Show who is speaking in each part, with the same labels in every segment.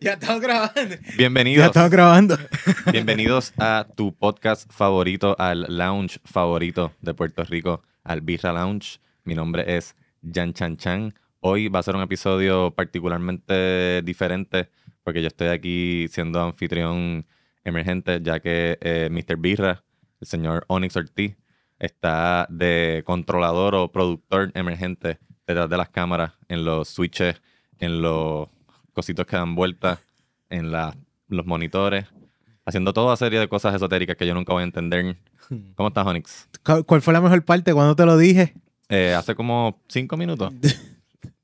Speaker 1: ya estamos grabando.
Speaker 2: Bienvenidos.
Speaker 3: Ya estamos grabando.
Speaker 2: Bienvenidos a tu podcast favorito, al lounge favorito de Puerto Rico, al Birra Lounge. Mi nombre es Jan Chan Chan. Hoy va a ser un episodio particularmente diferente porque yo estoy aquí siendo anfitrión emergente ya que eh, Mr. Birra, el señor Onyx Ortiz, está de controlador o productor emergente detrás de las cámaras, en los switches, en los cositos que dan vueltas, en la- los monitores, haciendo toda serie de cosas esotéricas que yo nunca voy a entender. ¿Cómo estás, Onyx?
Speaker 3: ¿Cu- ¿Cuál fue la mejor parte? ¿Cuándo te lo dije?
Speaker 2: Eh, hace como cinco minutos.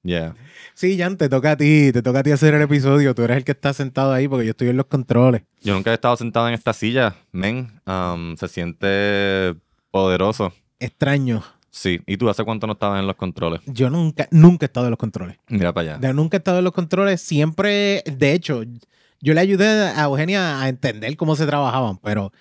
Speaker 2: Yeah.
Speaker 3: Sí, Jan, te toca a ti, te toca a ti hacer el episodio. Tú eres el que está sentado ahí porque yo estoy en los controles.
Speaker 2: Yo nunca he estado sentado en esta silla, men. Um, se siente poderoso.
Speaker 3: Extraño.
Speaker 2: Sí. ¿Y tú hace cuánto no estabas en los controles?
Speaker 3: Yo nunca, nunca he estado en los controles.
Speaker 2: Mira para allá.
Speaker 3: Yo nunca he estado en los controles. Siempre, de hecho, yo le ayudé a Eugenia a entender cómo se trabajaban, pero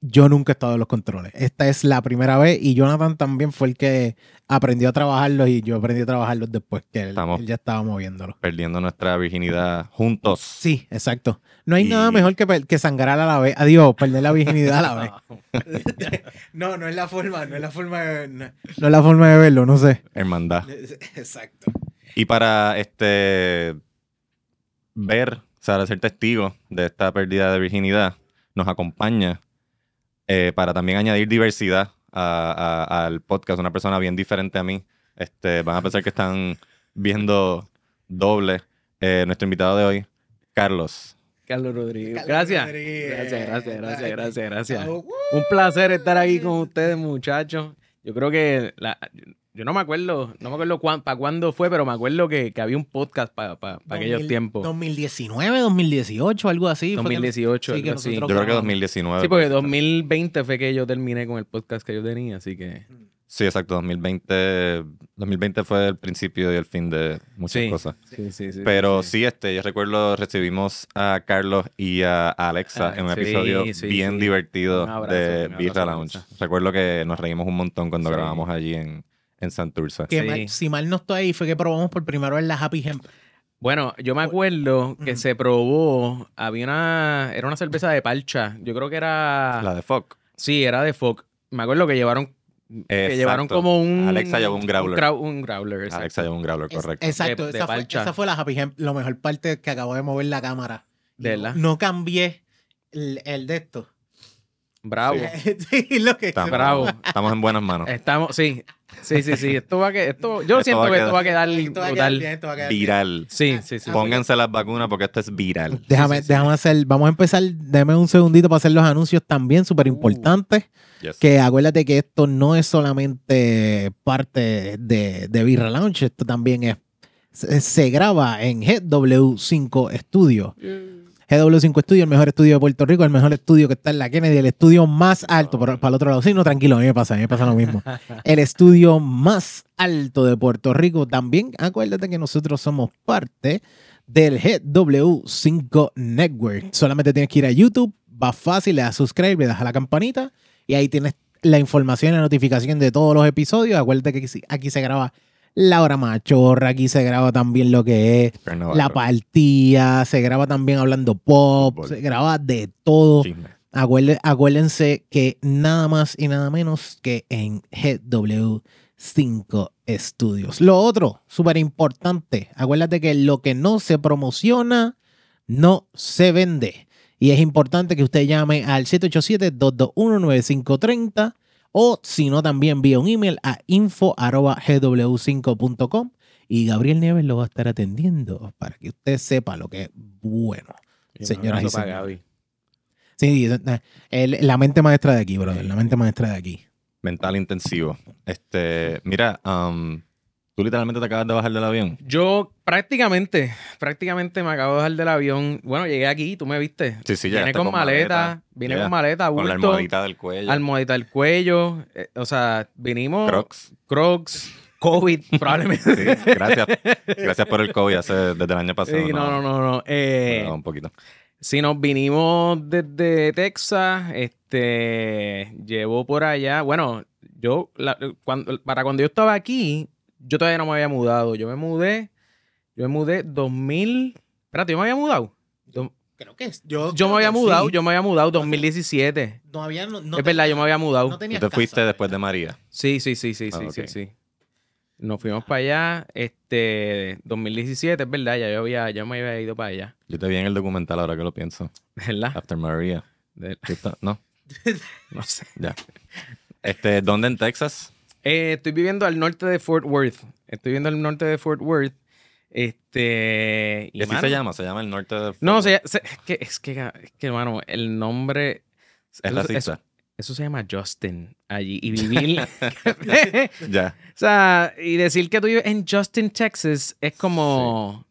Speaker 3: yo nunca he estado en los controles. Esta es la primera vez y Jonathan también fue el que aprendió a trabajarlos y yo aprendí a trabajarlos después que él,
Speaker 2: Estamos-
Speaker 3: él ya estaba moviéndolos.
Speaker 2: Perdiendo nuestra virginidad juntos.
Speaker 3: Sí, exacto. No hay
Speaker 2: Y-
Speaker 3: nada mejor que, per- que sangrar a la vez. Adiós, perder la virginidad a la vez.
Speaker 1: No, no es la forma, no es la forma de... no.
Speaker 3: No es la forma de verlo, no sé.
Speaker 2: Hermandad.
Speaker 1: Exacto.
Speaker 2: Y para este ver, o sea, ser testigo de esta pérdida de virginidad, nos acompaña eh, para también añadir diversidad a- a- al podcast. Una persona bien diferente a mí. Este, van a pensar que están viendo doble. Eh, nuestro invitado de hoy, Carlos.
Speaker 4: Carlos Rodríguez.
Speaker 1: Carlos
Speaker 4: gracias.
Speaker 1: Rodríguez.
Speaker 4: Gracias, gracias, gracias, gracias, gracias.
Speaker 1: Ah, uh,
Speaker 4: Un placer estar aquí con ustedes, muchachos. Yo creo que la- yo no me acuerdo, no me acuerdo para cuándo fue, pero me acuerdo que, que había un podcast para aquellos
Speaker 3: 2000
Speaker 4: tiempos.
Speaker 3: 2019, 2018, algo así. fue que-
Speaker 4: 2018,
Speaker 3: sí, que
Speaker 4: algo así.
Speaker 2: Yo
Speaker 3: nosotros-
Speaker 2: creo que 2019.
Speaker 4: Sí, porque 2020 fue que yo terminé con el podcast que yo tenía, así que
Speaker 2: Sí, exacto. 2020, 2020 fue el principio y el fin de muchas
Speaker 4: Sí.
Speaker 2: cosas.
Speaker 4: sí, sí, sí.
Speaker 2: Pero sí. este, yo recuerdo recibimos a Carlos y a Alexa
Speaker 4: Ah,
Speaker 2: en un
Speaker 4: sí,
Speaker 2: episodio
Speaker 4: sí,
Speaker 2: bien
Speaker 4: sí.
Speaker 2: divertido
Speaker 4: Un abrazo,
Speaker 2: de
Speaker 4: un abrazo,
Speaker 2: Birra Lounge.
Speaker 4: Alexa.
Speaker 2: Recuerdo que nos reímos un montón cuando
Speaker 4: Sí.
Speaker 2: grabamos allí en, en Santurce.
Speaker 3: que
Speaker 4: Sí.
Speaker 3: mal- si mal no estoy ahí, fue que probamos por primera vez la Happy Hemp.
Speaker 4: Bueno, yo me acuerdo que
Speaker 3: Ujú.
Speaker 4: se probó, había una, era una cerveza de parcha, yo creo que era,
Speaker 2: La de Fox.
Speaker 4: sí, era de Foc. Me acuerdo que llevaron, que llevaron como un...
Speaker 2: Alexa llevó un growler.
Speaker 4: Un, grau- un growler, exacto.
Speaker 2: Alexa llevó un growler,
Speaker 3: Es-
Speaker 2: correcto.
Speaker 3: exacto,
Speaker 4: De- de
Speaker 3: esa, fue,
Speaker 4: parcha.
Speaker 3: esa fue la Happy Hemp. La mejor parte que acabo de mover la cámara.
Speaker 4: De verdad.
Speaker 3: No cambié el, el de esto.
Speaker 4: Bravo.
Speaker 3: Sí, lo que
Speaker 2: Estamos,
Speaker 4: Bravo.
Speaker 2: estamos en buenas manos.
Speaker 4: Estamos, sí. Sí, sí, sí. Esto va a que, esto, yo
Speaker 2: Esto
Speaker 4: siento
Speaker 2: va a
Speaker 4: que
Speaker 2: quedar-
Speaker 4: esto va a quedar
Speaker 3: Esto va a quedar
Speaker 4: brutal.
Speaker 3: bien, esto va a quedar bien.
Speaker 2: Viral.
Speaker 4: Sí, sí, sí.
Speaker 2: Pónganse las vacunas porque esto es viral.
Speaker 3: Déjame,
Speaker 4: Sí, sí, sí.
Speaker 3: déjame hacer, vamos a empezar, déjame un segundito para hacer los anuncios también súper importantes.
Speaker 2: Yes.
Speaker 3: Que acuérdate que esto no es solamente parte de, de Birra Lounge, esto también es, se, se graba en GW5 Studio. GW5 Studio, el mejor estudio de Puerto Rico, el mejor estudio que está en la Kennedy, el estudio más alto, pero para el otro lado, sí, no, tranquilo, a mí me pasa, a mí me pasa lo mismo. El estudio más alto de Puerto Rico, también acuérdate que nosotros somos parte del GW5 Network. Solamente tienes que ir a YouTube, va fácil, le das subscribe, le das a la campanita y ahí tienes la información y la notificación de todos los episodios. Acuérdate que aquí- aquí se graba la hora machorra, aquí se graba también lo que es
Speaker 2: Carnaval.
Speaker 3: la partida, se graba también hablando pop,
Speaker 2: Fútbol.
Speaker 3: se graba de todo.
Speaker 2: Chisme.
Speaker 3: Acuérden- acuérdense que nada más y nada menos que en GW5 Studios. Lo otro, súper importante, acuérdate que lo que no se promociona no se vende. Y es importante que usted llame al 787-221-9530 o si no también vía un email a info.gw5.com y Gabriel Nieves lo va a estar atendiendo para que usted sepa lo que es bueno. Señoras y
Speaker 4: Abrazo para
Speaker 3: señores.
Speaker 4: Gaby.
Speaker 3: Sí, eso- eh, el- la mente maestra de aquí, brother. La mente maestra de aquí.
Speaker 2: Mental intensivo. Este, mira, um, tú literalmente te acabas de bajar del avión.
Speaker 4: Yo prácticamente, prácticamente me acabo de bajar del avión. Bueno, llegué aquí, tú me viste.
Speaker 2: Sí, sí,
Speaker 4: Vine
Speaker 2: llegaste
Speaker 4: con, maleta, vine
Speaker 2: ya.
Speaker 4: con maleta,
Speaker 2: Con la
Speaker 4: bulto, almohadita,
Speaker 2: almohadita del cuello.
Speaker 4: al cuello. eh, o sea, vinimos
Speaker 2: Crocs.
Speaker 4: Crocs, COVID, probablemente.
Speaker 2: Sí, gracias. Gracias por el COVID hace, desde el año pasado.
Speaker 4: Sí, no, no, no, no.
Speaker 2: me
Speaker 4: Eh,
Speaker 2: daba un poquito.
Speaker 4: Si nos vinimos desde Texas, este, llevo por allá, bueno, yo, la- cuando- para cuando yo estaba aquí, yo todavía no me había mudado, yo me mudé, yo me mudé 2000, Espérate, yo me había mudado. Yo,
Speaker 1: Creo que es. Yo,
Speaker 4: yo me había mudado,
Speaker 1: yo
Speaker 4: yo me había mudado 2017.
Speaker 1: No había. No, no
Speaker 4: es verdad, yo me había mudado.
Speaker 1: No
Speaker 2: Tú
Speaker 1: tenías
Speaker 2: te fuiste
Speaker 1: casa,
Speaker 2: después de
Speaker 1: ¿verdad?
Speaker 2: María.
Speaker 4: Sí, sí, sí, sí,
Speaker 2: Ah,
Speaker 4: sí,
Speaker 2: ok.
Speaker 4: sí, sí. Nos fuimos para allá, este, 2017, es verdad, ya yo había, ya me había ido para allá,
Speaker 2: Yo te vi en el documental ahora que lo pienso.
Speaker 4: ¿verdad?
Speaker 2: After María.
Speaker 4: De-
Speaker 2: ¿Tú estás- No,
Speaker 4: no sé.
Speaker 2: ya. Este, ¿Dónde en Texas?
Speaker 4: Eh, estoy viviendo al norte de Fort Worth, estoy viviendo al norte de Fort Worth, este... y,
Speaker 2: ¿Qué así
Speaker 4: mano,
Speaker 2: se llama? Se llama el norte de...
Speaker 4: No, se, se- es que, es que, es que, mano, el nombre...
Speaker 2: Es
Speaker 4: eso-
Speaker 2: racista.
Speaker 4: Eso, eso se llama Justin allí y vivir...
Speaker 2: Ya.
Speaker 4: O sea, y decir que tú vives en Justin, Texas, es como.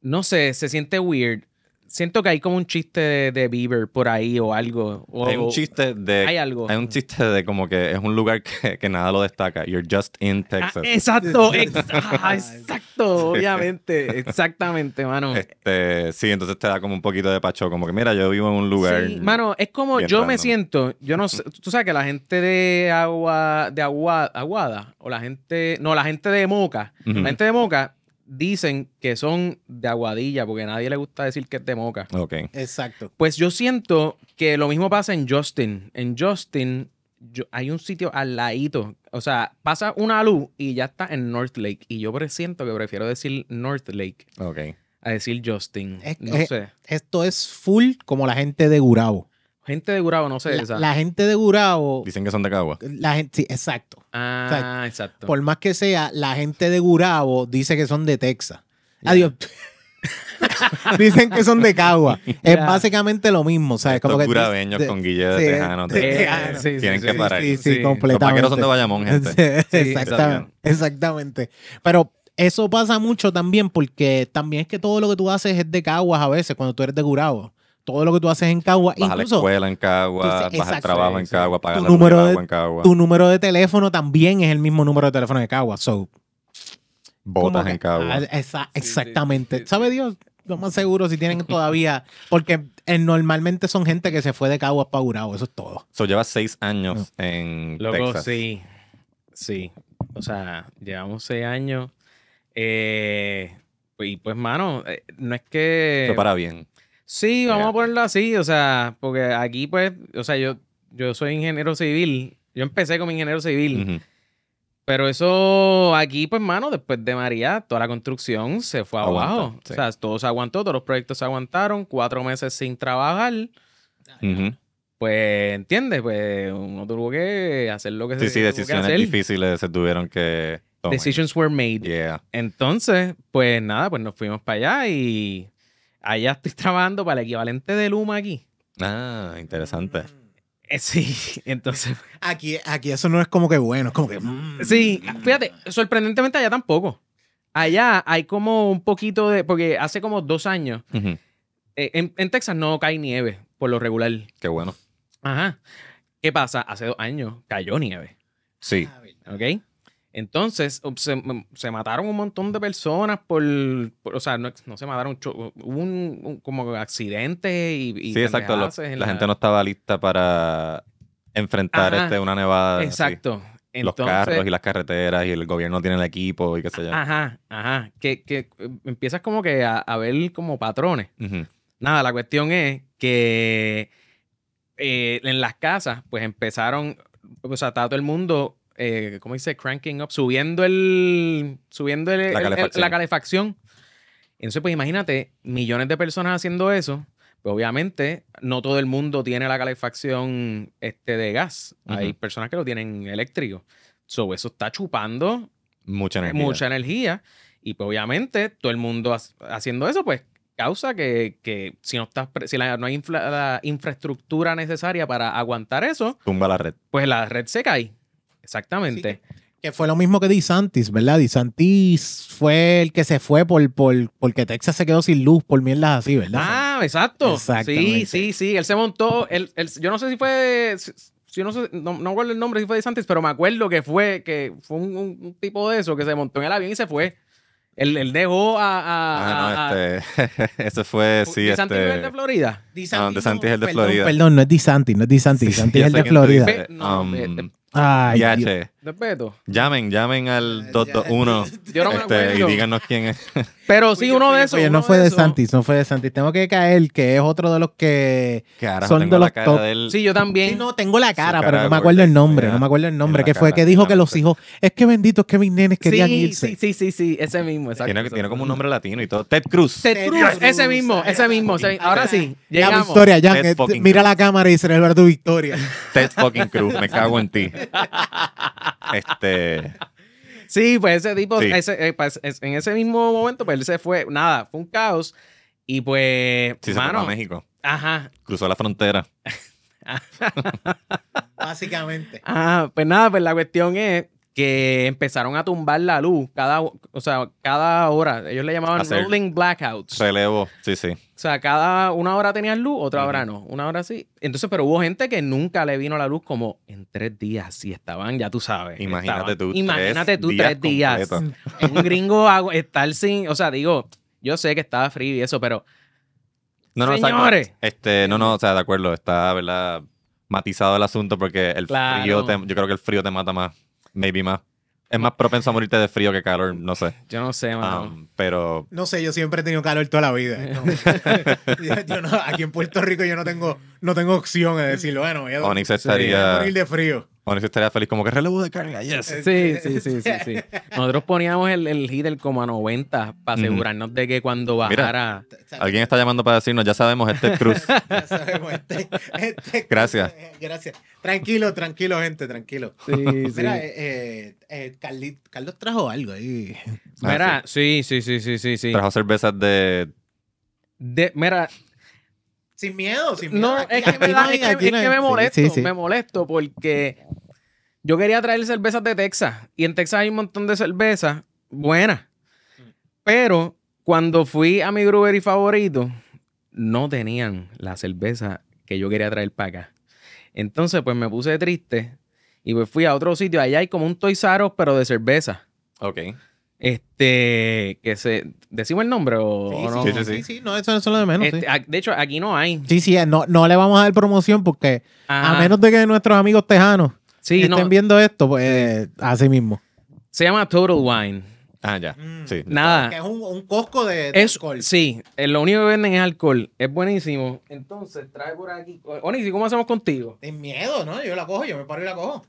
Speaker 4: No sé, se siente weird. Siento que hay como un chiste de, de Bieber por ahí o algo. o-
Speaker 2: Hay un chiste de...
Speaker 4: Hay algo.
Speaker 2: Hay un chiste de como que es un lugar que, que nada lo destaca. You're just in
Speaker 4: Ah,
Speaker 2: Texas.
Speaker 4: exacto, ex- ah, exacto, obviamente, exactamente, mano.
Speaker 2: Este, sí, entonces te da como un poquito de pacho, como que mira, yo vivo en un lugar.
Speaker 4: Sí, mano, es como
Speaker 2: bien
Speaker 4: yo me
Speaker 2: random.
Speaker 4: siento, yo no sé, tú sabes que la gente de agua, de agua, Aguada, o la gente, no, la gente de Moca,
Speaker 2: Ujú.
Speaker 4: la gente de Moca dicen que son de Aguadilla, porque a nadie le gusta decir que es de Moca.
Speaker 2: Ok.
Speaker 3: Exacto.
Speaker 4: Pues yo siento que lo mismo pasa en Justin. En Justin yo- hay un sitio al ladito. O sea, pasa una luz y ya está en North Lake. Y yo pre- siento que prefiero decir North Lake
Speaker 2: Ok.
Speaker 4: a decir Justin.
Speaker 3: Es-
Speaker 4: no
Speaker 3: es-
Speaker 4: sé.
Speaker 3: Esto es full como la gente de Gurabo.
Speaker 4: Gente de Gurabo, no sé.
Speaker 3: La,
Speaker 4: o sea.
Speaker 3: la gente de Gurabo,
Speaker 2: Dicen que son de Cagua.
Speaker 3: la gente, sí, exacto.
Speaker 4: Ah, exacto.
Speaker 3: Por más que sea, la gente de Gurabo dice que son de Texas.
Speaker 4: Ya.
Speaker 3: Adiós. Dicen que son de Cagua. Es
Speaker 4: Ya.
Speaker 3: básicamente lo mismo, ¿sabes?
Speaker 2: Estos
Speaker 3: que
Speaker 2: curabeños
Speaker 3: de-
Speaker 2: con guille de
Speaker 3: sí,
Speaker 2: Tejano.
Speaker 3: de-
Speaker 2: de-
Speaker 3: de-
Speaker 2: eh,
Speaker 3: sí,
Speaker 4: sí,
Speaker 2: tienen
Speaker 4: sí,
Speaker 2: que
Speaker 4: sí,
Speaker 2: parar.
Speaker 3: Ah, Sí, sí,
Speaker 4: Sí.
Speaker 2: Los
Speaker 3: completamente.
Speaker 2: vaqueros son de Bayamón, gente.
Speaker 3: Sí,
Speaker 4: Sí,
Speaker 3: exactamente, exactamente. Pero eso pasa mucho también porque también es que todo lo que tú haces es de Caguas a veces cuando tú eres de Curabo. Todo lo que tú haces en Caguas,
Speaker 2: Vas a la
Speaker 3: incluso
Speaker 2: escuela en Cagua,
Speaker 3: Entonces,
Speaker 2: vas al
Speaker 3: exacto,
Speaker 2: trabajo
Speaker 3: sí,
Speaker 2: en
Speaker 3: sí.
Speaker 2: Cagua, pagas
Speaker 3: Tu
Speaker 2: la luz y el
Speaker 3: número de-
Speaker 2: agua en Cagua,
Speaker 3: tu número de teléfono también es el mismo número de teléfono de Caguas. So,
Speaker 2: botas
Speaker 3: como que-
Speaker 2: en Cagua.
Speaker 3: Ah, esa-
Speaker 4: Sí, sí,
Speaker 3: exactamente.
Speaker 4: sí, sí.
Speaker 3: ¿Sabe Dios? Lo más seguro si tienen todavía, porque eh, normalmente son gente que se fue de Caguas para Curabo, eso es todo.
Speaker 2: So, llevas seis años en
Speaker 4: Loco,
Speaker 2: Texas.
Speaker 4: sí. Sí. O sea, llevamos seis años. Eh, y pues, mano, eh, no es que.
Speaker 2: Eso para bien.
Speaker 4: Sí, vamos
Speaker 2: Ya.
Speaker 4: a ponerlo así, o sea, porque aquí pues, o sea, yo, yo soy ingeniero civil, yo empecé como ingeniero civil,
Speaker 2: Ujú.
Speaker 4: pero eso aquí pues, mano, después de María, toda la construcción se fue
Speaker 2: Aguanta,
Speaker 4: abajo,
Speaker 2: sí.
Speaker 4: o sea, todo se aguantó, todos los proyectos se aguantaron, cuatro meses sin trabajar, Ah,
Speaker 2: Ujú.
Speaker 4: pues, ¿entiendes? Pues uno tuvo que hacer lo que
Speaker 2: Sí,
Speaker 4: se
Speaker 2: sí,
Speaker 4: tuvo que
Speaker 2: decisiones
Speaker 4: hacer.
Speaker 2: difíciles se tuvieron que tomar.
Speaker 4: Decisions were made.
Speaker 2: Yeah.
Speaker 4: Entonces, pues nada, pues nos fuimos para allá y allá estoy trabajando para el equivalente de Luma aquí.
Speaker 2: Ah, interesante.
Speaker 4: Eh, Sí, entonces
Speaker 3: Aquí, aquí eso no es como que bueno, es como que... mm.
Speaker 4: Sí, fíjate, sorprendentemente allá tampoco. Allá hay como un poquito de. Porque hace como dos años.
Speaker 2: Ujú.
Speaker 4: eh, en, en Texas no cae nieve, por lo regular.
Speaker 2: Qué bueno.
Speaker 4: Ajá. ¿Qué pasa? Hace dos años cayó nieve. Ah,
Speaker 2: Sí.
Speaker 4: ¿Ok? Entonces, ob- se, um, se mataron un montón de personas por. por- o sea, no, no se mataron. cho- Hubo un, un- como accidentes y. y
Speaker 2: Sí, exacto. lo-
Speaker 4: pendejadas en
Speaker 2: la gente no estaba lista para enfrentar
Speaker 4: Ajá.
Speaker 2: este, una nevada. sí.
Speaker 4: Exacto.
Speaker 2: Los
Speaker 4: Entonces- Ah,
Speaker 2: carros y las carreteras y el gobierno tiene el equipo y qué sé yo.
Speaker 4: Ajá, ajá. Que, que eh, empiezas como que a- a ver como patrones.
Speaker 2: Ujú.
Speaker 4: Nada, la cuestión es que eh, en las casas, pues empezaron, o sea, estaba todo el mundo, eh, ¿cómo dice? Cranking up, subiendo el, subiendo el- el- el-
Speaker 2: La
Speaker 4: la,
Speaker 2: calefacción.
Speaker 4: calefacción. Entonces, pues imagínate, millones de personas haciendo eso, pues obviamente no todo el mundo tiene la calefacción este, de gas. Hay
Speaker 2: Ujú.
Speaker 4: personas que lo tienen eléctrico. So, eso está chupando
Speaker 2: Mucha energía.
Speaker 4: mucha energía. Y pues, obviamente, todo el mundo ha- haciendo eso, pues causa que, que si no estás pre- si la- no hay infla- la infraestructura necesaria para aguantar eso,
Speaker 2: Tumba la red.
Speaker 4: pues la red se cae. Exactamente.
Speaker 3: Sí, Que fue lo mismo que DeSantis, ¿verdad? DeSantis fue el que se fue por, por, porque Texas se quedó sin luz por mierdas así, ¿verdad?
Speaker 4: Ah, exacto.
Speaker 3: Exactamente.
Speaker 4: Sí, sí, sí. Él se montó. él- él- yo no sé si fue. si- si- yo no sé, no, no recuerdo el nombre si fue de Santis, pero me acuerdo que fue, que fue un, un- un tipo de eso que se montó en el avión y se fue. Él, él dejó a. a-
Speaker 2: Ah,
Speaker 4: a- a-
Speaker 2: no, este. ese fue, sí,
Speaker 4: DeSantis no es el
Speaker 2: este.
Speaker 4: de Florida.
Speaker 2: Ah, DeSantis es el de
Speaker 3: perdón,
Speaker 2: Florida.
Speaker 3: Perdón, no es DeSantis, no es DeSantis,
Speaker 2: Sí,
Speaker 3: DeSantis es
Speaker 2: ya
Speaker 3: el
Speaker 2: sé
Speaker 3: de
Speaker 2: quién tú
Speaker 3: Florida.
Speaker 2: dices.
Speaker 4: Fe- no,
Speaker 2: Um,
Speaker 4: de- de-
Speaker 3: Ay, Dios.
Speaker 2: VH.
Speaker 4: Respeto.
Speaker 2: Llamen, llamen al 221
Speaker 4: Yo no me
Speaker 2: este, y
Speaker 4: acuerdo.
Speaker 2: díganos quién es.
Speaker 4: Pero
Speaker 1: Fui
Speaker 4: sí,
Speaker 1: yo,
Speaker 4: uno
Speaker 1: fui
Speaker 4: de
Speaker 1: yo,
Speaker 4: esos.
Speaker 3: Oye,
Speaker 4: uno
Speaker 3: no fue de
Speaker 4: esos.
Speaker 3: Santis, no fue de Santis. Tengo que caer, que es otro de los que.
Speaker 2: Carajo,
Speaker 3: Son
Speaker 2: tengo
Speaker 3: de
Speaker 2: la
Speaker 3: los
Speaker 2: cara
Speaker 3: top.
Speaker 2: de él.
Speaker 4: Sí, yo
Speaker 3: Sí,
Speaker 4: también.
Speaker 3: no, tengo la cara,
Speaker 2: Su
Speaker 3: pero
Speaker 2: cara
Speaker 3: no
Speaker 2: de
Speaker 3: me acuerdo el
Speaker 2: gordofobia
Speaker 3: nombre, no me acuerdo el nombre,
Speaker 2: en la
Speaker 3: que fue
Speaker 2: cara,
Speaker 3: que dijo que los
Speaker 2: claramente.
Speaker 3: hijos, es que bendito, es que mis nenes querían
Speaker 4: sí,
Speaker 3: irse.
Speaker 4: sí, sí, sí, sí, ese mismo, exacto.
Speaker 2: tiene, tiene como un nombre latino y todo. Ted Cruz.
Speaker 4: Ted
Speaker 1: Ted
Speaker 4: Cruz,
Speaker 1: Cruz.
Speaker 4: ese mismo, ese mismo. ese mismo. Ahora sí,
Speaker 3: Ya,
Speaker 4: llegamos.
Speaker 3: Victoria, ya,
Speaker 2: Ted
Speaker 3: eh,
Speaker 2: fucking
Speaker 3: mira la cámara y celebra tu victoria.
Speaker 2: Ted fucking Cruz. Me cago en ti. Este.
Speaker 4: Sí, pues ese tipo,
Speaker 2: Sí.
Speaker 4: ese, eh, pues, es- en ese mismo momento, pues él se fue, nada, fue un caos. Y pues,
Speaker 2: Sí, se fue
Speaker 4: mano,
Speaker 2: a México.
Speaker 4: ajá,
Speaker 2: Cruzó la frontera.
Speaker 1: Básicamente.
Speaker 4: ajá, pues nada, pues la cuestión es que empezaron a tumbar la luz cada, o sea, cada hora. Ellos le llamaban
Speaker 2: Hacer-
Speaker 4: rolling blackouts.
Speaker 2: Relevo. Sí, sí.
Speaker 4: O sea, cada una hora tenías luz, otra
Speaker 2: Ujú.
Speaker 4: hora no. Una hora sí. Entonces, pero hubo gente que nunca le vino la luz como en tres días. Y estaban, ya tú sabes.
Speaker 2: Imagínate
Speaker 4: estaban-
Speaker 2: tú.
Speaker 4: Imagínate
Speaker 2: tres
Speaker 4: tú tres días.
Speaker 2: completos.
Speaker 4: En un gringo hago- estar sin. O sea, digo, yo sé que estaba frío y eso, pero.
Speaker 2: No, no, exacto.
Speaker 4: Señores.
Speaker 2: Este, no, no, o sea, de acuerdo. Está, ¿verdad? Matizado el asunto porque el
Speaker 4: Claro.
Speaker 2: frío. te- yo creo que el frío te mata más. Maybe más. Es más propenso a morirte de frío que calor. No sé.
Speaker 4: Yo no sé, mano.
Speaker 2: Um, pero
Speaker 1: No sé, yo siempre he tenido calor toda la vida.
Speaker 4: Eh,
Speaker 1: ¿no? Yo- yo no- aquí en Puerto Rico yo no tengo, no tengo opción de decirlo. Bueno, voy a, voy
Speaker 2: Onyx
Speaker 1: a
Speaker 2: estaría,
Speaker 1: morir de frío.
Speaker 2: Onyx estaría feliz como que relevo de carga. Yes.
Speaker 4: Sí, sí, sí, sí, sí. Nosotros poníamos el, el heater como a 90 para
Speaker 2: Ujú.
Speaker 4: asegurarnos de que cuando
Speaker 2: Mira.
Speaker 4: bajara.
Speaker 2: Alguien está llamando para decirnos, ya sabemos, este es Cruz.
Speaker 1: Ya sabemos, este- este-
Speaker 2: Gracias.
Speaker 1: Gracias. Tranquilo, tranquilo, gente, tranquilo.
Speaker 4: Sí, sí.
Speaker 1: Mira, eh, eh, eh, Carli- Carlos trajo algo ahí.
Speaker 2: Ah,
Speaker 4: Mira, sí, sí, sí, sí, sí, sí.
Speaker 2: Trajo cervezas de...
Speaker 4: De- mira,
Speaker 1: Sin miedo, sin miedo.
Speaker 4: No,
Speaker 1: Aquí-
Speaker 4: es que,
Speaker 1: aquí
Speaker 4: me,
Speaker 1: no
Speaker 4: da-
Speaker 1: hay-
Speaker 4: es que-
Speaker 3: aquí
Speaker 4: es
Speaker 3: no hay-
Speaker 4: que me
Speaker 3: sí,
Speaker 4: molesto,
Speaker 3: sí, sí.
Speaker 4: me molesto porque yo quería traer cervezas de Texas y en Texas hay un montón de cervezas buenas. Pero cuando fui a mi brewery favorito, no tenían la cerveza que yo quería traer para acá. Entonces, pues me puse triste y pues fui a otro sitio. Allá hay como un Toys R Us, pero de cerveza.
Speaker 2: Ok.
Speaker 4: Este, que se... ¿Decimos el nombre o, o no?
Speaker 2: sí, sí, sí.
Speaker 3: no, eso, eso es lo de menos.
Speaker 4: Este,
Speaker 3: sí.
Speaker 4: a- de hecho, aquí no hay.
Speaker 3: Sí,
Speaker 1: eh,
Speaker 3: sí, no, no le vamos a dar promoción porque
Speaker 4: Ajá.
Speaker 3: a menos de que nuestros amigos tejanos
Speaker 4: sí,
Speaker 3: estén
Speaker 4: no.
Speaker 3: viendo esto, pues así mismo.
Speaker 4: Se llama Total Wine.
Speaker 2: Ah, ya.
Speaker 1: Mm.
Speaker 2: Sí.
Speaker 1: Que
Speaker 4: Nada.
Speaker 1: es un, un cosco de, de
Speaker 4: Ah. Es,
Speaker 1: alcohol.
Speaker 4: Sí, eh, lo único que venden es alcohol. Es buenísimo. Entonces, trae por aquí. O- Onix, ¿y cómo hacemos contigo?
Speaker 1: Sin miedo, ¿no? Yo la cojo, yo me paro y la cojo.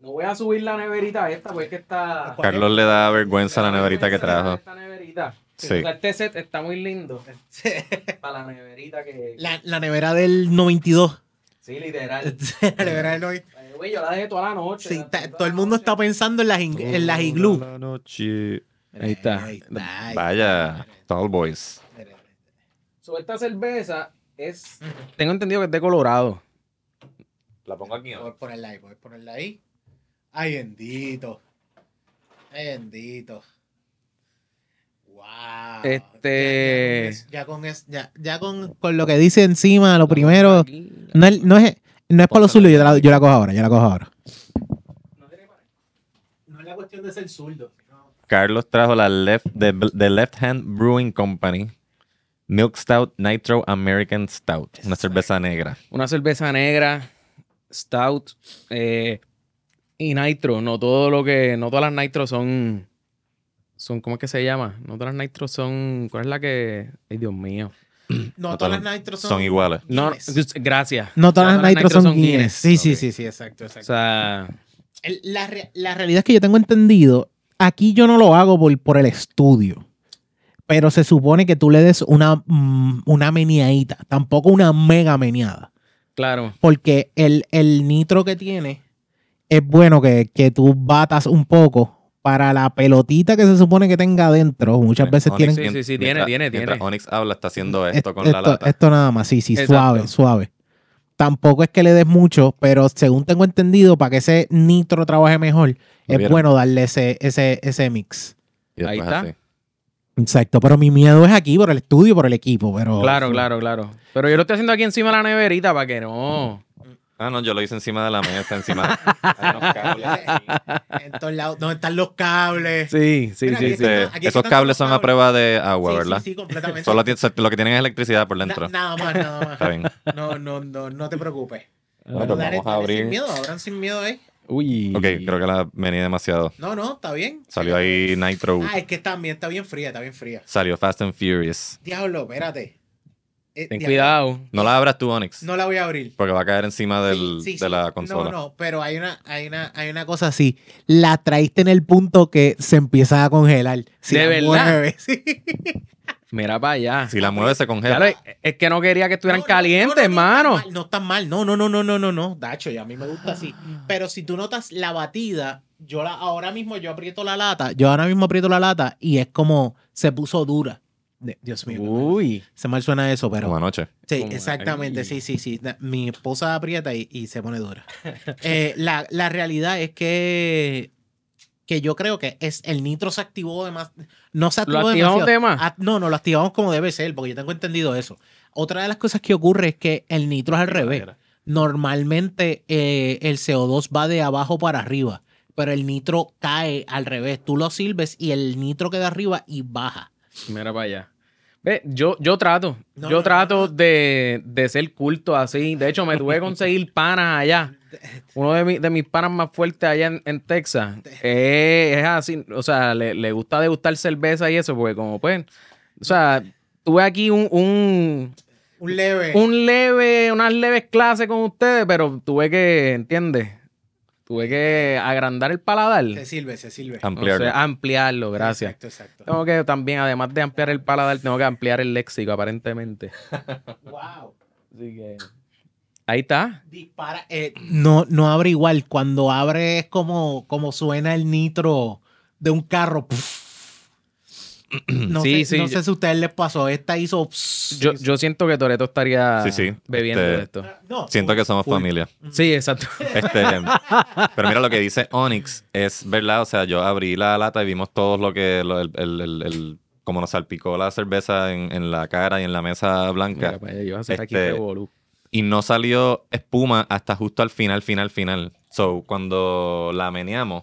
Speaker 4: No voy a subir la neverita esta, porque es que está.
Speaker 2: Carlos le da vergüenza a la neverita que trajo.
Speaker 4: Esta neverita.
Speaker 2: Sí.
Speaker 4: O sea, este set está muy lindo
Speaker 1: Sí.
Speaker 4: para la neverita que.
Speaker 3: La, nevera del 92.
Speaker 4: Sí, literal.
Speaker 1: La nevera del hoy.
Speaker 4: Eh, güey, yo la dejé toda la noche.
Speaker 1: Este- Sí,
Speaker 4: la-
Speaker 1: ta-
Speaker 4: toda
Speaker 1: todo el
Speaker 4: la
Speaker 1: mundo
Speaker 4: noche.
Speaker 1: está pensando en las, ing- en las iglú.
Speaker 2: Toda la noche.
Speaker 4: Ahí está.
Speaker 1: Ahí está.
Speaker 2: Vaya, Tall Boys.
Speaker 4: So, esta cerveza es. Tengo entendido que es de Colorado.
Speaker 2: La pongo aquí.
Speaker 1: Voy a ponerla ahí, voy a ponerla ahí. Ay, bendito. Ay, bendito. Wow.
Speaker 4: Este-
Speaker 1: Ya, ya con es- ya, ya con,
Speaker 3: Con lo que dice encima, lo primero,
Speaker 4: Aquí, la-
Speaker 3: no, es- no es, no es para lo suyo, yo la, yo la cojo ahora, yo la cojo ahora.
Speaker 1: No es la cuestión de ser zurdo.
Speaker 2: Carlos trajo la left, de, de Left Hand Brewing Company. Milk Stout Nitro American Stout. Una cerveza negra.
Speaker 4: una cerveza negra, stout eh, y nitro. No todo lo que, no todas las nitro son, son ¿cómo es que se llama? No todas las nitro son, ¿cuál es la que? Ay, Dios mío.
Speaker 1: No,
Speaker 2: No
Speaker 1: todas
Speaker 2: todas-
Speaker 1: las nitros son,
Speaker 2: Son iguales.
Speaker 4: No,
Speaker 1: Guinness.
Speaker 4: just- gracias.
Speaker 3: No todas las nitros son Guinness. Sí, sí,
Speaker 1: Ok.
Speaker 3: sí, sí.
Speaker 1: exacto,
Speaker 4: O
Speaker 1: exacto.
Speaker 4: sea,
Speaker 3: El- la, re- la realidad es que yo tengo entendido, aquí yo no lo hago por, por el estudio, pero se supone que tú le des una, mm, una meneadita, tampoco una mega meneada,
Speaker 4: claro.
Speaker 3: porque el, el nitro que tiene es bueno que, que tú batas un poco para la pelotita que se supone que tenga adentro. Muchas veces
Speaker 2: Onyx,
Speaker 3: tienen...
Speaker 4: Sí, sí, sí,
Speaker 2: mientras-
Speaker 4: tiene, tiene,
Speaker 2: mientras
Speaker 4: tiene.
Speaker 2: Onyx habla, está haciendo
Speaker 3: Es-
Speaker 2: esto con la lata.
Speaker 3: esto nada más, sí, sí,
Speaker 4: Exacto.
Speaker 3: suave, suave. Tampoco es que le des mucho, pero según tengo entendido, para que ese nitro trabaje mejor, es
Speaker 2: Mira.
Speaker 3: bueno darle ese, ese, ese mix.
Speaker 2: Y después
Speaker 4: Ahí está.
Speaker 2: así.
Speaker 3: Exacto, pero mi miedo es aquí, por el estudio, por el equipo, pero...
Speaker 4: Claro, claro, claro. Pero yo lo estoy haciendo aquí encima de la neverita para que no.
Speaker 2: Ah, no, yo lo hice encima de la mesa, encima. Hay unos cables aquí.
Speaker 1: En todos lados, donde están los cables.
Speaker 4: Sí, sí,
Speaker 1: Mira,
Speaker 4: sí,
Speaker 1: aquí
Speaker 4: sí.
Speaker 1: está.
Speaker 2: Este,
Speaker 1: aquí
Speaker 2: esos
Speaker 1: están
Speaker 2: cables
Speaker 1: todos los
Speaker 2: son a
Speaker 1: cables.
Speaker 2: prueba de agua,
Speaker 1: Sí,
Speaker 2: ¿verdad?
Speaker 1: sí, sí, completamente.
Speaker 2: Solo tienes- lo que tienen es electricidad por
Speaker 1: Na-
Speaker 2: dentro.
Speaker 1: nada más, nada más.
Speaker 2: Está bien.
Speaker 1: No, no, no, no te preocupes.
Speaker 2: Bueno,
Speaker 1: Dale-
Speaker 2: vamos a
Speaker 1: dale
Speaker 2: abrir.
Speaker 1: Sin miedo, abran sin miedo ahí.
Speaker 4: Uy.
Speaker 2: Ok, creo que la mené demasiado.
Speaker 1: No, no, está bien.
Speaker 2: Salió ahí Nitro.
Speaker 1: Ah, es que también está bien fría, está bien fría.
Speaker 2: Salió Fast and Furious.
Speaker 1: Diablo, espérate. Eh,
Speaker 4: Ten
Speaker 1: diablo,
Speaker 4: cuidado.
Speaker 2: No la abras tú, Onyx.
Speaker 1: No la voy a abrir.
Speaker 2: Porque va a caer encima del,
Speaker 1: Sí, sí,
Speaker 2: de
Speaker 1: sí.
Speaker 2: la consola.
Speaker 1: No, no, pero hay una, hay una, hay una cosa así.
Speaker 3: así. La traíste en el punto que se empieza a congelar. Si
Speaker 4: ¿De
Speaker 3: la
Speaker 4: verdad?
Speaker 3: mueves, sí.
Speaker 4: Mira para allá.
Speaker 2: Si la mueves, se congela.
Speaker 4: Claro, es, es que no quería que estuvieran
Speaker 1: No, no,
Speaker 4: calientes,
Speaker 1: no, no, no,
Speaker 4: hermano.
Speaker 1: No está mal, no, no, no, no, no, no, no. Dacho, ya a mí me gusta así.
Speaker 4: Ah.
Speaker 1: Pero si tú notas la batida, yo la, ahora mismo yo aprieto la lata, yo ahora mismo aprieto la lata y es como se puso dura. De- Dios mío.
Speaker 4: Uh. Uy.
Speaker 1: Se mal suena eso, pero.
Speaker 2: Como anoche.
Speaker 1: Sí,
Speaker 4: Como-
Speaker 1: exactamente,
Speaker 4: ay.
Speaker 1: sí, sí, sí. Na- Mi esposa aprieta y, y se pone dura. Eh, la, la realidad es que, que yo creo que es el nitro se activó de más. No se activó
Speaker 4: ¿Lo
Speaker 1: demasiado.
Speaker 4: activamos de más?
Speaker 1: Ah, no, no, lo activamos como debe ser, porque yo tengo entendido eso. Otra de las cosas que ocurre es que el nitro es al revés. Normalmente eh, el CO2 va de abajo para arriba, pero el nitro cae al revés. Tú lo sirves y el nitro queda arriba y baja.
Speaker 4: Mira para allá. Ve, yo, yo trato,
Speaker 1: No,
Speaker 4: yo
Speaker 1: no,
Speaker 4: trato
Speaker 1: no, no.
Speaker 4: De, de ser culto así. De hecho, me tuve que conseguir panas allá. Uno de, mi- de mis panas más fuertes allá en, en Texas. Eh, es así, o sea, le, le gusta degustar cerveza y eso, porque como pues, o sea, tuve aquí un, un,
Speaker 1: Un leve.
Speaker 4: un leve, unas leves clases con ustedes, pero tuve que, ¿entiendes? Tuve que agrandar el paladar.
Speaker 1: Se sirve, se sirve.
Speaker 2: Ampliarlo.
Speaker 1: ah,
Speaker 4: O sea, ampliarlo, gracias.
Speaker 1: Exacto, exacto.
Speaker 4: Tengo que también, además de ampliar el paladar, tengo que ampliar el léxico, aparentemente.
Speaker 1: Wow.
Speaker 4: Así que. Ahí está.
Speaker 1: Dispara. eh,
Speaker 3: no, no abre igual. Cuando abre es como, como suena el nitro de un carro. Puf. No,
Speaker 4: Sí,
Speaker 3: sé,
Speaker 4: sí,
Speaker 3: no
Speaker 4: yo-
Speaker 3: sé si a ustedes les pasó. Esta hizo. pss.
Speaker 4: Yo, yo siento que Toreto estaría
Speaker 2: Sí, sí.
Speaker 4: bebiendo
Speaker 2: Este-
Speaker 4: de esto.
Speaker 1: no,
Speaker 2: Siento que somos
Speaker 1: full.
Speaker 2: familia.
Speaker 4: Sí, exacto.
Speaker 2: Este, pero mira lo que dice Onyx. Es verdad. O sea, yo abrí la lata y vimos todos lo que. lo- el, el- el- el- como nos salpicó la cerveza en, en la cara y en la mesa blanca.
Speaker 4: Mira, vaya, yo voy a hacer aquí
Speaker 2: Este-
Speaker 4: revolú.
Speaker 2: y no salió espuma hasta justo al final, final, final. So, cuando la meneamos,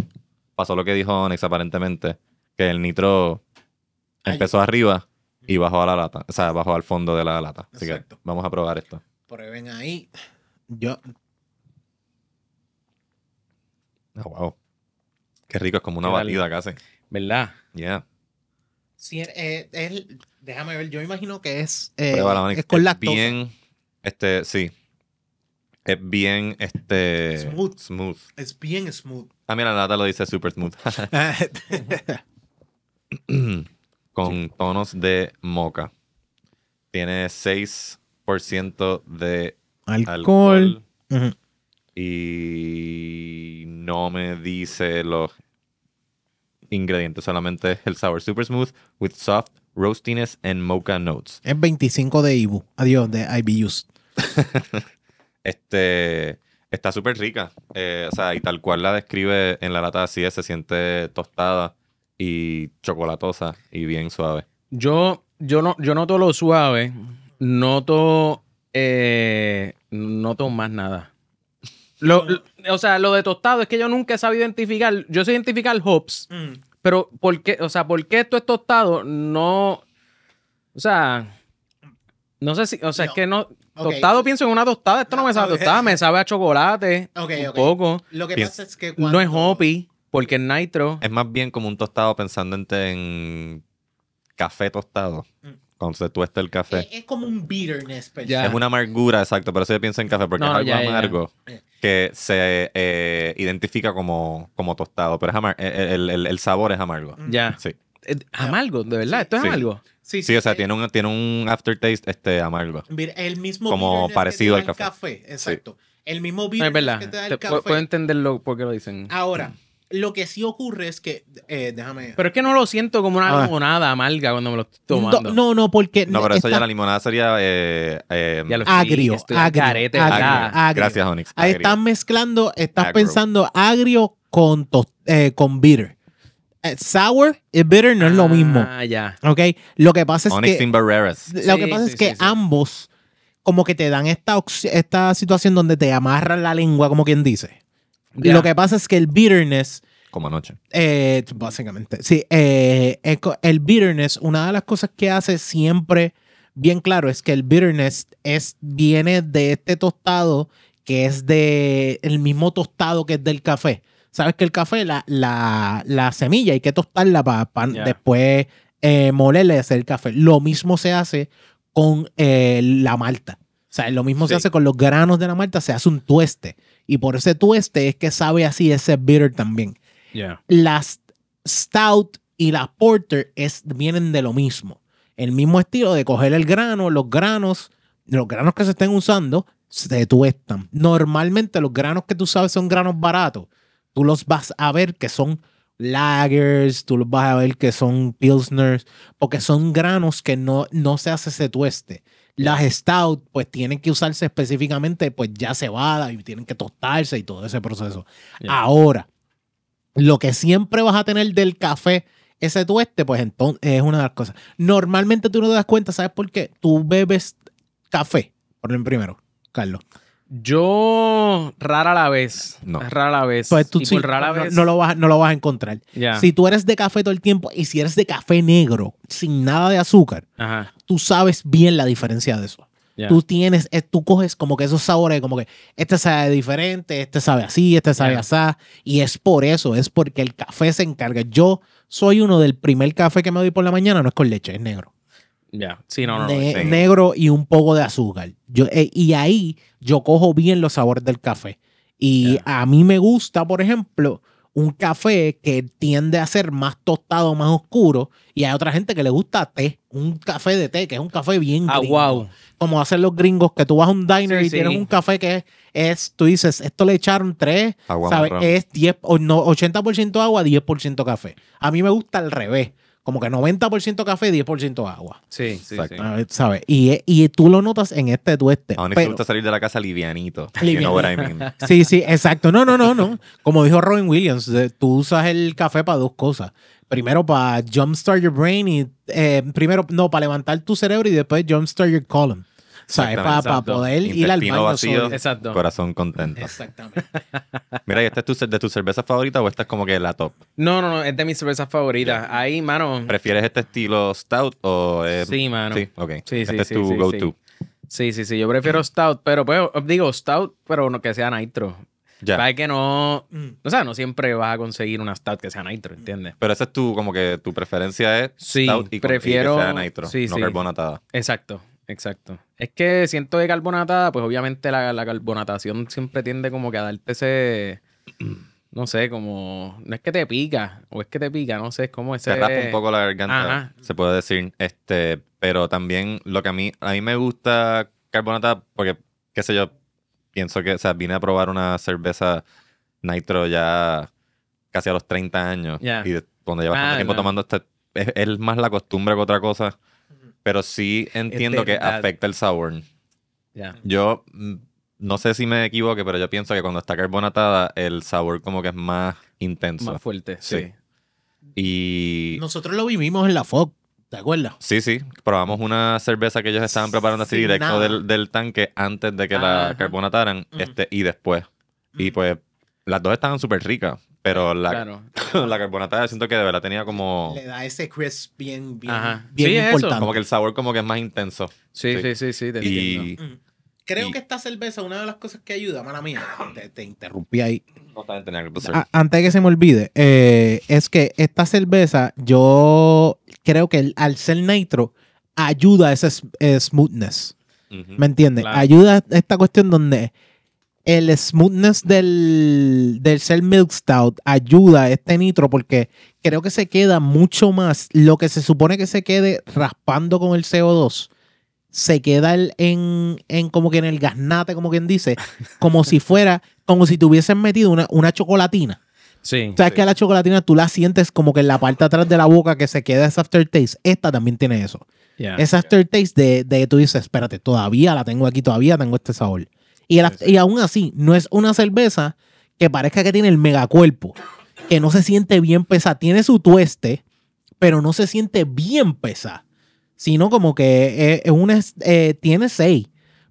Speaker 2: pasó lo que dijo Onyx aparentemente, que el nitro empezó arriba y bajó a la lata, o sea, bajó al fondo de la lata. Así que
Speaker 1: Exacto.
Speaker 2: vamos a probar esto.
Speaker 1: Prueben ahí. Yo,
Speaker 2: Ah, wow. Qué rico, es como una
Speaker 4: ¿Qué tal?
Speaker 2: batida casi.
Speaker 4: ¿Verdad?
Speaker 2: Yeah.
Speaker 1: si, eh, es- déjame ver, yo imagino que es, eh,
Speaker 2: Pruébala, Onyx.
Speaker 3: es con
Speaker 2: Es
Speaker 3: lactosa.
Speaker 2: Bien, este, sí. Es bien, este...
Speaker 1: Smooth.
Speaker 2: Smooth.
Speaker 1: es bien smooth.
Speaker 2: Ah, mira, la lata lo dice super smooth. con tonos de moca. Tiene 6% de alcohol.
Speaker 3: Ujú.
Speaker 2: Y no me dice los ingredientes, solamente es el sabor super smooth with soft roastiness and mocha notes.
Speaker 3: Es 25 de IBU. Adiós, de IBUs.
Speaker 2: Este está súper rica. eh, o sea, y tal cual la describe en la lata así es, se siente tostada y chocolatosa y bien suave.
Speaker 4: Yo, yo, no, yo noto lo suave, noto, eh, noto más nada. Lo- lo- o sea, lo de tostado es que yo nunca he sabido identificar. Yo sé identificar hops,
Speaker 1: Mm.
Speaker 4: pero ¿por qué? O sea, ¿por qué esto es tostado? No. O sea, no sé si. O sea,
Speaker 1: No.
Speaker 4: es que no.
Speaker 1: Ok.
Speaker 4: Tostado pienso en una tostada. Esto no,
Speaker 1: No,
Speaker 4: me sabe a
Speaker 1: ok.
Speaker 4: tostada, me sabe a chocolate.
Speaker 1: Ok,
Speaker 4: un
Speaker 1: ok.
Speaker 4: poco.
Speaker 1: Lo que
Speaker 2: Bien.
Speaker 1: pasa es que
Speaker 4: No es
Speaker 1: cuando-
Speaker 4: hoppy, porque es nitro.
Speaker 2: Es más bien como un tostado pensando en, te- en café tostado.
Speaker 1: Mm.
Speaker 2: Cuando se tuesta el café.
Speaker 3: Eh,
Speaker 1: Es, es como un bitterness, pero
Speaker 4: Ya.
Speaker 2: Es
Speaker 3: ah.
Speaker 2: una amargura, exacto. Por eso yo pienso en café, porque
Speaker 4: No,
Speaker 2: es algo
Speaker 4: ya, ya, ya.
Speaker 2: amargo que se eh, identifica como, como tostado. Pero es amar- eh, el, el- el sabor es amargo.
Speaker 4: Ya.
Speaker 2: Sí.
Speaker 4: Eh, Amargo, de verdad.
Speaker 1: Sí.
Speaker 4: Esto es
Speaker 2: Mm. Sí.
Speaker 4: amargo.
Speaker 1: Sí,
Speaker 2: Sí, o sea, tiene un, tiene un aftertaste este, amargo.
Speaker 1: Mira, el mismo
Speaker 2: como
Speaker 1: bitterness que te
Speaker 2: parecido
Speaker 1: da
Speaker 2: al
Speaker 1: el
Speaker 2: café.
Speaker 1: Exacto. El mismo
Speaker 4: No,
Speaker 1: bitterness
Speaker 4: es verdad.
Speaker 1: que te da
Speaker 4: Te-
Speaker 1: el
Speaker 4: pu-
Speaker 1: café. Ah.
Speaker 4: puedo entenderlo porque lo dicen.
Speaker 1: Ahora, lo que sí ocurre es que, eh, déjame...
Speaker 4: Pero es que no lo siento como una
Speaker 3: Ah.
Speaker 4: limonada amarga cuando me lo estoy tomando.
Speaker 3: No, no, no, porque.
Speaker 2: No, pero eso ya
Speaker 3: Eh, está-
Speaker 2: la limonada sería. eh, eh,
Speaker 4: Ya lo Ah, estoy-
Speaker 3: Agrio,
Speaker 4: estoy al
Speaker 3: agrio,
Speaker 4: garete,
Speaker 3: agrio,
Speaker 4: ¿verdad?
Speaker 1: Ah,
Speaker 3: agrio.
Speaker 2: Gracias, Onyx.
Speaker 3: Ahí
Speaker 2: Agrio.
Speaker 3: estás mezclando, estás
Speaker 2: Agro.
Speaker 3: pensando agrio con, tos- eh, con bitter. Eh, sour y bitter no es lo mismo.
Speaker 4: Ah, ya.
Speaker 3: ¿Ok? Lo que pasa es
Speaker 2: Onyx
Speaker 3: que.
Speaker 2: sin barreras.
Speaker 3: Lo que
Speaker 4: Sí,
Speaker 3: pasa
Speaker 4: sí,
Speaker 3: es que
Speaker 4: sí, sí.
Speaker 3: ambos como que te dan esta, oxi- esta situación donde te amarran la lengua, como quien dice.
Speaker 4: Ya.
Speaker 3: Lo que pasa es que el bitterness,
Speaker 2: Como anoche.
Speaker 3: eh, básicamente, sí, eh, el co- el bitterness, una de las cosas que hace siempre bien claro es que el bitterness es, viene de este tostado que es de el mismo tostado que es del café. Sabes que el café, la, la, la semilla, hay que tostarla para
Speaker 4: Ya.
Speaker 3: después eh, molerle y hacer el café. Lo mismo se hace con eh, la malta. O sea, lo mismo se
Speaker 2: Sí.
Speaker 3: hace con los granos de la malta, se hace un tueste. Y por ese tueste es que sabe así ese bitter también.
Speaker 4: Yeah.
Speaker 3: Las stout y las porter es, vienen de lo mismo. El mismo estilo de coger el grano, los granos, los granos que se estén usando, se tuestan. Normalmente los granos que tú sabes son granos baratos. Tú los vas a ver que son lagers, tú los vas a ver que son pilsners, porque son granos que no, no se hace ese tueste. Las stout, pues tienen que usarse específicamente, pues ya cebada y tienen que tostarse y todo ese proceso.
Speaker 4: Ya.
Speaker 3: Ahora, lo que siempre vas a tener del café, ese tueste, pues entonces es una de las cosas. Normalmente tú no te das cuenta, ¿sabes por qué? Tú bebes café, por lo primero, Carlos.
Speaker 4: Yo rara la vez.
Speaker 2: No.
Speaker 4: Rara la vez.
Speaker 3: Pues tú
Speaker 4: y
Speaker 3: sí,
Speaker 4: por rara
Speaker 3: no,
Speaker 4: vez.
Speaker 3: no lo vas, a- no lo vas a encontrar.
Speaker 4: Ya.
Speaker 3: Si tú eres de café todo el tiempo y si eres de café negro, sin nada de azúcar,
Speaker 4: Ajá.
Speaker 3: tú sabes bien la diferencia de eso.
Speaker 4: ya.
Speaker 3: Tú tienes, eh, tú coges como que esos sabores, como que este sabe diferente, este sabe así, este sabe
Speaker 4: Ya.
Speaker 3: asá. Y es por eso, es porque el café se encarga. Yo soy uno del primer café que me doy por la mañana, no es con leche, es negro.
Speaker 4: Ya. Sí, no, no. no.
Speaker 3: Ne-
Speaker 2: sí.
Speaker 3: Negro y un poco de azúcar. Yo, eh, y ahí yo cojo bien los sabores del café. Y
Speaker 4: Ya.
Speaker 3: a mí me gusta, por ejemplo, un café que tiende a ser más tostado, más oscuro. Y hay otra gente que le gusta té, un café de té, que es un café bien
Speaker 4: Ah,
Speaker 3: gringo.
Speaker 4: wow.
Speaker 3: Como hacen los gringos, que tú vas a un diner
Speaker 4: Sí,
Speaker 3: y tienes
Speaker 4: sí.
Speaker 3: un café que es, es- tú dices, esto le echaron tres,
Speaker 2: Agua
Speaker 3: ¿sabes?
Speaker 2: marrón.
Speaker 3: Es 10, o no, 80% agua, 10% café. A mí me gusta al revés. Como que 90% café, 10% agua.
Speaker 4: Sí, sí,
Speaker 2: Exacto.
Speaker 4: sí.
Speaker 3: A ver, ¿sabes? Y, y tú lo notas en este tueste.
Speaker 2: A Onyx le
Speaker 3: Pero,
Speaker 2: gusta salir de la casa livianito. You
Speaker 3: Liviano.
Speaker 2: know what I mean.
Speaker 3: sí, sí, exacto. No, no, no, no. Como dijo Robin Williams, eh, tú usas el café para dos cosas. Primero para jumpstart your brain y eh, primero, no, para levantar tu cerebro y después jumpstart your column. ¿Sabes? Para
Speaker 4: Exactamente, exacto.
Speaker 3: poder ir al
Speaker 2: Intestino
Speaker 3: baño.
Speaker 2: vacío.
Speaker 3: sólido.
Speaker 4: Exacto.
Speaker 2: Corazón contento.
Speaker 3: Exactamente.
Speaker 2: Mira, ¿y esta es tu, cer- de tu cerveza favorita o esta es como que la top?
Speaker 4: No, no, no. Es de mis cervezas favoritas. Ahí, mano.
Speaker 2: ¿Prefieres este estilo stout o...? eh,
Speaker 4: Sí, mano.
Speaker 2: Sí, ok.
Speaker 4: Sí,
Speaker 2: este
Speaker 4: sí,
Speaker 2: es
Speaker 4: sí,
Speaker 2: tu
Speaker 4: sí,
Speaker 2: go-to.
Speaker 4: Sí, sí, sí. Yo prefiero stout, pero pues, digo stout, pero no que sea nitro.
Speaker 2: Ya.
Speaker 4: Sabes que no.
Speaker 3: Mm.
Speaker 4: O sea, no siempre vas a conseguir una stout que sea nitro, ¿entiendes?
Speaker 2: Pero esa es tu, como que tu preferencia es
Speaker 4: Sí,
Speaker 2: stout y, con- y
Speaker 4: prefiero-
Speaker 2: que sea nitro,
Speaker 4: sí,
Speaker 2: no
Speaker 4: sí.
Speaker 2: carbonatada.
Speaker 4: Exacto, exacto. Es que siento de carbonatada, pues obviamente la, la carbonatación siempre tiende como que a darte ese. No sé, como. No es que te pica, o es que te pica, no sé, es como ese.
Speaker 2: Se raspa un poco la garganta,
Speaker 4: Eh, Ajá.
Speaker 2: se puede decir. Este, pero también lo que a mí, a mí me gusta carbonatada, porque, qué sé yo, pienso que, o sea, vine a probar una cerveza nitro ya casi a los 30 años.
Speaker 4: Ya.
Speaker 2: Y de- cuando llevas
Speaker 4: Ah,
Speaker 2: tanto tiempo
Speaker 4: no.
Speaker 2: tomando esta, es, es más la costumbre que otra cosa. Pero sí entiendo que
Speaker 4: verdad.
Speaker 2: afecta el sabor.
Speaker 4: Ya.
Speaker 2: Yo mm, no sé si me equivoque, pero yo pienso que cuando está carbonatada, el sabor como que es más intenso.
Speaker 4: Más fuerte, sí.
Speaker 2: Sí. y
Speaker 3: Nosotros lo vivimos en la FOC, ¿te acuerdas?
Speaker 2: sí, sí, probamos una cerveza que ellos estaban preparando así
Speaker 3: Sin
Speaker 2: directo
Speaker 3: nada.
Speaker 2: del, del tanque antes de que
Speaker 4: Ajá.
Speaker 2: la carbonataran
Speaker 3: Ujú.
Speaker 2: este, y después. Y
Speaker 3: Mm.
Speaker 2: pues las dos estaban súper ricas, pero la,
Speaker 4: Claro.
Speaker 2: la carbonatada siento que de verdad tenía como,
Speaker 3: le da ese crisp bien, bien,
Speaker 4: Ajá.
Speaker 3: bien
Speaker 4: Sí, eso.
Speaker 3: importante.
Speaker 2: como que el sabor como que es más intenso.
Speaker 4: Sí,
Speaker 2: Sí.
Speaker 4: sí, sí, sí, te
Speaker 2: Y
Speaker 4: entiendo.
Speaker 3: Mm. Creo
Speaker 2: y-
Speaker 3: que esta cerveza, una de las cosas que ayuda, mala mía, te, te interrumpí ahí.
Speaker 2: no también tenía que
Speaker 3: A- antes de que se me olvide, eh, es que esta cerveza, yo creo que el- al ser nitro, ayuda a ese s- eh, smoothness. ¿Me entiendes?
Speaker 4: Claro.
Speaker 3: Ayuda a esta cuestión donde el smoothness del, del ser milk stout ayuda a este nitro porque creo que se queda mucho más lo que se supone que se quede raspando con el CO2. Se queda el- en, en como que en el gaznate, como quien dice, como si fuera, como si te hubiesen metido una, una chocolatina.
Speaker 4: Sí.
Speaker 3: O sea,
Speaker 2: Sí.
Speaker 3: que a la chocolatina tú la sientes como que en la parte de atrás de la boca que se queda ese aftertaste. Esta también tiene eso.
Speaker 4: ya.
Speaker 3: Ese aftertaste de, de tú dices, espérate, todavía la tengo aquí, todavía tengo este sabor. Y, el af- y aún así, no es una cerveza que parezca que tiene el megacuerpo, que no se siente bien pesada. Tiene su tueste, pero no se siente bien pesada. Sino como que eh, es una, eh, tiene seis,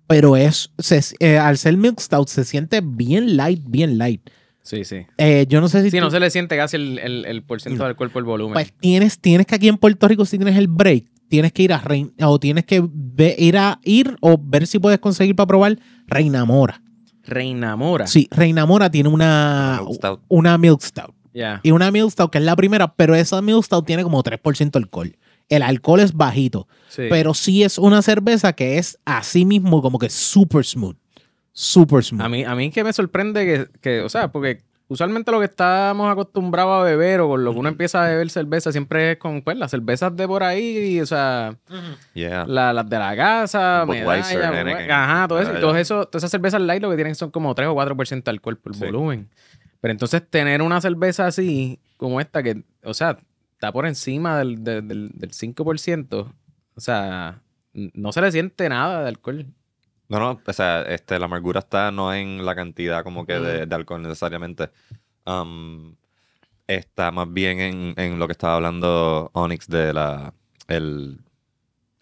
Speaker 3: pero es, se- eh, al ser mixed out se siente bien light, bien light.
Speaker 4: Sí, sí.
Speaker 3: Eh, yo no sé si
Speaker 4: Sí,
Speaker 3: tú-
Speaker 4: no se le siente casi el, el, el porcentaje
Speaker 2: Mm.
Speaker 3: No.
Speaker 4: del cuerpo, el volumen.
Speaker 3: pues tienes, tienes que aquí en Puerto Rico, si tienes el break, tienes que ir a Rein- o tienes que ve- ir a ir o ver si puedes conseguir para probar Reina Mora.
Speaker 4: Reina Mora.
Speaker 3: Sí, Reina Mora tiene una,
Speaker 2: Milk Stout.
Speaker 3: una milk stout.
Speaker 4: Ya.
Speaker 3: Y una milk stout que es la primera, pero esa milk stout tiene como 3% alcohol. El alcohol es bajito,
Speaker 4: Sí.
Speaker 3: pero sí es una cerveza que es así mismo como que super smooth. Super smooth.
Speaker 4: A mí, a mí que me sorprende que, que, o sea, porque usualmente lo que estamos acostumbrados a beber o con lo que uno empieza a beber cerveza siempre es con, pues, las cervezas de por ahí, y, o sea,
Speaker 2: Yeah.
Speaker 4: la- las de la casa,
Speaker 2: Budweiser,
Speaker 4: medalla,
Speaker 2: Heineken.
Speaker 4: Budwe- ajá, todo eso, y
Speaker 2: Medalla.
Speaker 4: todo eso, todas esas cervezas light lo que tienen son como 3 o 4% de alcohol por
Speaker 2: Sí.
Speaker 4: volumen. Pero entonces tener una cerveza así, como esta, que, o sea, está por encima del, del, del- del 5%, o sea, n- no se le siente nada de alcohol.
Speaker 2: No, no, o sea, este, la amargura está no en la cantidad como que de, de alcohol necesariamente. Am, está más bien en, en lo que estaba hablando Onyx de la el,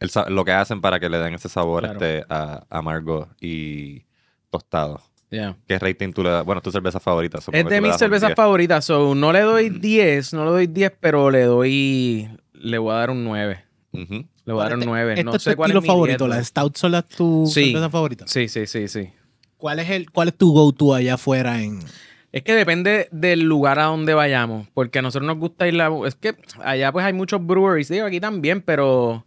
Speaker 2: el sa- lo que hacen para que le den ese sabor
Speaker 4: Claro.
Speaker 2: este, a, amargo y tostado.
Speaker 4: Ya.
Speaker 2: ¿Qué rating tú le das? Bueno, tu cerveza favorita.
Speaker 4: Es de mis cervezas favoritas. So, no le doy 10, no le doy 10, pero le doy. Le voy a dar un 9.
Speaker 2: favoritas.
Speaker 4: Le voy a dar un 9.
Speaker 3: este
Speaker 4: No
Speaker 3: es tu
Speaker 4: sé cuál
Speaker 3: estilo
Speaker 4: es mi
Speaker 3: favorito.
Speaker 4: dieta.
Speaker 3: Las stouts son las tu
Speaker 4: Sí.
Speaker 3: cerveza favorita.
Speaker 4: Sí, sí, sí, sí.
Speaker 3: ¿Cuál es, el, ¿Cuál es tu go-to allá afuera en...?
Speaker 4: Es que depende del lugar a donde vayamos. Porque a nosotros nos gusta ir la. Es que allá pues hay muchos breweries. Digo, aquí también, pero.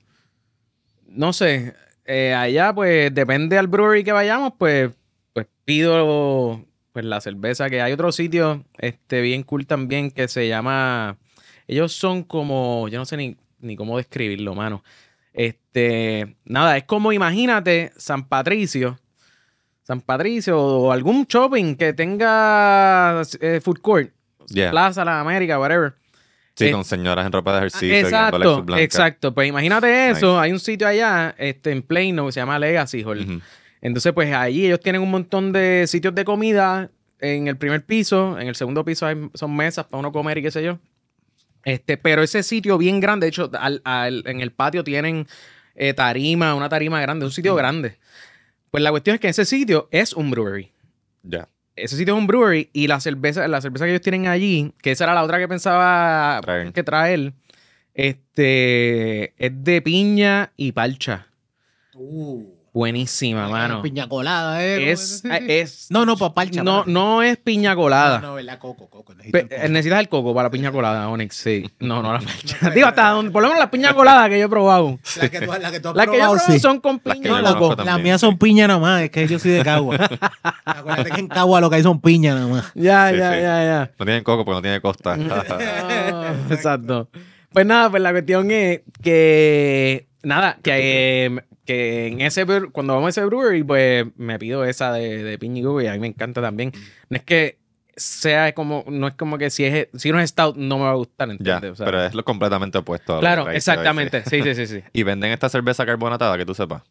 Speaker 4: No sé. Eh, allá, pues, depende al brewery que vayamos, pues, pues pido pues la cerveza. Que hay otro sitio, este, bien cool también, que se llama. Ellos son como. Yo no sé ni, ni cómo describirlo, mano. Este. Nada, es como imagínate San Patricio. San Patricio o algún shopping que tenga eh, food court,
Speaker 2: Yeah.
Speaker 4: Plaza La América, whatever.
Speaker 2: Sí,
Speaker 4: Eh,
Speaker 2: con señoras en ropa de ejercicio. guiando Lexus
Speaker 4: exacto,
Speaker 2: blanca.
Speaker 4: exacto. Pues imagínate eso.
Speaker 2: Nice.
Speaker 4: Hay un sitio allá, este, en Plano, que se llama Legacy Hall.
Speaker 2: Ujú.
Speaker 4: Entonces, pues ahí ellos tienen un montón de sitios de comida en el primer piso, en el segundo piso hay- son mesas para uno comer y qué sé yo. Este, pero ese sitio bien grande, de hecho, al- al- en el patio tienen eh, tarima, una tarima grande, un sitio grande. Pues la cuestión es que ese sitio es un brewery.
Speaker 2: Ya.
Speaker 4: Ese sitio es un brewery y la cerveza, la cerveza que ellos tienen allí, que esa era la otra que pensaba
Speaker 2: Traer.
Speaker 4: que traer, este, es de piña y parcha.
Speaker 3: Ah,
Speaker 4: Buenísima, Ah, mano.
Speaker 3: Piña colada, ¿eh?
Speaker 4: Es, ah, es
Speaker 3: No, no, papá,
Speaker 4: no, no es piña colada.
Speaker 3: No, no, la coco, coco. necesito
Speaker 4: Pe-
Speaker 3: el coco.
Speaker 4: eh, necesitas el coco para la piña colada, Onyx, sí. No, no la parcha. Digo, hasta donde, por lo menos la piña colada que yo he probado.
Speaker 3: La que tú, la que tú has
Speaker 4: Las que yo he
Speaker 3: probado,
Speaker 4: probado
Speaker 3: sí.
Speaker 4: son con
Speaker 2: Las que
Speaker 4: piña
Speaker 2: yo
Speaker 4: y coco.
Speaker 2: conozco
Speaker 3: Las
Speaker 2: también,
Speaker 3: mías
Speaker 2: sí.
Speaker 3: son piña nada más, es que yo soy de Cagua. Acuérdate que en Cagua lo que hay son piña nada más.
Speaker 4: Ya,
Speaker 2: Sí,
Speaker 4: ya,
Speaker 2: sí.
Speaker 4: ya, ya.
Speaker 2: No tienen coco porque no tiene costa.
Speaker 4: Ah, Exacto. Pues nada, pues la cuestión es que. Nada, que, eh, que en ese bre- cuando vamos a ese brewery, pues me pido esa de, de piña y coco, y a mí me encanta también.
Speaker 2: Mm.
Speaker 4: No es que sea como, no es como que si es si no es stout no me va a gustar,
Speaker 2: ya,
Speaker 4: ¿entiendes? O sea,
Speaker 2: pero es lo completamente opuesto. a lo que
Speaker 4: claro,
Speaker 2: traes,
Speaker 4: exactamente. Sí, sí, sí, sí.
Speaker 2: Y venden esta cerveza carbonatada, que tú sepas.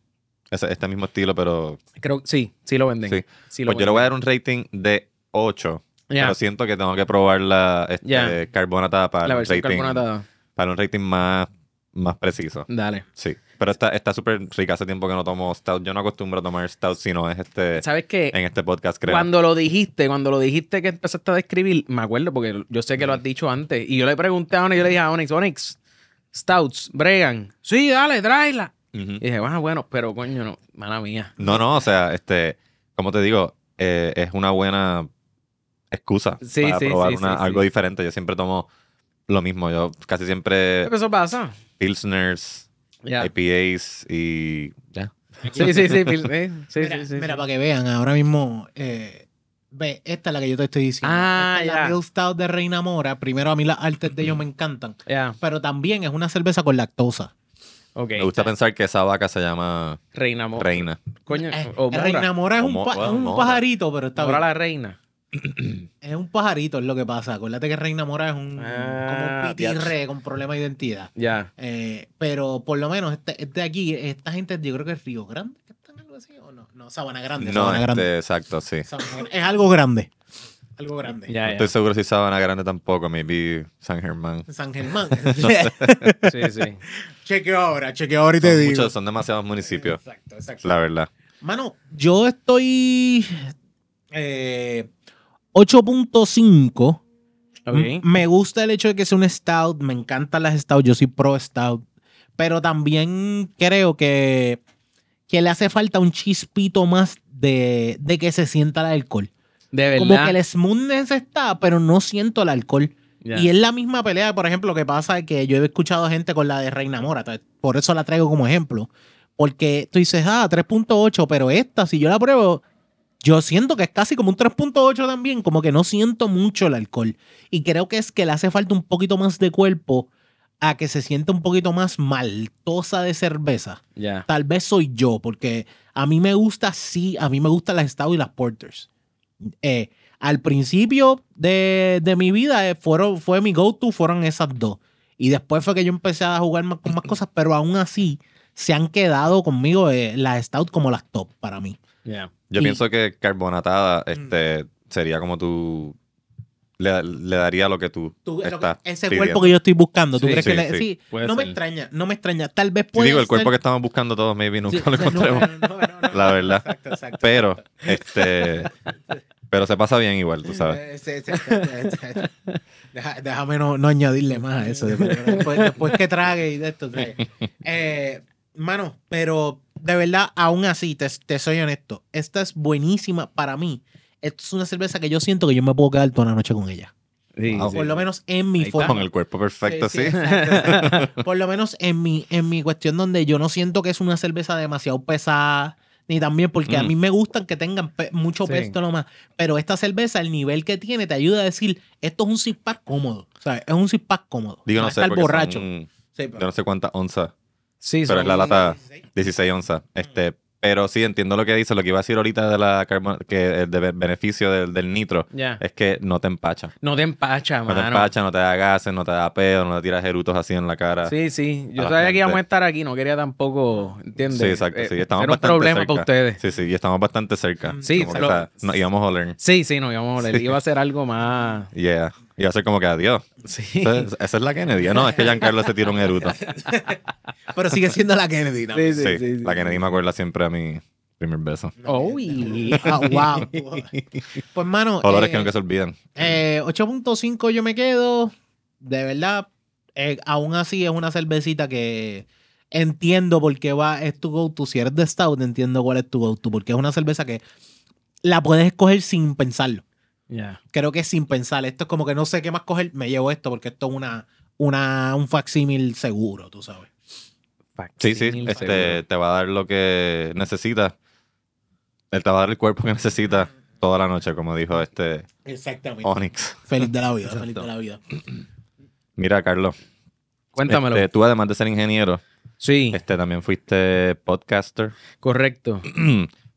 Speaker 2: Ese- este mismo estilo, pero...
Speaker 4: Creo sí, sí lo venden.
Speaker 2: Sí.
Speaker 4: Sí lo
Speaker 2: Pues yo le voy a
Speaker 4: venden.
Speaker 2: dar un rating de 8.
Speaker 4: Ya,
Speaker 2: Pero siento que tengo que probar la este,
Speaker 4: Ya.
Speaker 2: carbonatada para,
Speaker 4: la
Speaker 2: un
Speaker 4: versión
Speaker 2: rating,
Speaker 4: carbonatada.
Speaker 2: para un rating más, más preciso.
Speaker 4: Dale.
Speaker 2: Sí. Pero está está súper rica. Hace tiempo que no tomo stout. Yo no acostumbro a tomar stout si no es este,
Speaker 4: ¿Sabes qué?
Speaker 2: en este podcast, creo.
Speaker 4: Cuando lo dijiste, cuando lo dijiste que empezaste a describir, me acuerdo porque yo sé que lo has dicho antes. Y yo le pregunté a Onyx, yo le dije a Onyx, Onyx, Stouts, Bregan. Sí, dale, tráela.
Speaker 2: Ujú.
Speaker 4: Y dije, bueno, bueno, pero coño, no, mala mía.
Speaker 2: No, no, o sea, este, como te digo, eh, es una buena excusa
Speaker 4: Sí,
Speaker 2: para
Speaker 4: sí,
Speaker 2: probar
Speaker 4: sí,
Speaker 2: una-
Speaker 4: sí,
Speaker 2: algo
Speaker 4: sí.
Speaker 2: diferente. Yo siempre tomo lo mismo. Yo casi siempre
Speaker 4: Pero Eso pasa.
Speaker 2: pilsners,
Speaker 4: Ya.
Speaker 2: IPAs y ya.
Speaker 4: Sí, sí, sí. Phil, eh, Sí,
Speaker 3: mira,
Speaker 4: sí, sí.
Speaker 3: mira,
Speaker 4: sí.
Speaker 3: para que vean, ahora mismo, eh, ve, esta es la que yo te estoy diciendo.
Speaker 4: Ah,
Speaker 3: esta
Speaker 4: ya.
Speaker 3: es la Bill Stout de Reina Mora. Primero, a mí las artes de ellos me encantan.
Speaker 4: Ya,
Speaker 3: Pero también es una cerveza con lactosa.
Speaker 4: ok.
Speaker 2: Me gusta pensar que esa vaca se llama
Speaker 4: Reina
Speaker 3: Oh,
Speaker 4: Mora.
Speaker 2: Reina.
Speaker 4: Coño,
Speaker 3: Eh,
Speaker 4: o Mora.
Speaker 3: Reina Mora es
Speaker 2: O
Speaker 3: un,
Speaker 2: mo-
Speaker 3: pa-
Speaker 2: bueno,
Speaker 3: es un
Speaker 2: mora.
Speaker 3: pajarito, pero está
Speaker 4: Mora
Speaker 3: bien.
Speaker 4: la reina.
Speaker 3: Es un pajarito, es lo que pasa. Acuérdate que Reina Mora es un, como
Speaker 4: Ah,
Speaker 3: un pitirre con problema de identidad.
Speaker 4: Ya.
Speaker 3: Eh, pero por lo menos este, este aquí, esta gente, yo creo que es Río Grande, que están algo así, o no, no, Sabana Grande,
Speaker 2: No,
Speaker 3: Sabana
Speaker 2: este,
Speaker 3: Grande.
Speaker 2: exacto, sí.
Speaker 3: Sabana Grande. Es algo grande. Algo grande.
Speaker 2: No
Speaker 4: Ya, ya.
Speaker 2: estoy seguro si Sabana Grande tampoco, maybe San Germán.
Speaker 3: San Germán.
Speaker 4: Sí, sí.
Speaker 3: chequeo ahora, chequeo ahora y te
Speaker 2: Son,
Speaker 3: digo.
Speaker 2: muchos, son demasiados municipios,
Speaker 3: Exacto, exacto.
Speaker 2: la verdad.
Speaker 3: Mano, yo estoy eh, 8.5. M-
Speaker 4: Ok.
Speaker 3: Mm, Me gusta el hecho de que sea un stout, me encantan las stout, yo soy pro stout, pero también creo que, que le hace falta un chispito más de, de que se sienta el alcohol.
Speaker 4: De verdad.
Speaker 3: Como que el smoothness está, pero no siento el alcohol.
Speaker 4: Ya.
Speaker 3: Y es la misma pelea, por ejemplo, que pasa que yo he escuchado gente con la de Reina Mora. t- Por eso la traigo como ejemplo. Porque tú dices, ah, 3.8, pero esta, si yo la pruebo, yo siento que es casi como un 3.8 también. Como que no siento mucho el alcohol. Y creo que es que le hace falta un poquito más de cuerpo a que se sienta un poquito más maltosa de cerveza.
Speaker 4: Ya.
Speaker 3: Tal vez soy yo, porque a mí me gusta, sí, a mí me gustan las Stout y las Porters. Eh, al principio de, de mi vida eh, fueron, fue mi go-to, fueron esas dos. Y después fue que yo empecé a jugar más, con más cosas, pero aún así se han quedado conmigo eh, las Stout como las top para mí.
Speaker 4: Ya.
Speaker 2: Yo
Speaker 3: Y-
Speaker 2: pienso que carbonatada
Speaker 3: Mm.
Speaker 2: este, sería como tú. Le, le daría lo que tú.
Speaker 3: Tú- lo que-
Speaker 2: estás
Speaker 3: ese
Speaker 2: pidiendo.
Speaker 3: cuerpo que yo estoy buscando, ¿tú
Speaker 4: Sí,
Speaker 3: crees que
Speaker 2: sí,
Speaker 3: le-
Speaker 2: sí.
Speaker 3: sí,
Speaker 4: Puede
Speaker 3: no me
Speaker 4: ser.
Speaker 3: extraña, no me extraña. Tal vez
Speaker 2: Sí,
Speaker 3: puede
Speaker 2: digo, el cuerpo que
Speaker 3: ser-
Speaker 2: estamos buscando todos, maybe nunca
Speaker 3: Sí,
Speaker 2: lo
Speaker 3: no, no,
Speaker 2: encontremos.
Speaker 3: no, no, no, no,
Speaker 2: La verdad.
Speaker 3: exacto, exacto.
Speaker 2: Pero, este. pero se pasa bien igual, tú sabes.
Speaker 3: Eh, sí, sí, sí, sí, sí. Deja- déjame no, no añadirle más a eso. Después, después- después que trague y de esto. trague. Eh, mano, pero de verdad, aún así, te, te soy honesto. Esta es buenísima para mí. Esta es una cerveza que yo siento que yo me puedo quedar toda la noche con ella.
Speaker 4: Sí,
Speaker 2: Ah,
Speaker 4: sí.
Speaker 3: Por lo menos en mi
Speaker 4: Ahí está.
Speaker 3: forma.
Speaker 2: Con el cuerpo perfecto, sí.
Speaker 3: Sí, sí, exacto, exacto. Por lo menos en mi, en mi cuestión donde yo no siento que es una cerveza demasiado pesada, ni también porque a
Speaker 2: Mm.
Speaker 3: mí me gustan que tengan pe- mucho
Speaker 4: Sí.
Speaker 3: pesto nomás. Pero esta cerveza, el nivel que tiene, te ayuda a decir, esto es un six pack cómodo. O sea, es un six pack cómodo.
Speaker 2: Digo, no
Speaker 3: es
Speaker 2: sé.
Speaker 3: estar
Speaker 2: porque
Speaker 3: borracho.
Speaker 2: son-
Speaker 3: Sí,
Speaker 2: yo no sé cuántas onzas.
Speaker 4: Sí,
Speaker 2: Pero
Speaker 4: son-
Speaker 2: es la lata
Speaker 3: 16.
Speaker 2: 16 onzas. Este, pero sí, entiendo lo que dice. Lo que iba a decir ahorita de la carbo- que el de be- beneficio del, del nitro
Speaker 4: Ya.
Speaker 2: es que no te empacha.
Speaker 4: No te empacha,
Speaker 2: No te
Speaker 4: mano.
Speaker 2: empacha, no te da gases, no te da pedo, no te tiras erutos así en la cara.
Speaker 4: Sí, sí. Yo
Speaker 2: A la
Speaker 4: sabía que íbamos a
Speaker 2: gente.
Speaker 4: estar aquí. No quería tampoco, ¿entiendes? Eh,
Speaker 2: Sí, exacto, sí, estamos
Speaker 4: Era un
Speaker 2: bastante
Speaker 4: problema
Speaker 2: cerca.
Speaker 4: para ustedes.
Speaker 2: Sí, sí, y estamos bastante cerca.
Speaker 4: Sí,
Speaker 2: Como que,
Speaker 4: lo-
Speaker 2: o sea, no, íbamos a oler.
Speaker 4: Sí, sí, no íbamos a oler.
Speaker 2: Sí.
Speaker 4: Iba a ser algo más...
Speaker 2: Yeah. Iba a ser como que adiós.
Speaker 4: Sí.
Speaker 2: Esa es, esa es la Kennedy. No, es que Giancarlo se tiró un eruto. Sí,
Speaker 3: Pero sigue siendo la Kennedy. ¿no?
Speaker 4: sí, sí.
Speaker 2: la Kennedy me acuerda siempre a mi primer beso.
Speaker 4: Uy.
Speaker 3: Ah, wow. Pues, mano.
Speaker 2: Olores
Speaker 3: eh,
Speaker 2: que nunca se olvidan.
Speaker 3: Eh, 8.5 yo me quedo. De verdad, eh, aún así es una cervecita que entiendo por qué va, es tu go-to. Si eres de Stout, entiendo cuál es tu go-to. Porque es una cerveza que la puedes escoger sin pensarlo.
Speaker 4: Ya.
Speaker 3: Creo que sin pensar. Esto es como que no sé qué más coger. Me llevo esto porque esto es una, una, un facsímil seguro, tú sabes.
Speaker 2: Sí, sí,
Speaker 4: Facsímil
Speaker 2: este,
Speaker 4: seguro.
Speaker 2: te va a dar lo que necesitas. Él te va a dar el cuerpo que necesitas toda la noche, como dijo este
Speaker 3: Exactamente.
Speaker 2: Onyx.
Speaker 3: Feliz de la vida, feliz de la vida.
Speaker 2: Mira, Carlos,
Speaker 4: Cuéntamelo.
Speaker 2: este, tú además de ser ingeniero,
Speaker 4: sí,
Speaker 2: este, también fuiste podcaster.
Speaker 4: correcto.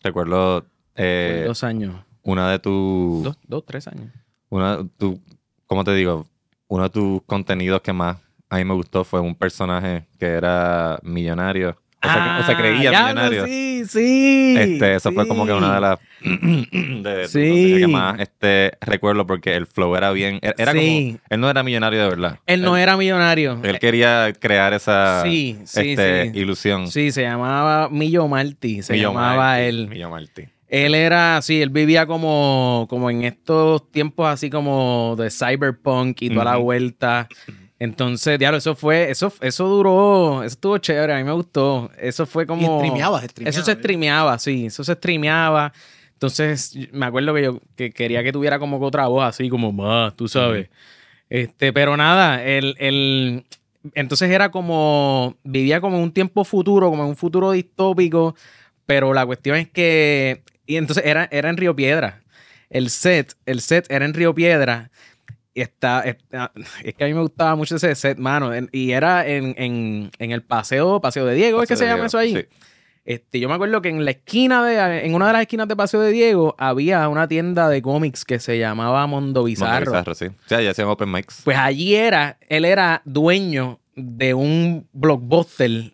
Speaker 2: Recuerdo eh,
Speaker 4: Dos años.
Speaker 2: una de tus,
Speaker 4: Dos, dos, tres años.
Speaker 2: una, tu, ¿cómo te digo? Uno de tus contenidos que más a mí me gustó fue un personaje que era millonario. O sea, que- o sea,
Speaker 4: Ah,
Speaker 2: creía
Speaker 4: diablo,
Speaker 2: millonario.
Speaker 4: Sí, sí.
Speaker 2: Este, eso fue como que una de las de-
Speaker 4: Sí.
Speaker 2: de- que más este, recuerdo porque el flow era bien. er, Era, era
Speaker 4: Sí.
Speaker 2: como. Él no era millonario de verdad.
Speaker 4: Él no era millonario.
Speaker 2: Él quería crear esa
Speaker 4: sí, sí,
Speaker 2: ah, este,
Speaker 4: sí.
Speaker 2: ilusión.
Speaker 4: Sí, se llamaba Millo Martí. Se
Speaker 2: Millo
Speaker 4: llamaba
Speaker 2: Martí,
Speaker 4: él.
Speaker 2: Millo Martí.
Speaker 4: Él era, sí, él vivía como, como en estos tiempos así como de cyberpunk y toda la
Speaker 2: Ujú.
Speaker 4: vuelta. Entonces, diablo, eso fue, eso, eso duró, eso estuvo chévere, a mí me gustó. Eso fue
Speaker 3: Y
Speaker 4: como.
Speaker 3: streameabas, streameabas.
Speaker 4: Eso se streameaba, sí, eso se streameaba. Entonces, yo- me acuerdo que yo que quería que tuviera como que otra voz así, como más, tú sabes. Este, pero nada, el, el- entonces era como, vivía como en un tiempo futuro, como en un futuro distópico, pero la cuestión es que, y entonces era, era en Río Piedra. El set, el set era en Río Piedra. Y está, está- es que a mí me gustaba mucho ese set, mano. en- y era en, en- en el paseo, paseo de Diego, es que
Speaker 2: Paseo
Speaker 4: se
Speaker 2: de
Speaker 4: llama
Speaker 2: Diego,
Speaker 4: eso ahí.
Speaker 2: sí.
Speaker 4: Este, yo me acuerdo que en la esquina de, en una de las esquinas de Paseo de Diego había una tienda de cómics que se llamaba Mondo
Speaker 2: Mondo
Speaker 4: Bizarro.
Speaker 2: Bizarro, sí. O sea, ya hacían open mics.
Speaker 4: Pues allí era, él era dueño de un blockbuster en,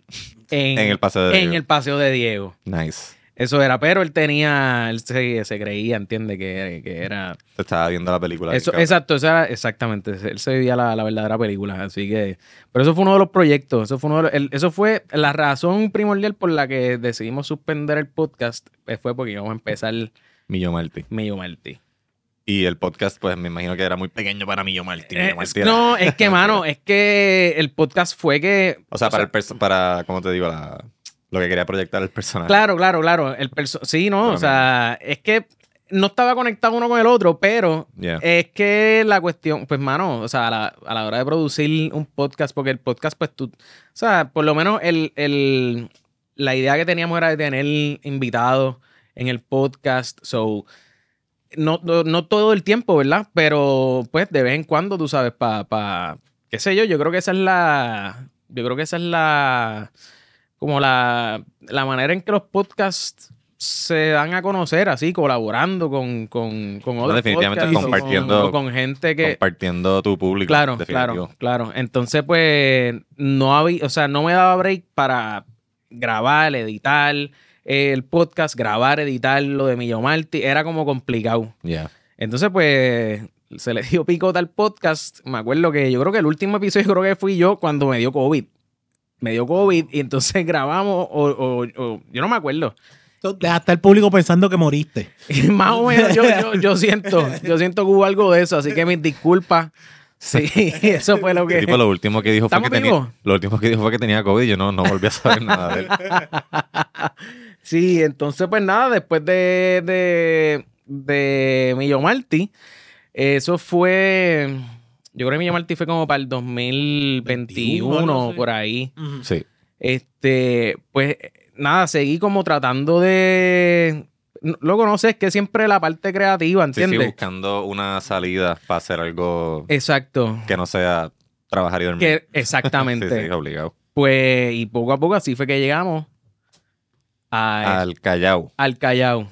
Speaker 2: en el paseo de
Speaker 4: en
Speaker 2: Diego.
Speaker 4: el Paseo de Diego.
Speaker 2: Nice.
Speaker 4: Eso era, pero él tenía, él se, se creía, entiende que era, que era
Speaker 2: Te estaba viendo la película.
Speaker 4: eso,
Speaker 2: bien, cabrón.
Speaker 4: exacto, eso era- exactamente. Él se vivía la, la verdadera película. Así que. Pero eso fue uno de los proyectos. Eso fue, uno de los- el- eso fue la razón primordial por la que decidimos suspender el podcast. eh, Fue porque íbamos a empezar
Speaker 2: Millo Martí.
Speaker 4: medio Martí.
Speaker 2: Y el podcast, pues me imagino que era muy pequeño para Millo Martí. Millo
Speaker 4: Eh,
Speaker 2: Martí era-
Speaker 4: no, es que, mano, es que el podcast fue que.
Speaker 2: O sea, para, el perso- para ¿cómo te digo? La, lo que quería proyectar el personaje.
Speaker 4: Claro, claro, claro. El perso- sí, no, o
Speaker 2: Pero
Speaker 4: sea, es que no estaba conectado uno con el otro, pero
Speaker 2: Yeah.
Speaker 4: es que la cuestión, pues, mano, o sea, a la, a la hora de producir un podcast, porque el podcast, pues tú, o sea, por lo menos el, el- la idea que teníamos era de tener invitados en el podcast, so. No, no, no todo el tiempo, ¿verdad? Pero pues de vez en cuando, tú sabes, para, pa, qué sé yo, yo creo que esa es la, yo creo que esa es la, como la, la manera en que los podcasts se dan a conocer, así, colaborando con, con, con otros
Speaker 2: definitivamente
Speaker 4: podcasts o con-
Speaker 2: compartiendo-
Speaker 4: o con, gente que...
Speaker 2: Compartiendo tu público.
Speaker 4: Claro,
Speaker 2: definitivo.
Speaker 4: claro, claro. Entonces, pues, no había, o sea, no me daba break para grabar, editar eh, el podcast, grabar, editar lo de Millo Martí. Era como complicado.
Speaker 2: Yeah.
Speaker 4: Entonces, pues, se le dio picota al podcast. Me acuerdo que yo creo que el último episodio creo que fui yo cuando me dio COVID. Me dio COVID y entonces grabamos o, o- o- yo no me acuerdo.
Speaker 1: Tú Dejaste al público pensando que moriste.
Speaker 4: Y más o menos yo, yo, yo siento, yo siento que hubo algo de eso, así que mis disculpas. Sí, eso fue lo
Speaker 2: El Este tipo
Speaker 4: que...
Speaker 2: lo último que dijo fue que
Speaker 4: ¿Estamos vivos?
Speaker 2: tenía, lo último que dijo fue que tenía COVID y yo no, no volví a saber nada de él.
Speaker 4: Sí, entonces pues nada, después de, de, de Millo Martí, eso fue... Yo creo que Millo Martí fue como para el
Speaker 1: 21,
Speaker 4: 2021,
Speaker 1: sí.
Speaker 4: por ahí.
Speaker 2: Sí.
Speaker 4: Este, pues nada, seguí como tratando de. Luego no sé, es que siempre la parte creativa,
Speaker 2: Sí, sí,
Speaker 4: ¿entiendes?
Speaker 2: buscando una salida para hacer algo
Speaker 4: Exacto.
Speaker 2: que no sea trabajar y dormir.
Speaker 4: Que, exactamente.
Speaker 2: Mm. Sí, sí, obligado.
Speaker 4: Pues, y poco a poco así fue que llegamos a-
Speaker 2: Al Callao.
Speaker 4: al Callao.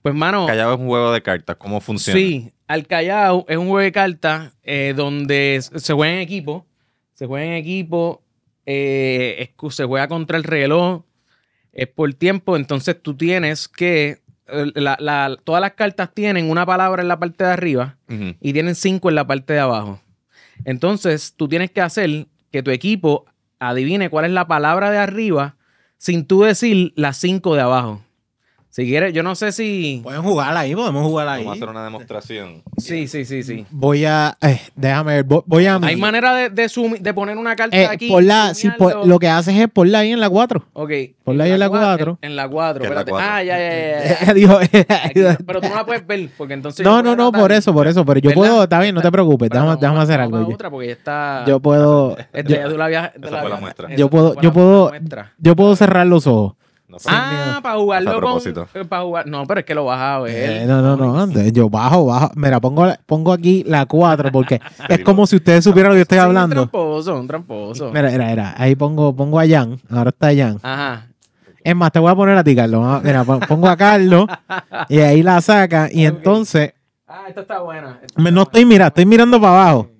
Speaker 4: Pues, mano,
Speaker 2: Callao es un juego de cartas. ¿Cómo funciona?
Speaker 4: sí, al Callao es un juego de cartas eh, donde se juega en equipo. Se juega en equipo, eh, es cu- se juega contra el reloj, es por tiempo, entonces tú tienes que, eh, la- la- todas las cartas tienen una palabra en la parte de arriba
Speaker 2: Ujú.
Speaker 4: y tienen cinco en la parte de abajo. Entonces tú tienes que hacer que tu equipo adivine cuál es la palabra de arriba sin tú decir las cinco de abajo. Si quieres, yo no sé si...
Speaker 1: Pueden jugar ahí, podemos jugar ahí.
Speaker 2: Vamos a hacer una demostración.
Speaker 4: Sí, sí, sí, sí.
Speaker 3: Voy a. eh, déjame ver. vo- Voy a.
Speaker 4: Hay manera de, de, sumi- de poner una carta
Speaker 3: Eh,
Speaker 4: aquí.
Speaker 3: ponla- sí, pon-
Speaker 4: sumiarlo.
Speaker 3: lo que haces es ponla ahí en la 4.
Speaker 4: Ok.
Speaker 3: ponla ahí en la
Speaker 4: cua-
Speaker 3: cuatro.
Speaker 4: En, en la 4.
Speaker 2: Que es la cuatro.
Speaker 4: Ah, ya, ya, ya, ya.
Speaker 3: Dijo.
Speaker 4: Aquí no- pero tú no la puedes ver, porque entonces.
Speaker 3: no,
Speaker 4: yo
Speaker 3: no,
Speaker 4: puedo
Speaker 3: no,
Speaker 4: tratar-
Speaker 3: por eso, por eso. Pero yo
Speaker 4: ¿Verdad?
Speaker 3: puedo. Está bien, no te preocupes.
Speaker 4: Pero
Speaker 3: Déjame,
Speaker 4: vamos-
Speaker 3: déjame hacer
Speaker 4: vamos
Speaker 3: algo.
Speaker 4: a
Speaker 3: Yo,
Speaker 4: otra, porque ya está.
Speaker 3: yo puedo.
Speaker 4: esta
Speaker 3: Yo,
Speaker 4: ya tú la habías- te
Speaker 2: Esa fue la muestra.
Speaker 4: esa
Speaker 3: Yo puedo-
Speaker 4: fue
Speaker 3: yo
Speaker 4: la
Speaker 3: puedo-
Speaker 4: muestra.
Speaker 3: yo puedo cerrar los ojos.
Speaker 2: No sé.
Speaker 4: Ah, para
Speaker 2: Esa
Speaker 4: jugarlo
Speaker 2: a propósito.
Speaker 4: con. Para jugar. No, pero es que lo vas a ver.
Speaker 3: Eh, no, no, no. ande, Yo bajo, bajo. Mira, pongo, la- pongo aquí la 4 porque es como si ustedes supieran lo que estoy
Speaker 4: Sí,
Speaker 3: hablando.
Speaker 4: Un tramposo, un tramposo.
Speaker 3: Mira, mira, mira. Ahí pongo, pongo a Jan. Ahora está Jan.
Speaker 4: Ajá.
Speaker 3: Es más, te voy a poner a ti, Carlos. Ah, Mira, pon- pongo a Carlos y ahí la saca. Y
Speaker 4: Ok.
Speaker 3: entonces,
Speaker 4: Ah, esta está buena. esta
Speaker 3: me-
Speaker 4: está
Speaker 3: no estoy
Speaker 4: buena.
Speaker 3: mirando, estoy mirando para abajo.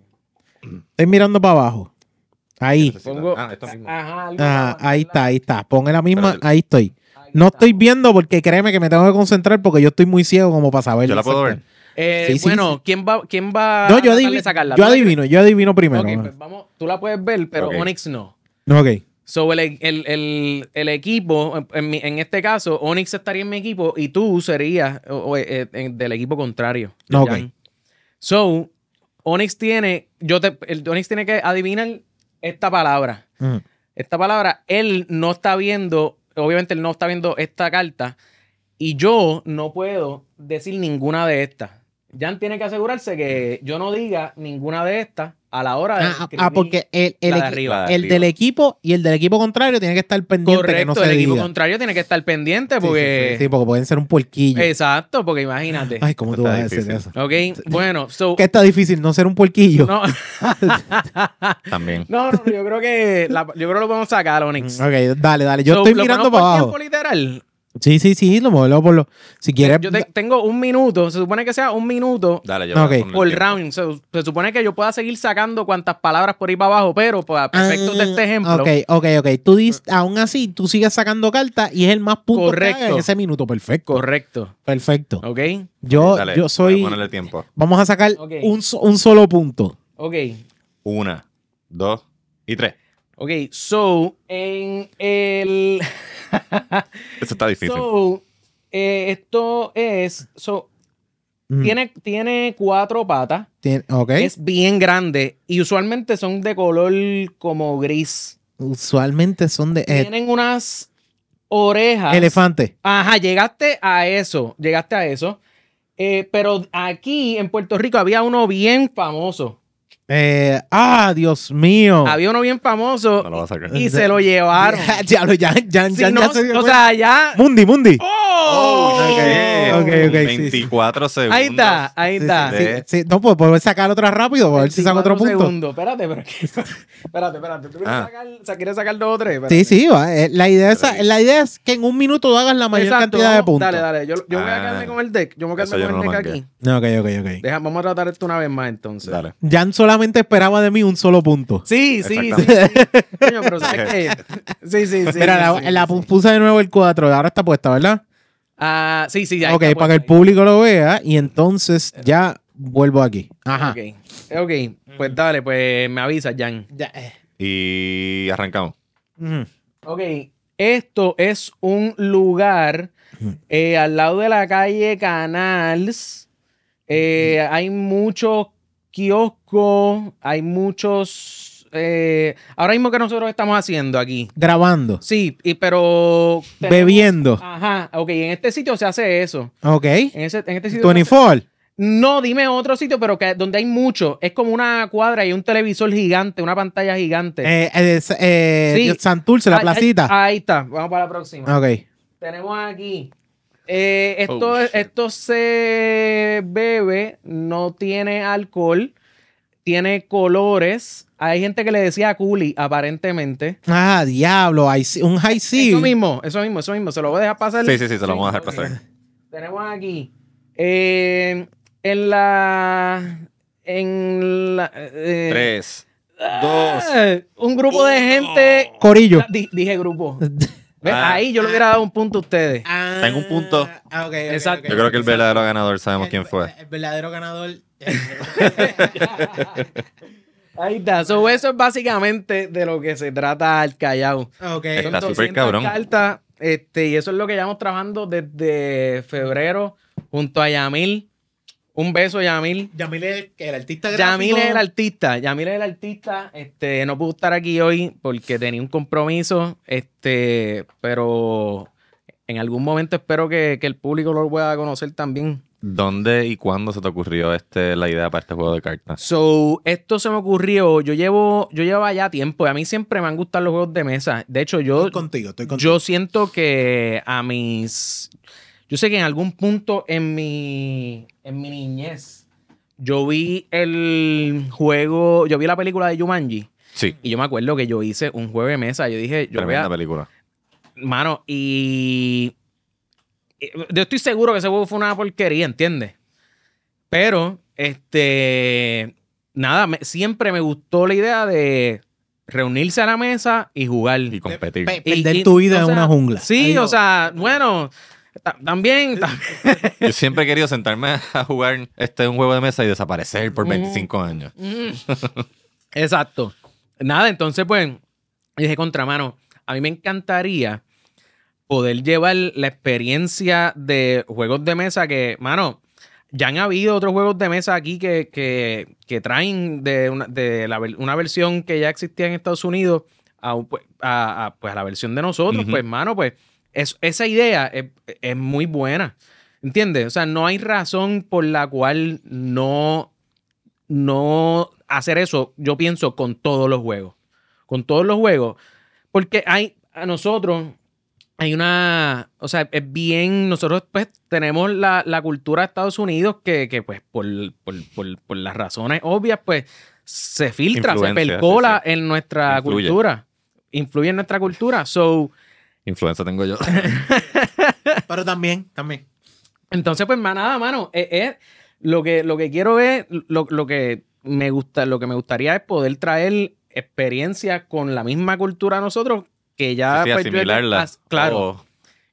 Speaker 3: Estoy mirando para abajo. Ahí.
Speaker 4: Pongo-
Speaker 2: Ah, esto mismo.
Speaker 4: Ajá, algo
Speaker 3: Ah,
Speaker 4: para
Speaker 3: ahí está,
Speaker 4: aguantarla.
Speaker 3: ahí está. Pongo la misma,
Speaker 2: Espérate.
Speaker 3: ahí estoy.
Speaker 4: Aquí
Speaker 3: No
Speaker 4: está.
Speaker 3: estoy viendo porque créeme que me tengo que concentrar porque yo estoy muy ciego como para saber.
Speaker 2: Yo la puedo ver.
Speaker 3: exacto.
Speaker 4: Eh,
Speaker 3: Sí, sí,
Speaker 4: bueno, ¿quién va, quién va
Speaker 3: No,
Speaker 4: a
Speaker 3: yo
Speaker 4: tratar de
Speaker 3: adivino,
Speaker 4: Ah, sacarla?
Speaker 3: yo
Speaker 4: ¿Tú la quieres?
Speaker 3: adivino, yo adivino primero.
Speaker 4: Ok, pues vamos, tú la puedes ver, pero
Speaker 2: Ok.
Speaker 4: Onyx no.
Speaker 3: No, ok.
Speaker 4: So, el, el- el- el equipo, en- en, mi- en este caso, Onyx estaría en mi equipo y tú serías o- o, eh, eh, del equipo contrario. de
Speaker 3: Ok.
Speaker 4: Jan. So, Onyx tiene, yo te, el- Onyx tiene que adivinar esta palabra.
Speaker 3: Ujú.
Speaker 4: Esta palabra, él no está viendo, obviamente él no está viendo esta carta y yo no puedo decir ninguna de estas. Jan tiene que asegurarse que yo no diga ninguna de estas a la hora de...
Speaker 3: Ah, ah,
Speaker 4: escribir
Speaker 3: porque el, el
Speaker 4: la de
Speaker 3: equi-
Speaker 4: arriba.
Speaker 2: La de
Speaker 3: el
Speaker 2: arriba.
Speaker 3: del equipo y el del equipo contrario tiene que estar pendiente
Speaker 4: Correcto,
Speaker 3: que no se
Speaker 4: el equipo
Speaker 3: diga.
Speaker 4: contrario tiene que estar pendiente
Speaker 3: Sí,
Speaker 4: porque... Eh,
Speaker 3: sí, sí, sí, porque pueden ser un puerquillo.
Speaker 4: Exacto, porque imagínate.
Speaker 3: Ay, ¿cómo
Speaker 2: Eso
Speaker 3: tú vas
Speaker 2: está
Speaker 3: a decir
Speaker 2: difícil.
Speaker 3: eso?
Speaker 4: ok, bueno, so...
Speaker 3: Que está difícil no ser un puerquillo.
Speaker 4: No,
Speaker 2: También.
Speaker 4: no, no, yo creo que la- yo creo que lo podemos sacar, Onyx.
Speaker 3: Mm, Ok, dale, dale. Yo
Speaker 4: So,
Speaker 3: estoy
Speaker 4: ¿lo
Speaker 3: mirando
Speaker 4: ponemos
Speaker 3: para
Speaker 4: por
Speaker 3: abajo.
Speaker 4: tiempo literal?
Speaker 3: Sí, sí, sí, lo modelo por lo. Si quieres.
Speaker 4: Yo te- tengo un minuto, se supone que sea un minuto
Speaker 2: Dale, yo.
Speaker 3: Ok.
Speaker 2: voy a poner
Speaker 4: por
Speaker 2: tiempo.
Speaker 4: round. Se, se supone que yo pueda seguir sacando cuantas palabras por ahí para abajo, pero para efectos de este ejemplo,
Speaker 3: Ah, Ok, ok, ok. Tú dis, aún así, tú sigues sacando cartas y es el más punto
Speaker 4: Correcto.
Speaker 3: en ese minuto. Perfecto.
Speaker 4: correcto,
Speaker 3: Perfecto.
Speaker 4: ¿ok?
Speaker 3: Yo,
Speaker 2: Dale,
Speaker 3: yo
Speaker 2: Voy
Speaker 3: soy.
Speaker 2: a ponerle tiempo.
Speaker 3: Vamos a sacar
Speaker 4: Ok.
Speaker 3: un, so- un solo punto.
Speaker 4: Ok,
Speaker 2: Una, dos y tres.
Speaker 4: ok, so, en el...
Speaker 2: Eso está difícil.
Speaker 4: so, eh, esto es, so,
Speaker 3: Mm,
Speaker 4: tiene, tiene cuatro patas.
Speaker 3: tiene- ok.
Speaker 4: Es bien grande y usualmente son de color como gris.
Speaker 3: Usualmente son de eh,
Speaker 4: Tienen unas orejas.
Speaker 3: elefante.
Speaker 4: Ajá, llegaste a eso, llegaste a eso. Eh, pero aquí en Puerto Rico había uno bien famoso.
Speaker 3: Eh, ah, Dios mío.
Speaker 4: Había uno bien famoso
Speaker 2: No lo va a sacar.
Speaker 4: y se lo llevaron.
Speaker 3: Diablo, ya, ya,
Speaker 4: Sí,
Speaker 3: ya,
Speaker 4: no,
Speaker 3: ya se dio
Speaker 4: o
Speaker 3: cuenta.
Speaker 4: sea, ya.
Speaker 3: Mundi, Mundi.
Speaker 4: ¡Oh!
Speaker 3: ok,
Speaker 2: Ok,
Speaker 3: ok, sí, sí.
Speaker 2: 24 segundos.
Speaker 4: Ahí está, ahí
Speaker 3: Sí, sí,
Speaker 4: está.
Speaker 3: sí, sí. No, pues poder sacar otra rápido, a ver si saca otro
Speaker 4: 24
Speaker 3: punto.
Speaker 4: segundos. Espérate, pero que- espérate, espérate. ¿Tú quieres,
Speaker 2: Ah.
Speaker 4: sacar, o sea, quieres sacar dos o tres?
Speaker 3: Sí, sí, va. Eh, La idea, es,
Speaker 2: Pero-
Speaker 3: la idea es que en un minuto hagas la mayor
Speaker 4: Exacto,
Speaker 3: cantidad de
Speaker 4: vamos,
Speaker 3: puntos.
Speaker 4: Dale, dale. Yo, yo voy a
Speaker 2: Ah.
Speaker 4: quedarme con el deck. Yo me voy a
Speaker 2: Eso
Speaker 4: quedarme
Speaker 2: yo
Speaker 4: con el
Speaker 2: no lo
Speaker 4: deck aquí.
Speaker 3: Ok, ok, ok.
Speaker 4: Deja, vamos a tratar esto una vez más entonces.
Speaker 2: Dale.
Speaker 3: Jan solamente esperaba de mí un solo punto.
Speaker 4: Sí, sí, sí.
Speaker 2: Exactamente.
Speaker 4: sí. Coño, pero ¿sabes qué? Sí, sí, sí.
Speaker 3: Mira, la,
Speaker 4: sí,
Speaker 3: la
Speaker 4: sí.
Speaker 3: puse de nuevo el 4, ahora está puesta, ¿verdad?
Speaker 4: Ah, sí, sí, ya.
Speaker 3: ok, para que el público lo vea y entonces ya vuelvo aquí. Ajá.
Speaker 4: Ajá. ok, pues dale, pues me avisas, Jan.
Speaker 2: Y arrancamos.
Speaker 3: eh, Ujú.
Speaker 4: Ok, esto es un lugar eh, al lado de la calle Canals. Eh, hay muchos kioscos, hay muchos... eh, ahora mismo que nosotros estamos haciendo aquí.
Speaker 3: Grabando,
Speaker 4: Sí, y, pero... tenemos-
Speaker 3: bebiendo.
Speaker 4: Ajá, ok, en este sitio se hace eso.
Speaker 3: Ok.
Speaker 4: En, ese, en este sitio... se hace-
Speaker 3: 24.
Speaker 4: No, dime otro sitio, pero que donde hay mucho. Es como una cuadra y un televisor gigante, una pantalla gigante.
Speaker 3: Eh, eh, es- eh,
Speaker 4: Sí. Ah,
Speaker 3: Santurce, la
Speaker 4: Ay, ay,
Speaker 3: placita.
Speaker 4: Ahí, está, vamos para la próxima.
Speaker 3: Ok.
Speaker 4: Tenemos aquí. eh, esto,
Speaker 2: Oh, shit.
Speaker 4: esto se bebe, no tiene alcohol, tiene colores. Hay gente que le decía culi, aparentemente.
Speaker 3: Ah, diablo, ahí sí- un high
Speaker 4: Eso
Speaker 3: sea.
Speaker 4: mismo, eso mismo, eso mismo. Se lo voy a dejar pasar.
Speaker 2: Sí, sí, sí, se lo vamos a dejar
Speaker 4: ok.
Speaker 2: pasar.
Speaker 4: Tenemos aquí. eh, en la. En la. eh,
Speaker 2: 3, dos
Speaker 4: Ah, Un grupo de gente.
Speaker 3: Corillo.
Speaker 4: Ah, di- dije grupo. ¿Ves?
Speaker 2: Ah.
Speaker 4: Ahí yo le hubiera dado un punto a ustedes.
Speaker 2: Tengo un punto.
Speaker 3: Ah, ok, ok,
Speaker 4: Exacto.
Speaker 3: ok.
Speaker 2: Yo creo que el verdadero ganador sabemos
Speaker 3: El-
Speaker 2: quién fue.
Speaker 3: El verdadero ganador. eh,
Speaker 4: Ahí está. So, eso es básicamente de lo que se trata al Callao.
Speaker 3: ok.
Speaker 4: Son
Speaker 2: Está súper
Speaker 4: 200
Speaker 2: cabrón.
Speaker 4: cartas, este, y eso es lo que llevamos trabajando desde febrero junto a Yamil. Un beso, Yamil.
Speaker 1: Yamil es el artista gráfico.
Speaker 4: Yamil es el artista, Yamil es el artista, este, no pudo estar aquí hoy porque tenía un compromiso, este, pero en algún momento espero que, que el público lo pueda conocer también.
Speaker 2: ¿Dónde y cuándo se te ocurrió este, la idea para este juego de cartas?
Speaker 4: So, esto se me ocurrió, yo llevo, yo llevaba ya tiempo, y a mí siempre me han gustado los juegos de mesa. De hecho, yo,
Speaker 1: Estoy contigo, estoy contigo.
Speaker 4: yo siento que a mis. Yo sé que en algún punto en mi. En mi niñez. Yo vi el juego. Yo vi la película de Jumanji.
Speaker 2: Sí,
Speaker 4: Y yo me acuerdo que yo hice un juego de mesa. Yo dije, yo voy
Speaker 2: tremenda
Speaker 4: a.
Speaker 2: película.
Speaker 4: Mano, y. y- Yo estoy seguro que ese juego fue una porquería, ¿entiendes? Pero, este. Nada, me- siempre me gustó la idea de reunirse a la mesa y jugar.
Speaker 2: Y competir.
Speaker 1: Pe-
Speaker 4: Y-
Speaker 1: perder
Speaker 4: y-
Speaker 1: tu vida
Speaker 4: o
Speaker 1: en
Speaker 4: sea,
Speaker 1: una jungla.
Speaker 4: Sí,
Speaker 1: Ahí
Speaker 4: o
Speaker 1: no.
Speaker 4: sea, bueno, ta- también, ta-
Speaker 2: Yo siempre he querido sentarme a jugar este, un juego de mesa y desaparecer por
Speaker 4: Ujú.
Speaker 2: 25 años.
Speaker 4: mm. Exacto. Nada, entonces, pues, dije contramano, a mí me encantaría poder llevar la experiencia de juegos de mesa que, mano, ya han habido otros juegos de mesa aquí que, que- que traen de, una, de la ver- una versión que ya existía en Estados Unidos a, un- pues, a- a, pues, a la versión de nosotros,
Speaker 2: Ujú.
Speaker 4: pues, mano, pues, es- esa idea es, es muy buena. ¿Entiendes? O sea, no hay razón por la cual no, no hacer eso, yo pienso, con todos los juegos. Con todos los juegos. Porque hay, a nosotros, hay una, o sea, es bien, nosotros pues tenemos la, la cultura de Estados Unidos que, que, pues por, por- por- por las razones obvias, pues se filtra, se
Speaker 2: Influencia,
Speaker 4: percola en nuestra
Speaker 2: Influye.
Speaker 4: cultura. Influye en nuestra cultura. So,
Speaker 2: Influenza tengo yo.
Speaker 1: Pero también, también.
Speaker 4: Entonces, pues más nada, mano. Es, es lo, que, lo que quiero es, lo, lo que me gusta, lo que me gustaría es poder traer experiencias con la misma cultura a nosotros que ya
Speaker 2: Sí, sí,
Speaker 4: pues, yo he-
Speaker 2: asimilarla.
Speaker 4: as- claro.
Speaker 2: O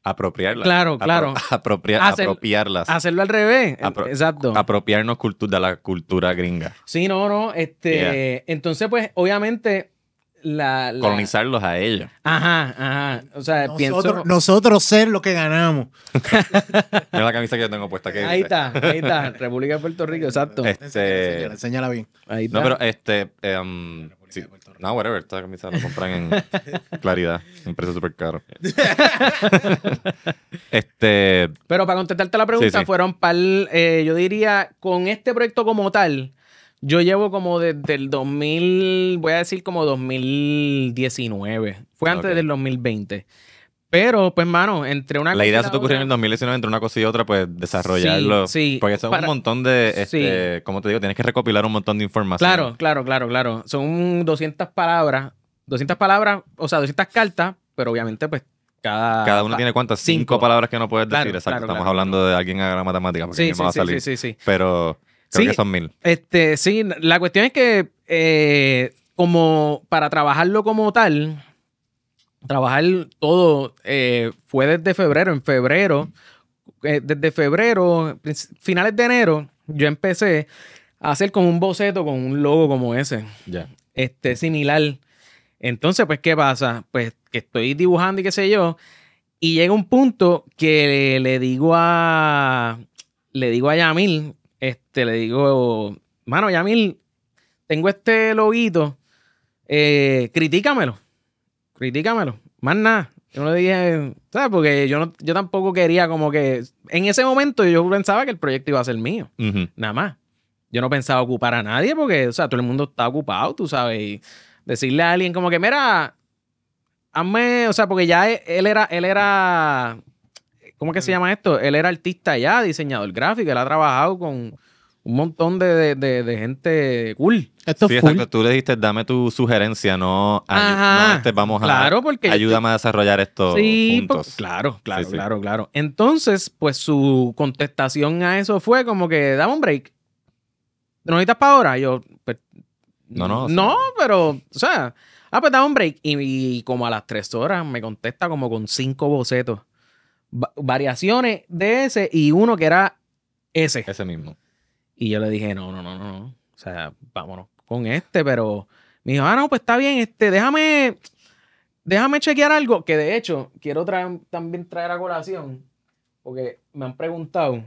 Speaker 2: apropiarla.
Speaker 4: Claro,
Speaker 2: Apro-
Speaker 4: claro.
Speaker 2: apropia-
Speaker 4: Hacer-
Speaker 2: apropiarlas.
Speaker 4: Hacerlo al revés.
Speaker 2: Apro-
Speaker 4: Exacto.
Speaker 2: ah, Apropiarnos cultu- de la cultura gringa.
Speaker 4: sí, no, no. Este, entonces, pues, obviamente, la. la-
Speaker 2: Colonizarlos a ellos.
Speaker 4: Ajá, ajá. O sea,
Speaker 1: Nosotros,
Speaker 4: pienso.
Speaker 1: nosotros ser lo que ganamos.
Speaker 2: Mira la camisa que yo tengo puesta. que
Speaker 4: Ahí
Speaker 2: dice.
Speaker 4: está, ahí está. República de Puerto Rico, exacto.
Speaker 2: Este-
Speaker 1: Enséñala, enséñala, enséñala bien.
Speaker 4: Ahí está.
Speaker 2: No, pero este. em, sí, No, whatever. Esta camisa la compran en claridad. Un precio súper caro. este.
Speaker 4: Pero para contestarte la pregunta,
Speaker 2: Sí, sí.
Speaker 4: fueron para yo diría, con este proyecto como tal, yo llevo como desde el 2000, voy a decir como 2019. Fue antes
Speaker 2: Ok.
Speaker 4: del 2020. Pero, pues, mano, entre una.
Speaker 2: La
Speaker 4: cosa y
Speaker 2: idea se te ocurrió en
Speaker 4: otra-
Speaker 2: el 2019 entre una cosa y otra, pues desarrollarlo.
Speaker 4: Sí, sí.
Speaker 2: Porque eso es
Speaker 4: Para-
Speaker 2: un montón de,
Speaker 4: Sí.
Speaker 2: este, como te digo, tienes que recopilar un montón de información.
Speaker 4: Claro, claro, claro, claro. Son 200 palabras. 200 palabras, o sea, 200 cartas, pero obviamente, pues, cada.
Speaker 2: Cada uno tiene cuántas, cinco,
Speaker 4: Ah, Cinco.
Speaker 2: palabras que no puedes
Speaker 4: Claro,
Speaker 2: decir. Exacto.
Speaker 4: claro,
Speaker 2: Estamos
Speaker 4: claro.
Speaker 2: hablando de alguien haga la matemática, porque
Speaker 4: Sí,
Speaker 2: no
Speaker 4: sí,
Speaker 2: va a
Speaker 4: sí,
Speaker 2: salir.
Speaker 4: sí, sí, sí.
Speaker 2: Pero creo
Speaker 4: Sí.
Speaker 2: que son mil.
Speaker 4: Este, sí, la cuestión es que eh, como para trabajarlo como tal, trabajar todo eh, fue desde febrero. En febrero, eh, desde febrero, princ- finales de enero, yo empecé a hacer como un boceto con un logo como ese
Speaker 2: Ya.
Speaker 4: este, similar. Entonces, pues, ¿qué pasa? Pues que estoy dibujando y qué sé yo. Y llega un punto que le, le digo a. Le digo a Yamil, este, le digo, mano, Yamil, tengo este loguito, eh, critícamelo. Critícamelo. Más nada. Yo le dije, ¿sabes? Porque yo, no, yo tampoco quería como que. En ese momento yo pensaba que el proyecto iba a ser mío
Speaker 2: Ujú.
Speaker 4: nada más. Yo no pensaba ocupar a nadie porque, o sea, todo el mundo está ocupado, tú sabes. Y decirle a alguien como que, mira, hazme, o sea, porque ya e- él era, él era, ¿cómo que se llama esto? Él era artista ya, diseñador gráfico, él ha trabajado con un montón de, de- de- de gente cool.
Speaker 3: Esto
Speaker 2: Sí,
Speaker 3: es full.
Speaker 2: exacto. Tú le dijiste, dame tu sugerencia, no, ay-
Speaker 4: Ajá.
Speaker 2: no, este, vamos a.
Speaker 4: Claro, porque yo-
Speaker 2: Ayúdame a desarrollar esto
Speaker 4: Sí,
Speaker 2: juntos.
Speaker 4: por- claro, claro,
Speaker 2: Sí, sí.
Speaker 4: claro, claro. Entonces, pues su contestación a eso fue como que, dame un break. ¿No necesitas para ahora? Y Yo, pues,
Speaker 2: No, no, o sea-
Speaker 4: No, pero, o sea, ah, pues dame un break. Y, y como a las tres horas me contesta como con cinco bocetos. Va- variaciones de ese y uno que era ese.
Speaker 2: Ese mismo.
Speaker 4: Y yo le dije, no, no, no, no, no. O sea, vámonos con este, pero me dijo, ah, no, pues está bien, este, déjame, déjame chequear algo, que de hecho quiero traer, también traer a colación, porque me han preguntado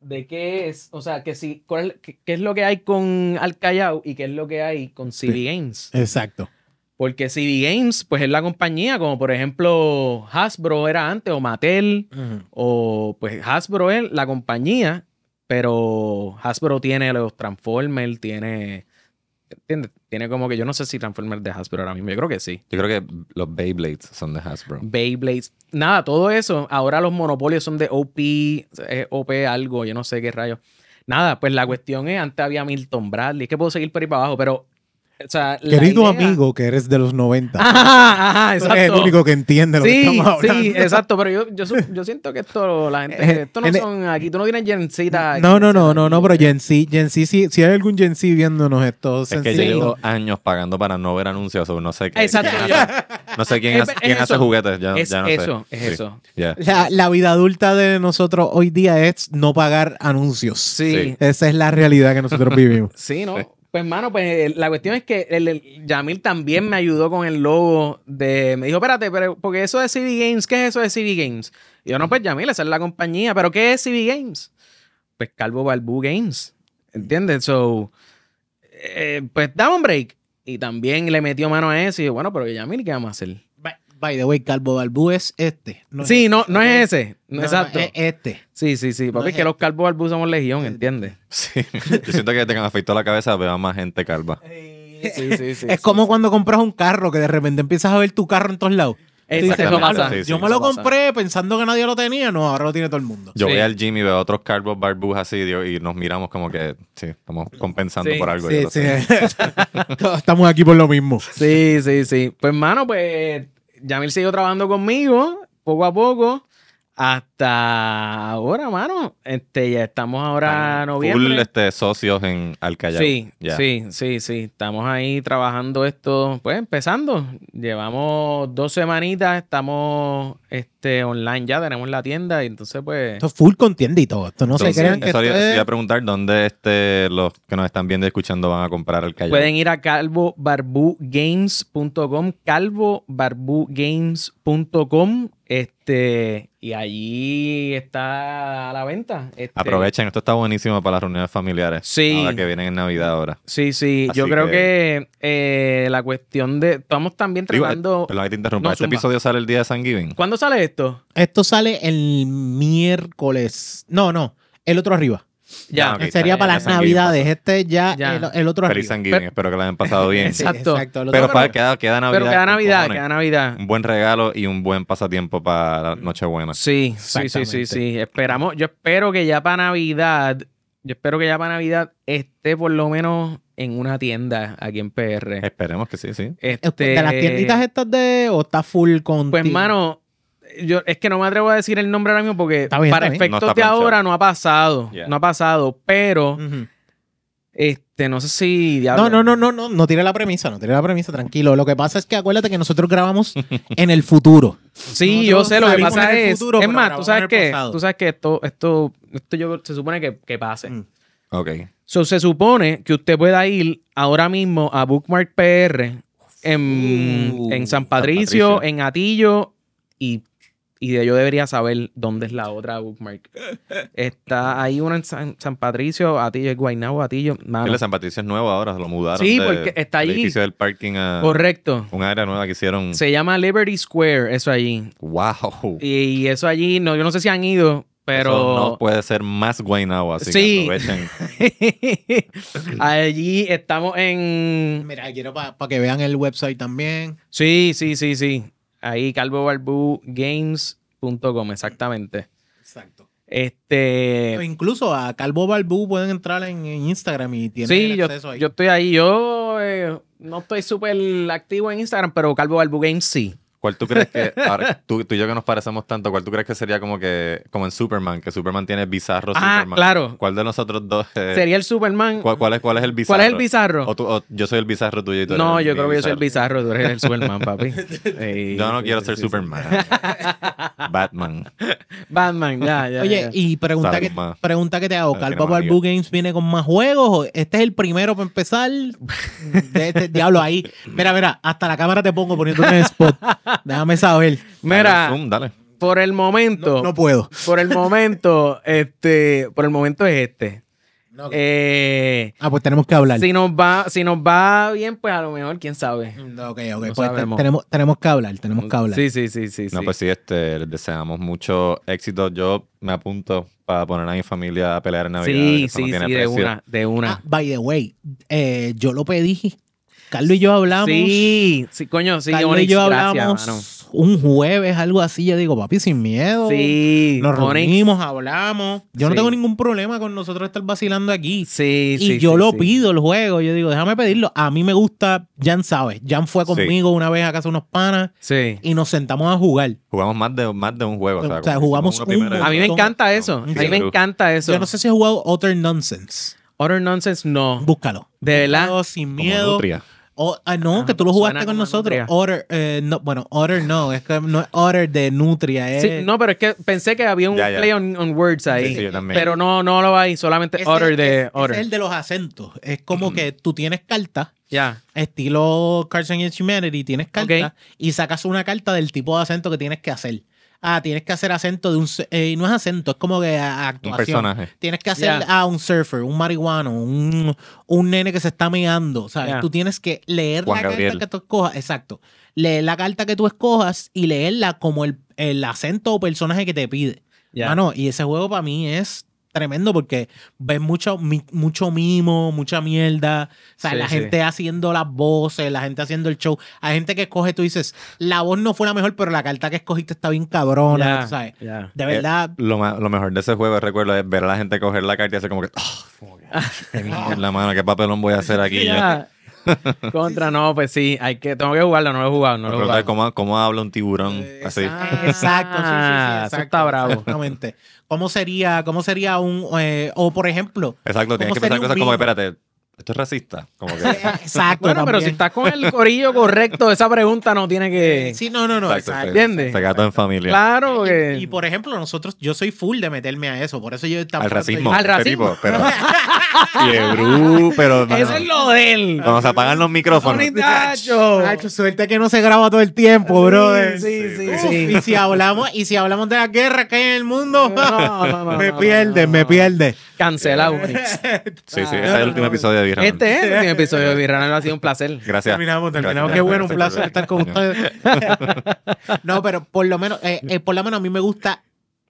Speaker 4: de qué es, o sea, que si, cuál, qué, qué es lo que hay con Al Callao y qué es lo que hay con CB Games.
Speaker 3: Exacto.
Speaker 4: Porque CB Games, pues es la compañía, como por ejemplo Hasbro era antes, o Mattel, o pues Hasbro es la compañía, pero Hasbro tiene los Transformers, tiene. ¿entiendes? Tiene como que yo no sé si Transformers de Hasbro ahora mismo, yo creo que sí.
Speaker 2: Yo creo que los Beyblades son de Hasbro.
Speaker 4: Beyblades, nada, todo eso. Ahora los monopolios son de OP, eh, OP algo, yo no sé qué rayos. Nada, pues la cuestión es: antes había Milton Bradley, es que puedo seguir por ahí para abajo, pero. o sea, la
Speaker 3: Querido
Speaker 4: idea-
Speaker 3: amigo que eres de los 90.
Speaker 4: Ajá, ajá,
Speaker 3: Tú eres el
Speaker 4: exacto.
Speaker 3: único que entiende lo que
Speaker 4: Sí,
Speaker 3: estamos hablando. Eh,
Speaker 4: sí, exacto, pero yo, yo, su- yo siento que esto, la gente, esto no
Speaker 3: En-
Speaker 4: son aquí, tú no tienes yencitas. aquí,
Speaker 3: No, no, no,
Speaker 4: etcétera,
Speaker 3: no, no,
Speaker 4: aquí.
Speaker 3: pero Gen Z, Gen Z, si, si hay algún Gen Z viéndonos estos
Speaker 2: Es que yo
Speaker 3: sencillos,
Speaker 2: llevo años pagando para no ver anuncios, o no sé qué.
Speaker 4: Exacto,
Speaker 2: quién
Speaker 4: yo-
Speaker 2: hace- no sé quién,
Speaker 4: Es-
Speaker 2: hace,
Speaker 4: es
Speaker 2: quién hace
Speaker 4: eso.
Speaker 2: juguetes. Ya,
Speaker 4: es
Speaker 2: ya no sé.
Speaker 4: eso, es
Speaker 2: Sí.
Speaker 4: eso.
Speaker 2: Ya.
Speaker 3: la, la vida adulta de nosotros hoy día es no pagar anuncios.
Speaker 4: Sí, sí,
Speaker 3: Esa es la realidad que nosotros vivimos.
Speaker 4: ¿no? Pues, hermano, pues eh, la cuestión es que el, el Yamil también me ayudó con el logo de... Me dijo, espérate, pero porque eso de CB Games, ¿qué es eso de CB Games? Y yo, no, pues Yamil, esa es la compañía, pero ¿qué es CB Games? Pues Calvo Balbu Games, ¿entiendes? So, eh, pues dame un break. Y también le metió mano a eso y yo, bueno, pero Yamil, ¿qué vamos a hacer?
Speaker 1: By, by the way, Calvo Balbú es este. No es-
Speaker 4: sí, no, no es ese.
Speaker 1: no,
Speaker 4: Exacto.
Speaker 1: no, es este.
Speaker 4: sí, sí, sí. Porque
Speaker 1: no
Speaker 4: es
Speaker 1: es
Speaker 4: que los
Speaker 1: este.
Speaker 4: Calvo Balbu somos legión, ¿entiendes?
Speaker 2: Sí. Yo siento que te me afectó la cabeza, veo a más gente calva.
Speaker 4: Sí, sí, sí.
Speaker 3: es como cuando compras un carro que de repente empiezas a ver tu carro en todos lados. Tú dices,
Speaker 4: Exactamente.
Speaker 3: "Diablo,
Speaker 2: Sí, sí,
Speaker 3: yo me
Speaker 4: eso
Speaker 3: lo
Speaker 4: pasa.
Speaker 3: compré pensando que nadie lo tenía. No, ahora lo tiene todo el mundo.
Speaker 2: Yo
Speaker 4: Sí.
Speaker 2: voy al gym y veo a otros calvos barbus así digo, y nos miramos como que, sí, estamos compensando
Speaker 4: Sí,
Speaker 2: por algo. yo
Speaker 3: Sí,
Speaker 2: no
Speaker 3: sí.
Speaker 2: sé.
Speaker 3: Todos Estamos aquí por lo mismo.
Speaker 4: Sí, sí, sí. Pues, mano, pues Yamil siguió trabajando conmigo poco a poco hasta ahora, mano. Este, ya estamos ahora
Speaker 2: Están Full
Speaker 4: noviembre.
Speaker 2: este, socios en Alcayá.
Speaker 4: Sí, sí, sí, sí. Estamos ahí trabajando esto, pues empezando. Llevamos dos semanitas, estamos este, online ya, tenemos la tienda y entonces pues...
Speaker 3: Esto es full contienda y todo. Esto no se
Speaker 2: Entonces,
Speaker 3: crean que
Speaker 2: eso
Speaker 4: este
Speaker 3: esto
Speaker 2: iba-
Speaker 3: es-
Speaker 2: iba a preguntar dónde este, los que nos están viendo y escuchando van a comprar el Callao.
Speaker 4: Pueden ir a calvobarbugames.com, calvobarbugames.com. Este, y allí está a la venta. Este,
Speaker 2: Aprovechen, esto está buenísimo para las reuniones familiares.
Speaker 4: Sí.
Speaker 2: Ahora que vienen en Navidad ahora.
Speaker 4: Sí, sí.
Speaker 2: Así
Speaker 4: Yo creo
Speaker 2: que-
Speaker 4: que, eh, la cuestión de. Estamos también
Speaker 2: Digo,
Speaker 4: tratando.
Speaker 2: eh, perdón que te interrumpa.
Speaker 4: No,
Speaker 2: este
Speaker 4: zumba.
Speaker 2: episodio sale el día de San Giving.
Speaker 4: ¿Cuándo sale esto?
Speaker 1: Esto sale el miércoles. No, no. El otro arriba.
Speaker 2: Ya,
Speaker 4: Ya.
Speaker 2: ok.
Speaker 1: Sería
Speaker 4: ya,
Speaker 1: para
Speaker 4: ya,
Speaker 1: las
Speaker 2: ya, ya.
Speaker 1: navidades. Este ya,
Speaker 4: Ya.
Speaker 1: El, el otro
Speaker 2: Feliz San
Speaker 1: arriba.
Speaker 2: Giving.
Speaker 4: Pero-
Speaker 2: Espero que la hayan pasado bien.
Speaker 1: Sí,
Speaker 4: Exacto.
Speaker 1: el otro
Speaker 2: Pero
Speaker 1: arriba.
Speaker 2: para, queda, queda Navidad.
Speaker 4: Pero queda
Speaker 2: con
Speaker 4: Navidad,
Speaker 2: cojones.
Speaker 4: queda Navidad.
Speaker 2: Un buen regalo y un buen pasatiempo para la Nochebuena.
Speaker 4: Sí, sí, sí, sí,
Speaker 1: Exactamente.
Speaker 4: sí. Esperamos. Yo espero que ya para Navidad. Yo espero que ya para Navidad esté por lo menos en una tienda aquí en PR.
Speaker 2: Esperemos que sí, sí.
Speaker 4: Este,
Speaker 1: de las tienditas estas de o está full con
Speaker 4: Pues, mano, yo es que no me atrevo a decir el nombre ahora mismo porque
Speaker 1: Está bien,
Speaker 4: para
Speaker 1: está bien.
Speaker 4: efectos
Speaker 2: No está
Speaker 4: de
Speaker 2: planchado.
Speaker 4: ahora no ha pasado.
Speaker 2: Yeah.
Speaker 4: No ha pasado, pero
Speaker 1: Ujú.
Speaker 4: este, no sé si. diablo.
Speaker 1: Mm. no no no no no no tire la premisa no tire la premisa tranquilo lo que pasa es que acuérdate que nosotros grabamos en el futuro
Speaker 4: Sí,
Speaker 1: Nosotros
Speaker 4: yo sé, lo que
Speaker 1: salimos
Speaker 4: pasa
Speaker 1: en el
Speaker 4: es.
Speaker 1: futuro,
Speaker 4: es
Speaker 1: pero
Speaker 4: más, tú
Speaker 1: grabamos en
Speaker 4: sabes
Speaker 1: el
Speaker 4: que,
Speaker 1: pasado.
Speaker 4: tú sabes que esto, esto, esto yo, se supone que, que pase.
Speaker 1: Mm.
Speaker 2: Ok.
Speaker 4: Ah, So, se supone que usted pueda ir ahora mismo a Bookmark PR en,
Speaker 1: Uh,
Speaker 4: en
Speaker 1: San
Speaker 4: San Patricio,
Speaker 2: Patricio.
Speaker 4: en Atillo y, y de yo debería saber dónde es la otra Bookmark. Está ahí una en San, San Patricio, Atillo, es Guaynabo, Atillo. mano.
Speaker 2: El de San Patricio es nuevo ahora, lo mudaron.
Speaker 4: Sí,
Speaker 2: de-
Speaker 4: porque está
Speaker 2: del
Speaker 4: allí.
Speaker 2: edificio del parking a
Speaker 4: Correcto.
Speaker 2: un área nueva que hicieron.
Speaker 4: Se llama Liberty Square, eso allí.
Speaker 2: ¡Wow!
Speaker 4: Y, eso allí, no, yo no sé si han ido, pero...
Speaker 2: Eso no pues. puede ser más Guaynabo, así que
Speaker 4: Sí.
Speaker 2: aprovechen.
Speaker 4: allí estamos en...
Speaker 1: mira quiero para que vean el website también
Speaker 4: Sí, sí, sí, sí. Ahí calvobarbugames.com, exactamente.
Speaker 1: exacto O
Speaker 4: Este.
Speaker 1: Eh, incluso a Calvo Balbú pueden entrar en, en Instagram y tienen
Speaker 4: Sí,
Speaker 1: el
Speaker 4: yo,
Speaker 1: acceso ahí.
Speaker 4: yo estoy ahí. Yo eh, no estoy súper activo en Instagram, pero Calvo Barbu Games sí.
Speaker 2: ¿Cuál tú crees que, ahora, tú, tú y yo que nos parecemos tanto, cuál tú crees que sería como que, como en Superman, que Superman tiene bizarro
Speaker 4: Ah,
Speaker 2: Superman?
Speaker 4: claro.
Speaker 2: ¿Cuál de nosotros dos? eh,
Speaker 4: Sería el Superman.
Speaker 2: ¿cuál, cuál es, ¿Cuál es el bizarro?
Speaker 4: ¿Cuál es el bizarro?
Speaker 2: O tú- o yo soy el bizarro tuyo y tú eres
Speaker 4: No,
Speaker 2: el-
Speaker 4: yo
Speaker 2: mi
Speaker 4: creo que yo soy el
Speaker 2: bizarro.
Speaker 4: bizarro. Tú eres el Superman, papi. Sí,
Speaker 2: Yo no
Speaker 4: sí,
Speaker 2: quiero
Speaker 4: sí,
Speaker 2: ser
Speaker 4: sí,
Speaker 2: Superman. Batman.
Speaker 4: sí. Batman, ya, ya.
Speaker 1: Oye,
Speaker 4: ya.
Speaker 1: y pregunta que,
Speaker 2: Saruman.
Speaker 1: pregunta que te hago,
Speaker 2: Ahora tiene
Speaker 1: ¿Calvo
Speaker 2: más
Speaker 1: Barbu Games viene con más juegos? ¿O ¿Este es el primero para empezar? De este diablo ahí. Mira, mira, hasta la cámara te pongo poniendo en el spot. Déjame saber.
Speaker 2: Dale,
Speaker 4: mira,
Speaker 2: zoom, dale.
Speaker 4: por el momento.
Speaker 1: No, no puedo.
Speaker 4: Por el momento, este, por el momento es este. Eh,
Speaker 1: Ah, pues tenemos que hablar.
Speaker 4: si nos va, si nos va bien, pues a lo mejor, quién sabe.
Speaker 1: Mm, Ok, ok.
Speaker 4: No
Speaker 1: pues te-
Speaker 4: sabemos.
Speaker 1: tenemos, tenemos que hablar, tenemos que hablar.
Speaker 4: Sí, sí, sí, sí.
Speaker 2: No,
Speaker 4: sí.
Speaker 2: pues sí, este, les deseamos mucho éxito. Yo me apunto para poner a mi familia a pelear en Navidad.
Speaker 4: sí,
Speaker 2: eso no
Speaker 4: sí,
Speaker 2: tiene
Speaker 4: sí, de
Speaker 2: precio.
Speaker 4: una, de una.
Speaker 1: Ah, by the way, eh, yo lo pedí. Carlos y yo hablamos.
Speaker 4: sí, sí, coño, sí,
Speaker 1: Carlos y
Speaker 4: Onyx,
Speaker 1: yo
Speaker 4: gracias,
Speaker 1: hablamos
Speaker 4: mano.
Speaker 1: un jueves, algo así. Yo digo, papi, sin miedo.
Speaker 4: Sí,
Speaker 1: Nos
Speaker 4: Onyx,
Speaker 1: reunimos, hablamos. Yo no
Speaker 4: Sí.
Speaker 1: tengo ningún problema con nosotros estar vacilando aquí.
Speaker 4: Sí,
Speaker 1: y
Speaker 4: sí,
Speaker 1: yo
Speaker 4: sí,
Speaker 1: lo
Speaker 4: sí.
Speaker 1: pido el juego. Yo digo, déjame pedirlo. A mí me gusta, Jan sabe. Jan fue conmigo una vez a casa de unos panas
Speaker 4: Sí.
Speaker 1: y nos sentamos a jugar.
Speaker 2: Jugamos más de, más de un juego. O sea,
Speaker 1: O sea,
Speaker 2: como que
Speaker 1: jugamos
Speaker 2: hicimos
Speaker 1: un
Speaker 2: primero y
Speaker 1: montón.
Speaker 4: A mí me
Speaker 2: otro.
Speaker 4: encanta eso. A
Speaker 2: Sí,
Speaker 4: mí me
Speaker 2: tú.
Speaker 4: encanta eso.
Speaker 1: Yo no sé si he jugado Other Nonsense.
Speaker 4: Other Nonsense, no.
Speaker 1: Búscalo.
Speaker 4: De verdad.
Speaker 1: Búscalo sin
Speaker 2: Como
Speaker 1: miedo.
Speaker 2: nutria.
Speaker 1: O- ah, no,
Speaker 4: Ah,
Speaker 1: que tú lo
Speaker 4: suena
Speaker 1: jugaste con
Speaker 4: como
Speaker 1: nosotros.
Speaker 4: nutria.
Speaker 1: Otter, eh, no, bueno, Otter no. Es que no es Otter de Nutria. Es,
Speaker 4: Sí, no, pero es que pensé que había un
Speaker 2: Ya, ya.
Speaker 4: play on, on words ahí.
Speaker 2: Sí, sí, yo también.
Speaker 4: Pero no, no lo hay, solamente
Speaker 1: ese-
Speaker 4: Otter
Speaker 1: ese-
Speaker 4: de
Speaker 1: ese
Speaker 4: Otter.
Speaker 1: es el de los acentos. Es
Speaker 4: Mm.
Speaker 1: como que tú tienes cartas.
Speaker 4: Ya.
Speaker 1: estilo Cards Against Humanity, tienes cartas
Speaker 4: Ok.
Speaker 1: y sacas una carta del tipo de acento que tienes que hacer. Ah, tienes que hacer acento de un... se- eh, no es acento, es como que a-
Speaker 2: un
Speaker 1: actuación.
Speaker 2: personaje.
Speaker 1: Tienes que hacer
Speaker 4: Ya.
Speaker 1: ah, un surfer, un marihuano, un, un nene que se está meando, ¿sabes?
Speaker 4: Ya.
Speaker 1: Tú tienes que leer
Speaker 2: Juan
Speaker 1: la
Speaker 2: Gabriel.
Speaker 1: carta que tú escojas, exacto. Leer la carta que tú escojas y leerla como el, el acento o personaje que te pide.
Speaker 4: ya.
Speaker 1: Mano, y ese juego para mí es tremendo porque ves mucho, mi- mucho mimo, mucha mierda. O sea,
Speaker 4: Sí,
Speaker 1: la
Speaker 4: sí.
Speaker 1: gente haciendo las voces, la gente haciendo el show. Hay gente que escoge, tú dices, la voz no fue la mejor, pero la carta que escogiste está bien cabrona,
Speaker 4: Ya,
Speaker 1: tú ¿sabes?
Speaker 4: ya.
Speaker 1: De
Speaker 2: Eh,
Speaker 1: verdad,
Speaker 2: Lo, ma- lo mejor de ese juego, recuerdo, es ver a la gente coger la carta y hacer como que... "Ah, como que, en la mano, ¿qué papelón voy a hacer aquí? ya?"
Speaker 4: Ya. Contra, no, pues sí, hay que, tengo que jugarlo, no lo he jugado, no
Speaker 2: Me
Speaker 4: lo he
Speaker 2: preguntan
Speaker 4: jugado.
Speaker 2: cómo, cómo habla un tiburón. Así.
Speaker 4: exacto.
Speaker 1: Exacto, sí, sí, sí,
Speaker 4: Ah, eso
Speaker 1: exacto,
Speaker 4: está bravo.
Speaker 1: Exactamente. ¿Cómo sería, cómo sería un, eh, o por ejemplo,
Speaker 2: Exacto,
Speaker 1: ¿Cómo
Speaker 2: tienes que pensar
Speaker 1: sería un
Speaker 2: cosas como,
Speaker 1: mimo?
Speaker 2: espérate, Esto es racista. Como que.
Speaker 3: Exacto.
Speaker 4: Bueno, pero si
Speaker 3: también.
Speaker 4: estás con el corillo correcto, esa pregunta no tiene que.
Speaker 1: Sí, no, no, no.
Speaker 2: Exacto,
Speaker 1: exacto.
Speaker 2: sí.
Speaker 4: ¿Entiendes?
Speaker 2: Se gastó en familia.
Speaker 4: Claro
Speaker 1: Y-
Speaker 4: que.
Speaker 1: Y, por ejemplo, nosotros, yo soy full de meterme a eso, por eso yo tampoco
Speaker 2: Al
Speaker 1: estoy-
Speaker 2: racismo.
Speaker 4: Al
Speaker 2: este
Speaker 4: racismo.
Speaker 2: tipo, pero. Fiebrú, pero.
Speaker 4: Eso
Speaker 2: mano,
Speaker 4: es lo de él.
Speaker 2: Cuando se apagan los micrófonos.
Speaker 4: Bonito, Nacho.
Speaker 3: Nacho, suerte que no se graba todo el tiempo, brother.
Speaker 4: Sí, sí,
Speaker 2: Sí,
Speaker 4: sí.
Speaker 1: Y si hablamos, y si hablamos de la guerra que hay en el mundo,
Speaker 4: No, no, no, no,
Speaker 3: me
Speaker 4: no,
Speaker 3: pierdes,
Speaker 4: no,
Speaker 3: me
Speaker 4: no.
Speaker 3: pierdes.
Speaker 4: Cancelado. Onyx.
Speaker 2: Sí, sí, este es el último episodio de Virgen.
Speaker 4: Ah, Este es el último episodio de Virrana. Ha sido un placer.
Speaker 2: Gracias.
Speaker 1: Terminamos, terminamos.
Speaker 2: Gracias,
Speaker 1: Qué bueno, un
Speaker 2: gracias, gracias.
Speaker 1: placer estar con ustedes. No, pero por lo menos, eh, eh, por lo menos a mí me gusta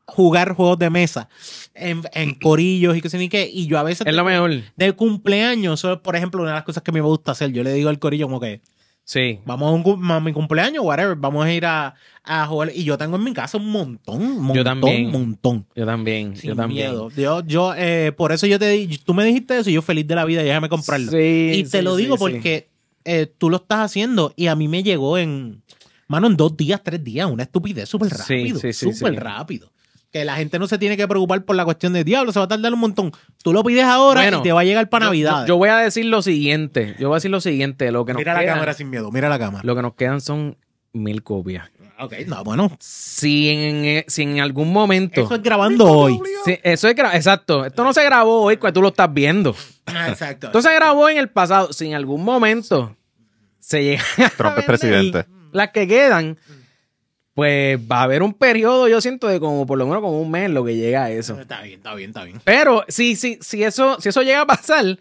Speaker 1: jugar juegos de mesa en, en corillos y que sé ni qué. Y yo a veces
Speaker 4: Es lo mejor.
Speaker 1: de cumpleaños, eso es, por ejemplo, una de las cosas que a mí me gusta hacer. Yo le digo al corillo como que
Speaker 4: Sí.
Speaker 1: vamos a, un cum- a mi cumpleaños, whatever, vamos a ir a, a jugar. Y yo tengo en mi casa un montón, un montón,
Speaker 4: Yo también.
Speaker 1: montón.
Speaker 4: Yo también.
Speaker 1: Sin
Speaker 4: yo también.
Speaker 1: miedo. Yo, yo, eh, por eso yo te di, tú me dijiste eso y yo feliz de la vida, déjame comprarlo.
Speaker 4: Sí,
Speaker 1: Y te
Speaker 4: sí,
Speaker 1: lo
Speaker 4: sí,
Speaker 1: digo
Speaker 4: sí.
Speaker 1: porque eh, tú lo estás haciendo y a mí me llegó en, mano, en dos días, tres días, una estupidez súper
Speaker 4: Sí,
Speaker 1: rápido,
Speaker 4: sí,
Speaker 1: súper
Speaker 4: sí, sí.
Speaker 1: rápido. Que la gente no se tiene que preocupar por la cuestión de diablo, se va a tardar un montón. Tú lo pides ahora
Speaker 4: Bueno,
Speaker 1: y te va a llegar para
Speaker 4: Yo-
Speaker 1: Navidad.
Speaker 4: Yo, yo voy a decir lo siguiente. Yo voy a decir lo siguiente. Lo que nos
Speaker 1: mira la
Speaker 4: quedan-
Speaker 1: cámara sin miedo, mira la cámara.
Speaker 4: Lo que nos quedan son mil copias.
Speaker 1: Ok, no, bueno,
Speaker 4: Si en, eh, si en algún momento.
Speaker 1: eso es grabando hoy.
Speaker 4: Sí, eso es gra- exacto. Esto no se grabó hoy cuando tú lo estás viendo.
Speaker 1: Ah, Exacto.
Speaker 4: Esto se grabó en el pasado. Si en algún momento se llega
Speaker 2: Trump es presidente.
Speaker 4: las que quedan, pues va a haber un periodo, yo siento, de como por lo menos como un mes en lo que llega a eso.
Speaker 1: está bien, está bien, está bien.
Speaker 4: Pero si, si, si eso, si eso llega a pasar,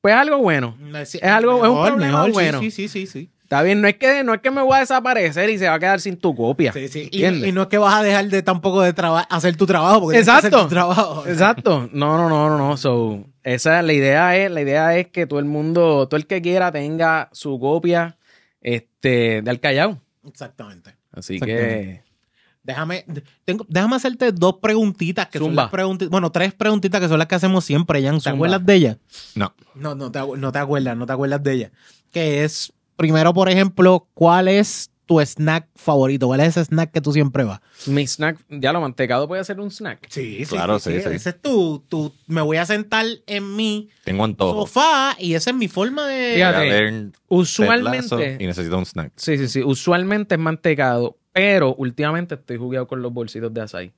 Speaker 4: pues es algo bueno.
Speaker 1: Es
Speaker 4: algo- es un problema bueno.
Speaker 1: Sí, sí, sí, sí.
Speaker 4: Está bien, no es que, no es que me voy a desaparecer y se va a quedar sin tu copia.
Speaker 1: Sí, sí. Y,
Speaker 4: ¿Entiendes?
Speaker 1: y no es que vas a dejar de tampoco de traba- hacer tu trabajo, porque tienes que
Speaker 4: Exacto.
Speaker 1: hacer tu trabajo.
Speaker 4: Exacto. No, no, no, no, no. So, esa la idea es, la idea es que todo el mundo, todo el que quiera tenga su copia este, del Callao.
Speaker 1: Exactamente.
Speaker 4: Así que
Speaker 3: Exactamente.
Speaker 1: Déjame, tengo, déjame hacerte dos preguntitas que son
Speaker 4: Zumba.
Speaker 1: las pregunti- bueno, tres preguntitas que son las que hacemos siempre, Jan. ¿Te
Speaker 4: Zumba.
Speaker 1: acuerdas de ellas?
Speaker 2: No.
Speaker 1: No, no te, acu- no te acuerdas, no te acuerdas de ellas. Que es, primero, por ejemplo, ¿cuál es tu snack favorito? ¿Cuál es ese snack que tú siempre vas?
Speaker 4: mi snack, ya lo mantecado puede ser un snack.
Speaker 1: Sí, sí.
Speaker 2: Claro, sí, sí.
Speaker 1: Ese es tu, tu, me voy a sentar en mi
Speaker 2: Tengo antojo.
Speaker 1: sofá y esa es mi forma de...
Speaker 2: Voy a
Speaker 4: Fíjate,
Speaker 2: ver Ted Lasso
Speaker 4: Usualmente,
Speaker 2: Y necesito un snack.
Speaker 4: Sí, sí, sí. Usualmente es mantecado, pero últimamente estoy jugueado con los bolsitos de açaí.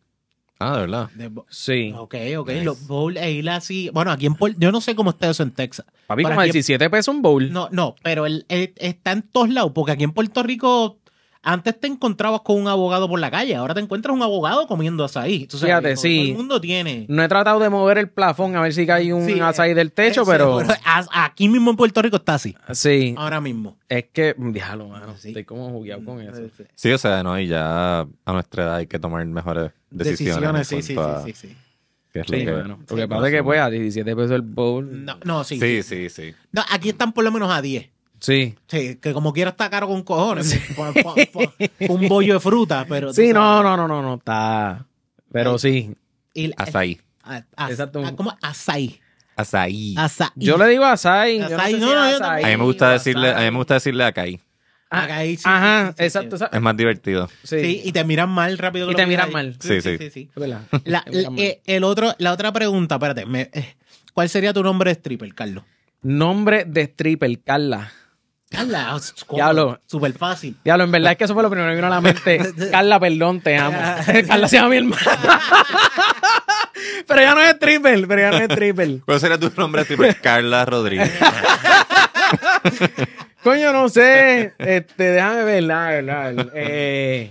Speaker 2: Ah, de verdad.
Speaker 1: de-
Speaker 4: Sí.
Speaker 1: Ok, ok.
Speaker 2: Nice.
Speaker 1: Los bowl e ir así. Bueno, aquí en Puerto Yo no sé cómo está eso en Texas.
Speaker 4: Papi,
Speaker 1: Para
Speaker 4: como
Speaker 1: aquí-
Speaker 4: 17 pesos un bowl.
Speaker 1: No, no, pero el, el- está en todos lados. Porque aquí en Puerto Rico, antes te encontrabas con un abogado por la calle. Ahora te encuentras un abogado comiendo azaí. Tú sabes,
Speaker 4: Fíjate,
Speaker 1: todo,
Speaker 4: sí.
Speaker 1: todo el mundo tiene.
Speaker 4: No he tratado de mover el plafón a ver si cae un
Speaker 1: Sí,
Speaker 4: açaí del techo,
Speaker 1: Eh, sí,
Speaker 4: pero...
Speaker 1: a- aquí mismo en Puerto Rico está así.
Speaker 4: Sí,
Speaker 1: Ahora mismo.
Speaker 4: es que... Déjalo, mano.
Speaker 1: Sí.
Speaker 4: Estoy como jugueado con eso.
Speaker 2: Sí, o sea, no, y ya a nuestra edad hay que tomar mejores decisiones.
Speaker 1: Decisiones, sí, sí, sí, sí, sí.
Speaker 4: Sí, mano. Lo que pasa es que, pues, a 17 pesos el bowl...
Speaker 1: No, no, sí.
Speaker 2: Sí,
Speaker 1: sí.
Speaker 2: sí, sí.
Speaker 1: No, aquí están por lo menos a 10.
Speaker 4: Sí.
Speaker 1: Sí, que como quiera está caro con cojones. Pa- pa- pa- un bollo de fruta, pero. tú
Speaker 4: Sí, no,
Speaker 1: sabes.
Speaker 4: no, no, no, no, está... Pero sí.
Speaker 1: Y-
Speaker 2: Azaí.
Speaker 1: A- a-
Speaker 4: Exacto.
Speaker 1: a- ¿Cómo? Azaí.
Speaker 2: Azaí.
Speaker 1: Azaí.
Speaker 4: Yo le digo açaí. yo no
Speaker 1: Açaí,
Speaker 4: sé si
Speaker 1: no, no, yo
Speaker 4: es
Speaker 1: también.
Speaker 2: A mí
Speaker 4: açaí.
Speaker 2: me gusta decirle, a mí me gusta decirle acai.
Speaker 4: Ah,
Speaker 1: Acá ahí sí,
Speaker 4: Ajá,
Speaker 1: sí, sí,
Speaker 4: exacto.
Speaker 1: sí.
Speaker 2: Es más divertido.
Speaker 1: Sí,
Speaker 4: Sí.
Speaker 1: y te miran mal rápido. que
Speaker 4: Y
Speaker 1: lo
Speaker 4: te
Speaker 1: miras
Speaker 4: miran
Speaker 1: ahí.
Speaker 4: mal.
Speaker 2: Sí, sí.
Speaker 1: sí.
Speaker 4: Es verdad.
Speaker 1: La,
Speaker 4: Te miran
Speaker 1: la- eh, el otro, la otra pregunta, espérate. me- eh, ¿Cuál sería tu nombre de stripper, Carlos?
Speaker 4: Nombre de stripper, Carla.
Speaker 1: Carlos,
Speaker 4: Diablo.
Speaker 1: súper fácil.
Speaker 4: Diablo, en verdad es que eso fue lo primero que vino a la mente. Carla, perdón, te amo. Carla se llama mi hermana. pero ya no es stripper, pero ya no es stripper.
Speaker 2: ¿Cuál sería tu nombre? Tipo Carla Rodríguez.
Speaker 4: Coño, no sé. Este, déjame ver, nada, verdad. Eh,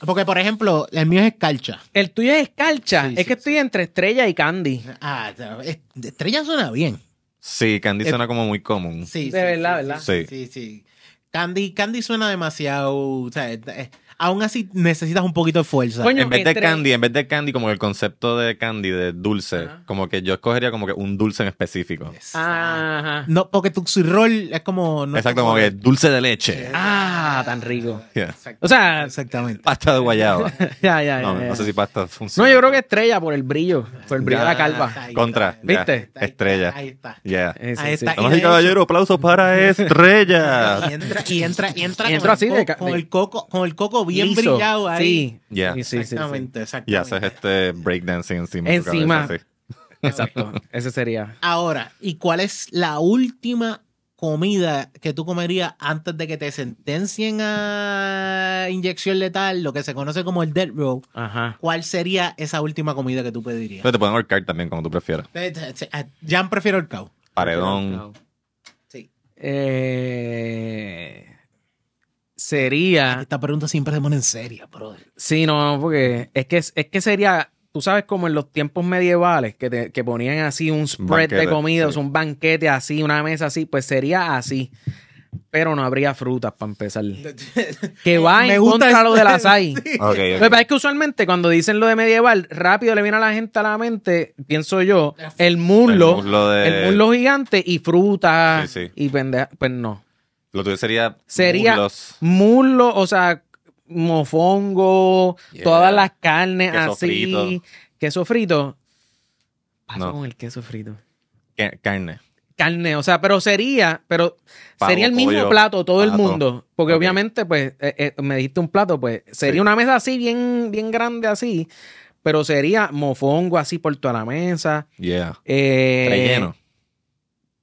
Speaker 1: Porque, por ejemplo, el mío es escarcha.
Speaker 4: el tuyo es escarcha.
Speaker 1: Sí,
Speaker 4: es
Speaker 1: sí,
Speaker 4: que estoy entre estrella y candy.
Speaker 1: Ah, es- estrella suena bien.
Speaker 2: Sí, Candy suena como muy común.
Speaker 1: Sí,
Speaker 4: De
Speaker 1: sí,
Speaker 4: verdad,
Speaker 1: sí,
Speaker 4: ¿verdad?
Speaker 1: Sí, sí, sí. Candy, Candy suena demasiado. o sea, eh, aún así necesitas un poquito de fuerza.
Speaker 4: Coño,
Speaker 2: En vez de
Speaker 4: entre-
Speaker 2: candy, en vez de candy, como el concepto de candy, de dulce,
Speaker 4: Ajá.
Speaker 2: como que yo escogería como que un dulce en específico.
Speaker 4: Ah, ajá.
Speaker 1: No, porque tu roll es como. no es
Speaker 2: Exacto, como que dulce de leche.
Speaker 4: ah, tan rico.
Speaker 2: Yeah.
Speaker 4: O sea,
Speaker 1: Exactamente.
Speaker 2: Pasta de guayaba.
Speaker 4: ya, ya, ya.
Speaker 2: No,
Speaker 4: ya.
Speaker 2: no sé si pasta funciona.
Speaker 4: No, yo creo que estrella por el brillo. Por el brillo de la
Speaker 2: Ya.
Speaker 4: calva.
Speaker 2: Contra. ya.
Speaker 4: ¿Viste?
Speaker 2: Estrella.
Speaker 1: Ahí está.
Speaker 2: Yeah.
Speaker 4: Eh, sí,
Speaker 1: Ahí
Speaker 4: sí.
Speaker 1: está.
Speaker 2: Damas y caballeros, aplausos para Estrella.
Speaker 4: Ah.
Speaker 1: Y entra, y entra, y entra
Speaker 4: Y
Speaker 1: con,
Speaker 4: entró así
Speaker 1: el
Speaker 4: de
Speaker 1: co-
Speaker 4: ca-
Speaker 1: con
Speaker 4: de-
Speaker 1: el coco, con el coco bien
Speaker 4: Liso.
Speaker 1: brillado ahí.
Speaker 4: Sí.
Speaker 2: Ya.
Speaker 4: Sí, sí, sí, sí.
Speaker 1: exactamente,
Speaker 2: Y
Speaker 1: exactamente.
Speaker 2: haces este breakdancing encima. de tu
Speaker 4: Encima.
Speaker 2: cabeza, sí.
Speaker 4: Exacto. Ese sería.
Speaker 1: Ahora, ¿y cuál es la última comida que tú comerías antes de que te sentencien a inyección letal, lo que se conoce como el death row?
Speaker 4: Ajá.
Speaker 1: ¿Cuál sería esa última comida que tú pedirías?
Speaker 2: Pero te pueden ahorcar también, como tú prefieras.
Speaker 1: Eh, eh, eh, Jan prefiero el cow.
Speaker 2: Paredón.
Speaker 4: Eh, sería.
Speaker 1: Esta pregunta siempre se ponen seria, brother.
Speaker 4: Sí, no, no, porque es que, es que sería. Tú sabes, como en los tiempos medievales, que, te- que ponían así un spread de
Speaker 2: Banquete,
Speaker 4: comidas,
Speaker 2: sí.
Speaker 4: un banquete así, una mesa así, pues sería así. Pero no habría frutas para empezar. Que va
Speaker 1: Me
Speaker 4: en
Speaker 1: gusta
Speaker 4: contra lo
Speaker 1: este-
Speaker 4: del açaí.
Speaker 2: Ok, ok.
Speaker 4: Lo que pasa es que usualmente cuando dicen lo de medieval, rápido le viene a la gente a la mente, pienso yo, el muslo, el muslo,
Speaker 2: de-
Speaker 4: gigante y fruta
Speaker 2: Sí, sí.
Speaker 4: y pendeja. Pues no.
Speaker 2: Lo tuyo sería.
Speaker 4: Sería-
Speaker 2: muslos,
Speaker 4: Muslo, o sea, mofongo,
Speaker 2: Yeah.
Speaker 4: todas las carnes
Speaker 2: Queso
Speaker 4: así.
Speaker 2: frito.
Speaker 4: Queso frito. Paso
Speaker 2: No.
Speaker 4: con el queso frito.
Speaker 2: ca- carne.
Speaker 4: Carne, o sea, pero sería, pero
Speaker 2: Pavo,
Speaker 4: sería el mismo
Speaker 2: pollo,
Speaker 4: plato todo el
Speaker 2: pato.
Speaker 4: mundo. Porque
Speaker 2: Ok.
Speaker 4: obviamente, pues, eh, eh, me dijiste un plato, pues, sería
Speaker 2: Sí.
Speaker 4: una mesa así, bien, bien grande así, pero sería mofongo así por toda la mesa.
Speaker 2: Yeah.
Speaker 4: Eh,
Speaker 2: Relleno.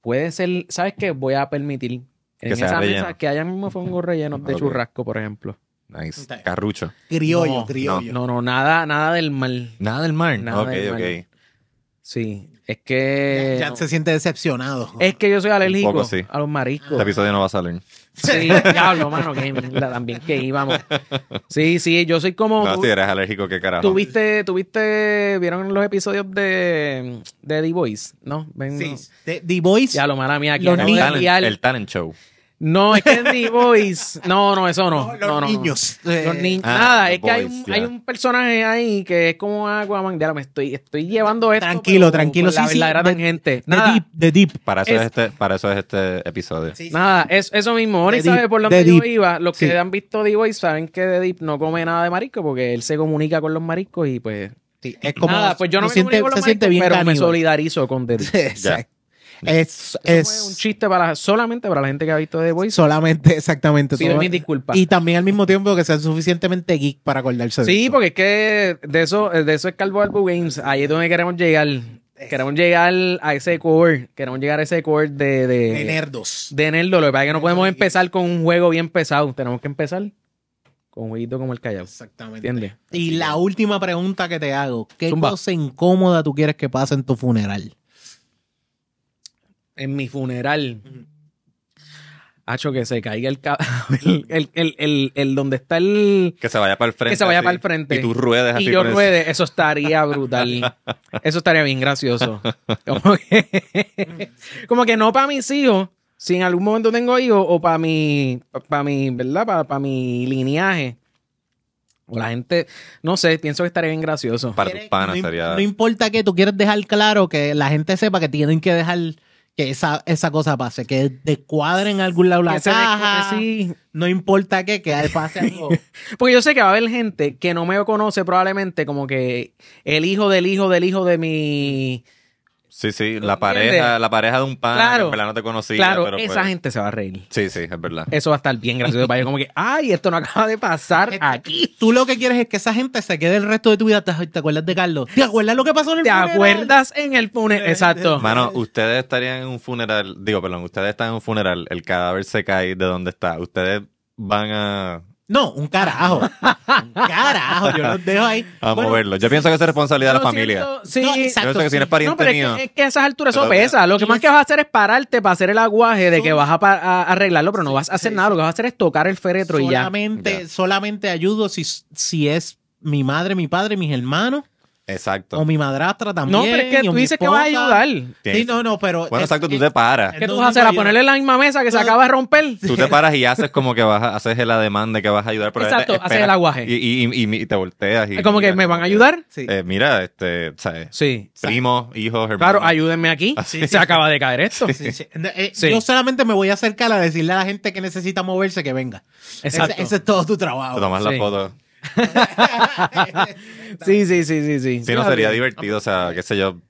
Speaker 4: Puede ser, ¿sabes qué? Voy a permitir en
Speaker 2: Que sea
Speaker 4: esa
Speaker 2: relleno.
Speaker 4: mesa que haya mofongo rellenos de
Speaker 2: Ok.
Speaker 4: churrasco, por ejemplo.
Speaker 2: Nice.
Speaker 1: Está bien.
Speaker 2: Carrucho.
Speaker 1: Criollo,
Speaker 4: No,
Speaker 1: criollo.
Speaker 4: No, no, nada, nada del mal.
Speaker 2: Nada del mar.
Speaker 4: Nada
Speaker 2: ok,
Speaker 4: del mar.
Speaker 2: ok.
Speaker 4: Sí, es que...
Speaker 1: Jan- Jan se siente decepcionado.
Speaker 4: Es que yo soy alérgico
Speaker 2: poco, sí.
Speaker 4: a los mariscos.
Speaker 2: Este episodio no va a salir.
Speaker 4: Sí, diablo, mano, que mierda también que íbamos. Sí, sí, yo soy como.
Speaker 2: No,
Speaker 4: tú-
Speaker 2: si eres alérgico, qué carajo.
Speaker 4: tú viste, tú viste- vieron los episodios de, de The Voice, ¿no? Ven,
Speaker 1: Sí.
Speaker 4: no.
Speaker 1: The, The Voice.
Speaker 4: Ya lo mala mía, aquí
Speaker 1: Los
Speaker 2: el,
Speaker 4: acabo de
Speaker 2: talent,
Speaker 4: liar.
Speaker 2: el talent show.
Speaker 4: No, es que en The Voice. No, no, eso no.
Speaker 1: No,
Speaker 4: no, no,
Speaker 1: los
Speaker 4: no.
Speaker 1: niños. eh,
Speaker 4: Los niños.
Speaker 2: Ah,
Speaker 4: Nada,
Speaker 2: The
Speaker 4: es que hay un,
Speaker 2: Voice, ya.
Speaker 4: hay un personaje ahí que es como Aquaman. Ya me estoy, estoy llevando esto.
Speaker 1: Tranquilo,
Speaker 4: pero
Speaker 1: tranquilo,
Speaker 4: por La
Speaker 1: sí, sí,
Speaker 4: verdadera
Speaker 1: de-
Speaker 4: tangente.
Speaker 1: The
Speaker 4: Nada,
Speaker 1: Deep, The Deep.
Speaker 2: Para eso
Speaker 4: Es-
Speaker 2: es, este, para eso es este episodio.
Speaker 1: Sí, sí.
Speaker 4: Nada, es, eso mismo. Oni
Speaker 1: The
Speaker 4: sabe
Speaker 1: Deep,
Speaker 4: por
Speaker 1: The
Speaker 4: donde yo
Speaker 1: Deep.
Speaker 4: iba. Los
Speaker 1: Sí.
Speaker 4: que han visto The Voice saben que The Deep no come nada de marisco porque él se comunica con los mariscos y pues.
Speaker 1: Sí, es como
Speaker 4: nada, pues yo no
Speaker 1: se
Speaker 4: me
Speaker 1: siente,
Speaker 4: comunico con los
Speaker 1: se siente
Speaker 4: mariscos,
Speaker 1: bien
Speaker 4: pero me
Speaker 1: caníbal.
Speaker 4: solidarizo con The Deep.
Speaker 1: Exacto. Es,
Speaker 4: Eso fue un
Speaker 1: es
Speaker 4: chiste para, solamente para la gente que ha visto The Voice.
Speaker 1: solamente, exactamente.
Speaker 4: Pido
Speaker 1: solo-
Speaker 4: mis disculpas.
Speaker 1: y también al mismo tiempo que sea suficientemente geek para acordarse de
Speaker 4: Sí,
Speaker 1: esto.
Speaker 4: porque es que de eso, de eso es Calvo Albo Games. Ahí es donde queremos llegar. Queremos llegar a ese core. Queremos llegar a ese core de, de,
Speaker 1: De nerdos.
Speaker 4: de nerdo. Lo que pasa es que no podemos empezar con un juego bien pesado. Tenemos que empezar con un jueguito como el Callao.
Speaker 1: Exactamente.
Speaker 4: ¿Entiendes?
Speaker 1: Y la última pregunta que te hago: ¿qué
Speaker 4: Zumba.
Speaker 1: cosa incómoda tú quieres que pase en tu funeral?
Speaker 4: en mi funeral. Hacho, que se caiga el, ca- el, el, el, el- el donde está el.
Speaker 2: Que se vaya para el frente.
Speaker 4: Que se vaya
Speaker 2: así.
Speaker 4: para el frente.
Speaker 2: Y tú ruedes así.
Speaker 4: Y yo
Speaker 2: con el-
Speaker 4: ruede, eso estaría brutal. Eso estaría bien gracioso. Como que, como que no para mis hijos, si en algún momento tengo hijos, o para mi, para mi, ¿verdad? Para, mi linaje. O la gente, no sé, pienso que estaría bien gracioso.
Speaker 2: Para tus
Speaker 1: Quieres-
Speaker 2: panas
Speaker 1: no, im-
Speaker 2: Ah, sería.
Speaker 1: no importa que tú quieres dejar claro que la gente sepa que tienen que dejar que esa, esa cosa pase, que descuadren en algún lado la
Speaker 4: Que se
Speaker 1: caja.
Speaker 4: descu- sí.
Speaker 1: No importa que, que pase algo.
Speaker 4: Porque yo sé que va a haber gente que no me conoce probablemente como que el hijo del hijo del hijo de mi...
Speaker 2: Sí, sí.
Speaker 4: ¿Entiendes?
Speaker 2: La pareja, la pareja de un pana
Speaker 4: Claro.
Speaker 2: que en verdad no te conocía.
Speaker 4: claro,
Speaker 2: pero
Speaker 4: esa
Speaker 2: pues-
Speaker 4: gente se va a reír.
Speaker 2: Sí, sí, es verdad.
Speaker 4: Eso va a estar bien gracioso para ellos. Como que, ay, esto no acaba de pasar aquí.
Speaker 1: Tú lo que quieres es que esa gente se quede el resto de tu vida. ¿Te, te acuerdas de Carlos? ¿Te acuerdas lo que pasó en el
Speaker 4: ¿Te
Speaker 1: funeral?
Speaker 4: acuerdas en el funeral? Exacto.
Speaker 2: Mano, ustedes estarían en un funeral. Digo, perdón, ustedes están en un funeral. El cadáver se cae de donde está. Ustedes van a,
Speaker 1: No, un carajo. un carajo. Yo los dejo ahí.
Speaker 2: a
Speaker 1: Bueno,
Speaker 2: moverlo. Yo pienso que esa es responsabilidad de la
Speaker 4: Yo
Speaker 2: familia.
Speaker 4: siento- sí.
Speaker 1: No, exacto.
Speaker 2: Yo pienso que si no es pariente
Speaker 4: No, pero es
Speaker 2: mío.
Speaker 4: que, es que a esas alturas eso
Speaker 2: Pero que-
Speaker 4: pesa. Lo que
Speaker 1: y
Speaker 4: más que
Speaker 1: es-
Speaker 4: vas a hacer es pararte para hacer el aguaje de que
Speaker 1: Son-
Speaker 4: vas a, pa- a- arreglarlo, pero no
Speaker 1: Sí,
Speaker 4: vas a hacer
Speaker 1: sí,
Speaker 4: nada.
Speaker 1: sí.
Speaker 4: Lo que vas a hacer es tocar el féretro y ya.
Speaker 1: solamente,
Speaker 2: Ya.
Speaker 1: solamente ayudo si, si es mi madre, mi padre, mis hermanos
Speaker 4: eh,
Speaker 2: Exacto.
Speaker 4: oh,
Speaker 1: o mi madrastra también.
Speaker 4: No, pero es que
Speaker 1: o
Speaker 4: tú
Speaker 1: mi
Speaker 4: dices que vas a
Speaker 1: esposa.
Speaker 4: ayudar.
Speaker 2: Tienes-
Speaker 1: Sí, no, no, pero.
Speaker 2: Bueno,
Speaker 1: es-
Speaker 2: exacto, tú
Speaker 1: es-
Speaker 2: te paras.
Speaker 4: ¿Qué tú
Speaker 1: No, no,
Speaker 4: vas a hacer? ¿A
Speaker 1: yo-
Speaker 4: ponerle en la misma mesa que se
Speaker 1: No.
Speaker 4: acaba de romper?
Speaker 2: Tú te paras y haces como que vas a, haces el ademán de que vas a ayudar. Pero
Speaker 4: Exacto,
Speaker 2: espera-
Speaker 4: haces el aguaje.
Speaker 2: Y, y- y- y te volteas. Y,
Speaker 4: Es como que
Speaker 2: mira,
Speaker 4: me van a
Speaker 2: como que,
Speaker 4: ayudar.
Speaker 1: Sí.
Speaker 2: eh, mira, este, ¿sabes?
Speaker 4: Sí.
Speaker 2: Primos, hijos, hermanos.
Speaker 4: Claro, ayúdenme aquí.
Speaker 2: Así.
Speaker 4: Se acaba de caer esto.
Speaker 1: Sí, sí. No, eh,
Speaker 4: Sí.
Speaker 1: Yo solamente me voy a acercar a decirle a la gente que necesita moverse que venga. Ese,
Speaker 4: Exacto.
Speaker 1: ese es todo tu
Speaker 2: Te
Speaker 1: trabajo.
Speaker 2: tomas
Speaker 4: Sí.
Speaker 2: la foto.
Speaker 4: Sí, sí, sí, sí, sí.
Speaker 2: Sí, no sería divertido. O sea, qué sé yo.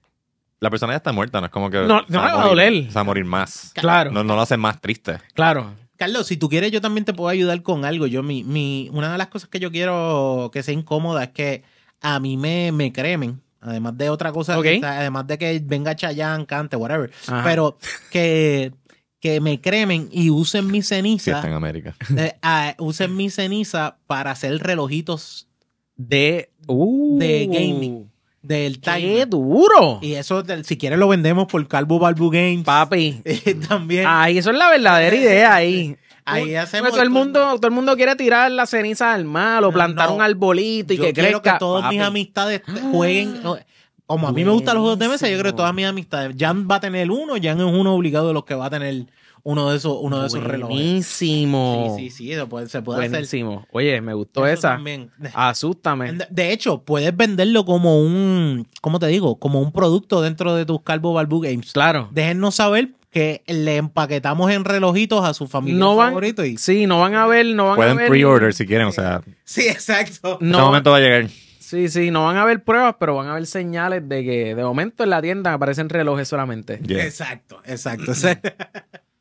Speaker 2: La persona ya está muerta, no es como que.
Speaker 4: No, no
Speaker 2: se va
Speaker 4: le va a
Speaker 2: morir-
Speaker 4: doler.
Speaker 2: Se va a morir más.
Speaker 4: Claro,
Speaker 2: No, no lo hace más triste.
Speaker 4: claro.
Speaker 1: Carlos, si tú quieres, yo también te puedo ayudar con algo. Yo, mi, mi, una de las cosas que yo quiero que sea incómoda es que a mí me, me cremen, Además de otra cosa,
Speaker 4: Ok.
Speaker 1: o sea, además de que venga Chayanne, cante, whatever.
Speaker 4: Ajá.
Speaker 1: Pero que, que me cremen y usen mi
Speaker 2: Si está en
Speaker 1: ceniza,
Speaker 2: América.
Speaker 1: eh, ah, usen mi ceniza para hacer relojitos
Speaker 4: de, uh,
Speaker 1: de gaming. del
Speaker 4: ¡Qué
Speaker 1: timer.
Speaker 4: duro!
Speaker 1: Y eso, del- si quieres, lo vendemos por Calvo Balbu Games.
Speaker 4: Papi.
Speaker 1: También.
Speaker 4: Ahí, eso es la verdadera idea ahí.
Speaker 1: Ahí
Speaker 4: Porque
Speaker 1: hacemos
Speaker 4: Ah, pues, todo el mundo, todo el mundo quiere tirar la ceniza al mar o
Speaker 1: No,
Speaker 4: plantar
Speaker 1: no.
Speaker 4: un arbolito y
Speaker 1: yo
Speaker 4: que
Speaker 1: quiero
Speaker 4: crezca.
Speaker 1: que todas mis
Speaker 4: Papi.
Speaker 1: amistades te- jueguen. o- Como a mí me gustan los juegos de mesa, yo creo que
Speaker 4: Ah. Buenísimo.
Speaker 1: todas mis amistades. Jan va a tener uno, Jan es uno obligado de los que va a tener uno de esos, uno de esos relojes.
Speaker 4: Buenísimo.
Speaker 1: Sí, sí, sí, eso puede- se puede hacer.
Speaker 4: Buenísimo. Oye, me gustó
Speaker 1: Eso
Speaker 4: esa.
Speaker 1: también.
Speaker 4: Asústame.
Speaker 1: De- De hecho, puedes venderlo como un, ¿cómo te digo? Como un producto dentro de tus Calvo Balbu Games.
Speaker 4: Claro.
Speaker 1: Déjennos saber que le empaquetamos en relojitos a su familia
Speaker 4: No van-
Speaker 1: favorito. Y...
Speaker 4: Sí, no van a ver, no van a
Speaker 2: Pueden
Speaker 4: ver.
Speaker 2: pre-order si quieren, o sea,
Speaker 1: Sí, exacto.
Speaker 2: en este
Speaker 4: No,
Speaker 2: momento va a llegar.
Speaker 4: sí, sí, no van a ver pruebas, pero van a ver señales de que de momento en la tienda aparecen relojes solamente.
Speaker 2: Yeah.
Speaker 1: Exacto, exacto. O sea,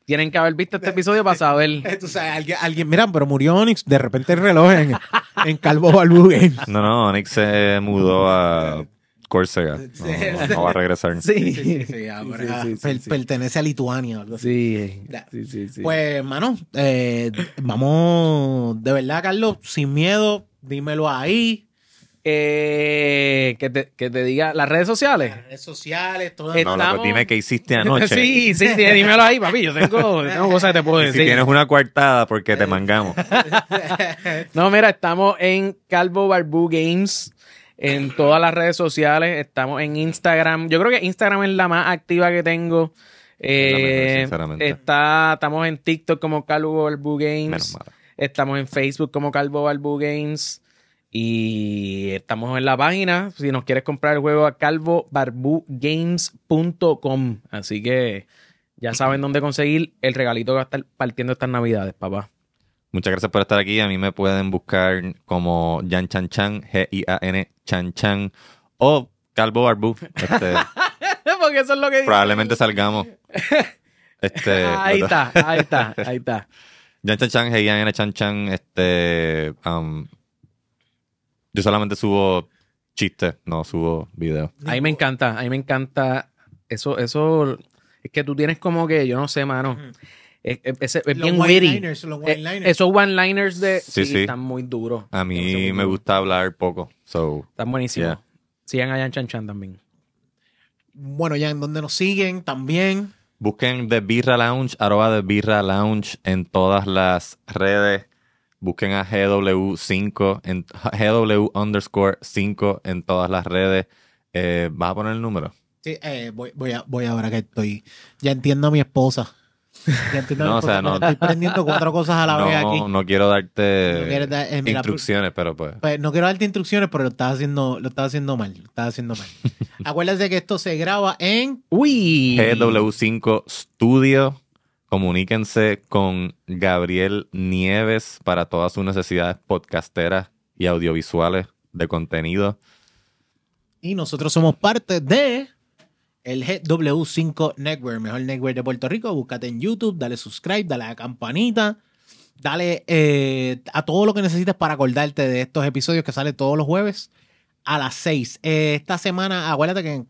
Speaker 4: Tienen que haber visto este episodio para saber.
Speaker 1: Tú sabes, alguien, alguien- mira, pero murió Onyx, de repente el reloj en, en Calvo Balbu
Speaker 4: Ah,
Speaker 1: Games.
Speaker 2: No, no, Onyx se mudó a Córcega. No, no va a regresar.
Speaker 4: Sí, ah,
Speaker 1: ahora per- Pertenece a Lituania. o algo así.
Speaker 4: Sí,
Speaker 1: Ya.
Speaker 4: sí, sí, sí.
Speaker 1: Pues, hermano, eh, vamos, de verdad, Carlos, sin miedo, dímelo ahí.
Speaker 4: Eh, que, te, que te diga las redes sociales.
Speaker 1: Las redes sociales, todo
Speaker 4: Eh,
Speaker 2: No, loco,
Speaker 4: Estamos-
Speaker 2: dime qué hiciste anoche.
Speaker 4: Sí, sí, sí, dímelo ahí, papi. Yo tengo, yo tengo cosas que te puedo
Speaker 2: Y
Speaker 4: decir.
Speaker 2: si tienes una coartada, porque te mangamos.
Speaker 4: No, mira, estamos en Calvo Barbu Games. En todas las redes sociales. Estamos en Instagram. Yo creo que Instagram es la más activa que tengo. Eh,
Speaker 2: Es la mejor, sinceramente.
Speaker 4: está, estamos en TikTok como Calvo Barbu Games.
Speaker 2: Menos mal.
Speaker 4: Estamos en Facebook como Calvo Barbu Games. Y estamos en la página. Si nos quieres comprar el juego a calvobarbugames.com. Así que ya saben dónde conseguir el regalito que va a estar partiendo estas navidades, papá.
Speaker 2: Muchas gracias por estar aquí. A mí me pueden buscar como Jan Chan Chan, G-I-A-N Chan Chan, o Calvo Barbu. Este,
Speaker 4: Porque eso es lo que dice.
Speaker 2: probablemente salgamos. Este,
Speaker 4: Ahí está, ahí está, ahí está.
Speaker 2: Jan Chan Chan, G-I-A-N Chan Chan. Este, um, yo solamente subo chistes, no subo videos.
Speaker 4: Ahí me encanta, ahí me encanta. Eso, eso. Es que tú tienes como que, yo no sé, mano.
Speaker 1: Ujú.
Speaker 4: Es, es- es- es
Speaker 1: Los
Speaker 4: bien witty.
Speaker 1: one-liners, los
Speaker 4: Eh,
Speaker 1: one-liners.
Speaker 4: Esos one-liners de. Sí,
Speaker 2: Sí, sí.
Speaker 4: están muy duros.
Speaker 2: A
Speaker 4: Están muy
Speaker 2: mí me
Speaker 4: duros.
Speaker 2: gusta hablar poco. So,
Speaker 4: Están buenísimos.
Speaker 2: Yeah.
Speaker 4: Sigan allá en Chan Chan también.
Speaker 1: Bueno, ya en donde nos siguen también.
Speaker 2: Busquen The Birra Lounge, arroba The Birra Lounge en todas las redes. Busquen a GW5, en, GW underscore 5 en todas las redes. Eh, ¿Vas a poner el número?
Speaker 1: Sí, eh, voy, voy a, voy ahora que estoy. Ya entiendo a mi esposa. Ya entiendo a mi
Speaker 2: No, o
Speaker 1: esposa.
Speaker 2: sea, no.
Speaker 1: porque Estoy prendiendo cuatro cosas a la vez aquí.
Speaker 2: No, no quiero
Speaker 1: No quiero
Speaker 2: darte
Speaker 1: dar- eh, mira,
Speaker 2: instrucciones, pero pues.
Speaker 1: pues, no quiero darte instrucciones, pero lo estás haciendo, lo estás haciendo mal. Lo estás haciendo mal. Acuérdate que esto se graba en.
Speaker 4: Uy.
Speaker 2: GW5 Studio. Comuníquense con Gabriel Nieves para todas sus necesidades podcasteras y audiovisuales de contenido.
Speaker 1: Y nosotros somos parte de el GW5 Network, mejor network de Puerto Rico. Búscate en YouTube, dale subscribe, dale a la campanita. Dale eh, a todo lo que necesites para acordarte de estos episodios que salen todos los jueves a las 6. Eh, esta semana, acuérdate que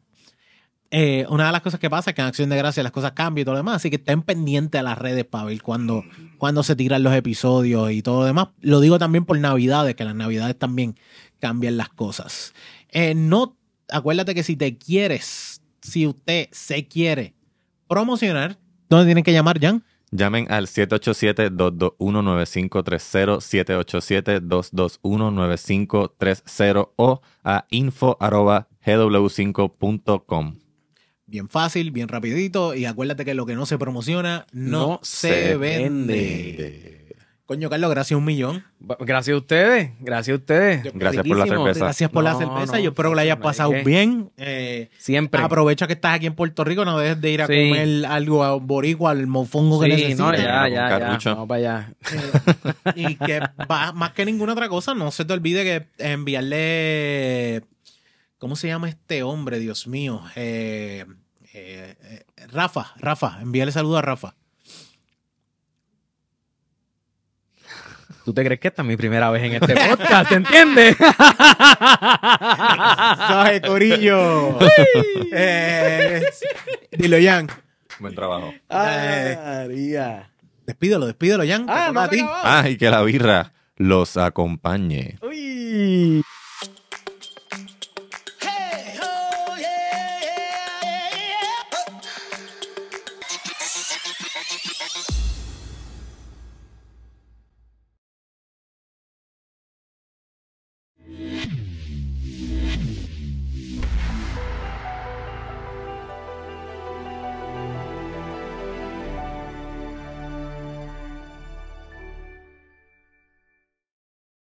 Speaker 1: eh, una de las cosas que pasa es que en Acción de Gracia las cosas cambian y todo lo demás, así que estén pendientes a las redes para ver cuándo, cuándo se tiran los episodios y todo lo demás. Lo digo también por Navidades, que las Navidades también cambian las cosas. Eh, no, acuérdate que si te quieres, si usted se quiere promocionar, ¿dónde tienen que llamar, Jan?
Speaker 2: Llamen al 787-221-9530, 787-221-9530 o a info.gw5.com.
Speaker 1: Bien fácil, bien rapidito y acuérdate que lo que no se promociona no,
Speaker 4: No
Speaker 1: se
Speaker 4: se
Speaker 1: vende. Coño, Carlos, gracias un millón.
Speaker 4: Gracias a ustedes. Gracias a ustedes.
Speaker 2: Gracias por la
Speaker 4: Riquísimo.
Speaker 2: cerveza.
Speaker 1: Gracias por la
Speaker 4: No,
Speaker 1: cerveza.
Speaker 4: no,
Speaker 1: Yo espero que la hayas
Speaker 4: no,
Speaker 1: pasado
Speaker 4: ¿qué?
Speaker 1: bien. Eh,
Speaker 4: Siempre.
Speaker 1: aprovecha que estás aquí en Puerto Rico, no dejes de ir a
Speaker 4: Sí.
Speaker 1: comer algo a boricua, al mofongo que
Speaker 4: Sí,
Speaker 1: necesites.
Speaker 4: no, ya,
Speaker 2: Con
Speaker 4: ya, ya.
Speaker 2: carrucho.
Speaker 4: Vamos para allá.
Speaker 1: Eh, y que va- más que ninguna otra cosa, no se te olvide que enviarle. ¿Cómo se llama este hombre, Dios mío? Eh, eh, eh, Rafa, Rafa, envíale saludo a Rafa.
Speaker 4: ¿Tú te crees que esta es mi primera vez en este podcast? ¿Te entiendes?
Speaker 1: Sabe, Corillo. Eh, dilo, Jan.
Speaker 2: Buen trabajo.
Speaker 1: María. Despídelo, despídelo, Jan. Te
Speaker 4: Ah, no
Speaker 1: toca a ti.
Speaker 4: acabó.
Speaker 2: Ah, y que la birra los acompañe.
Speaker 4: Uy.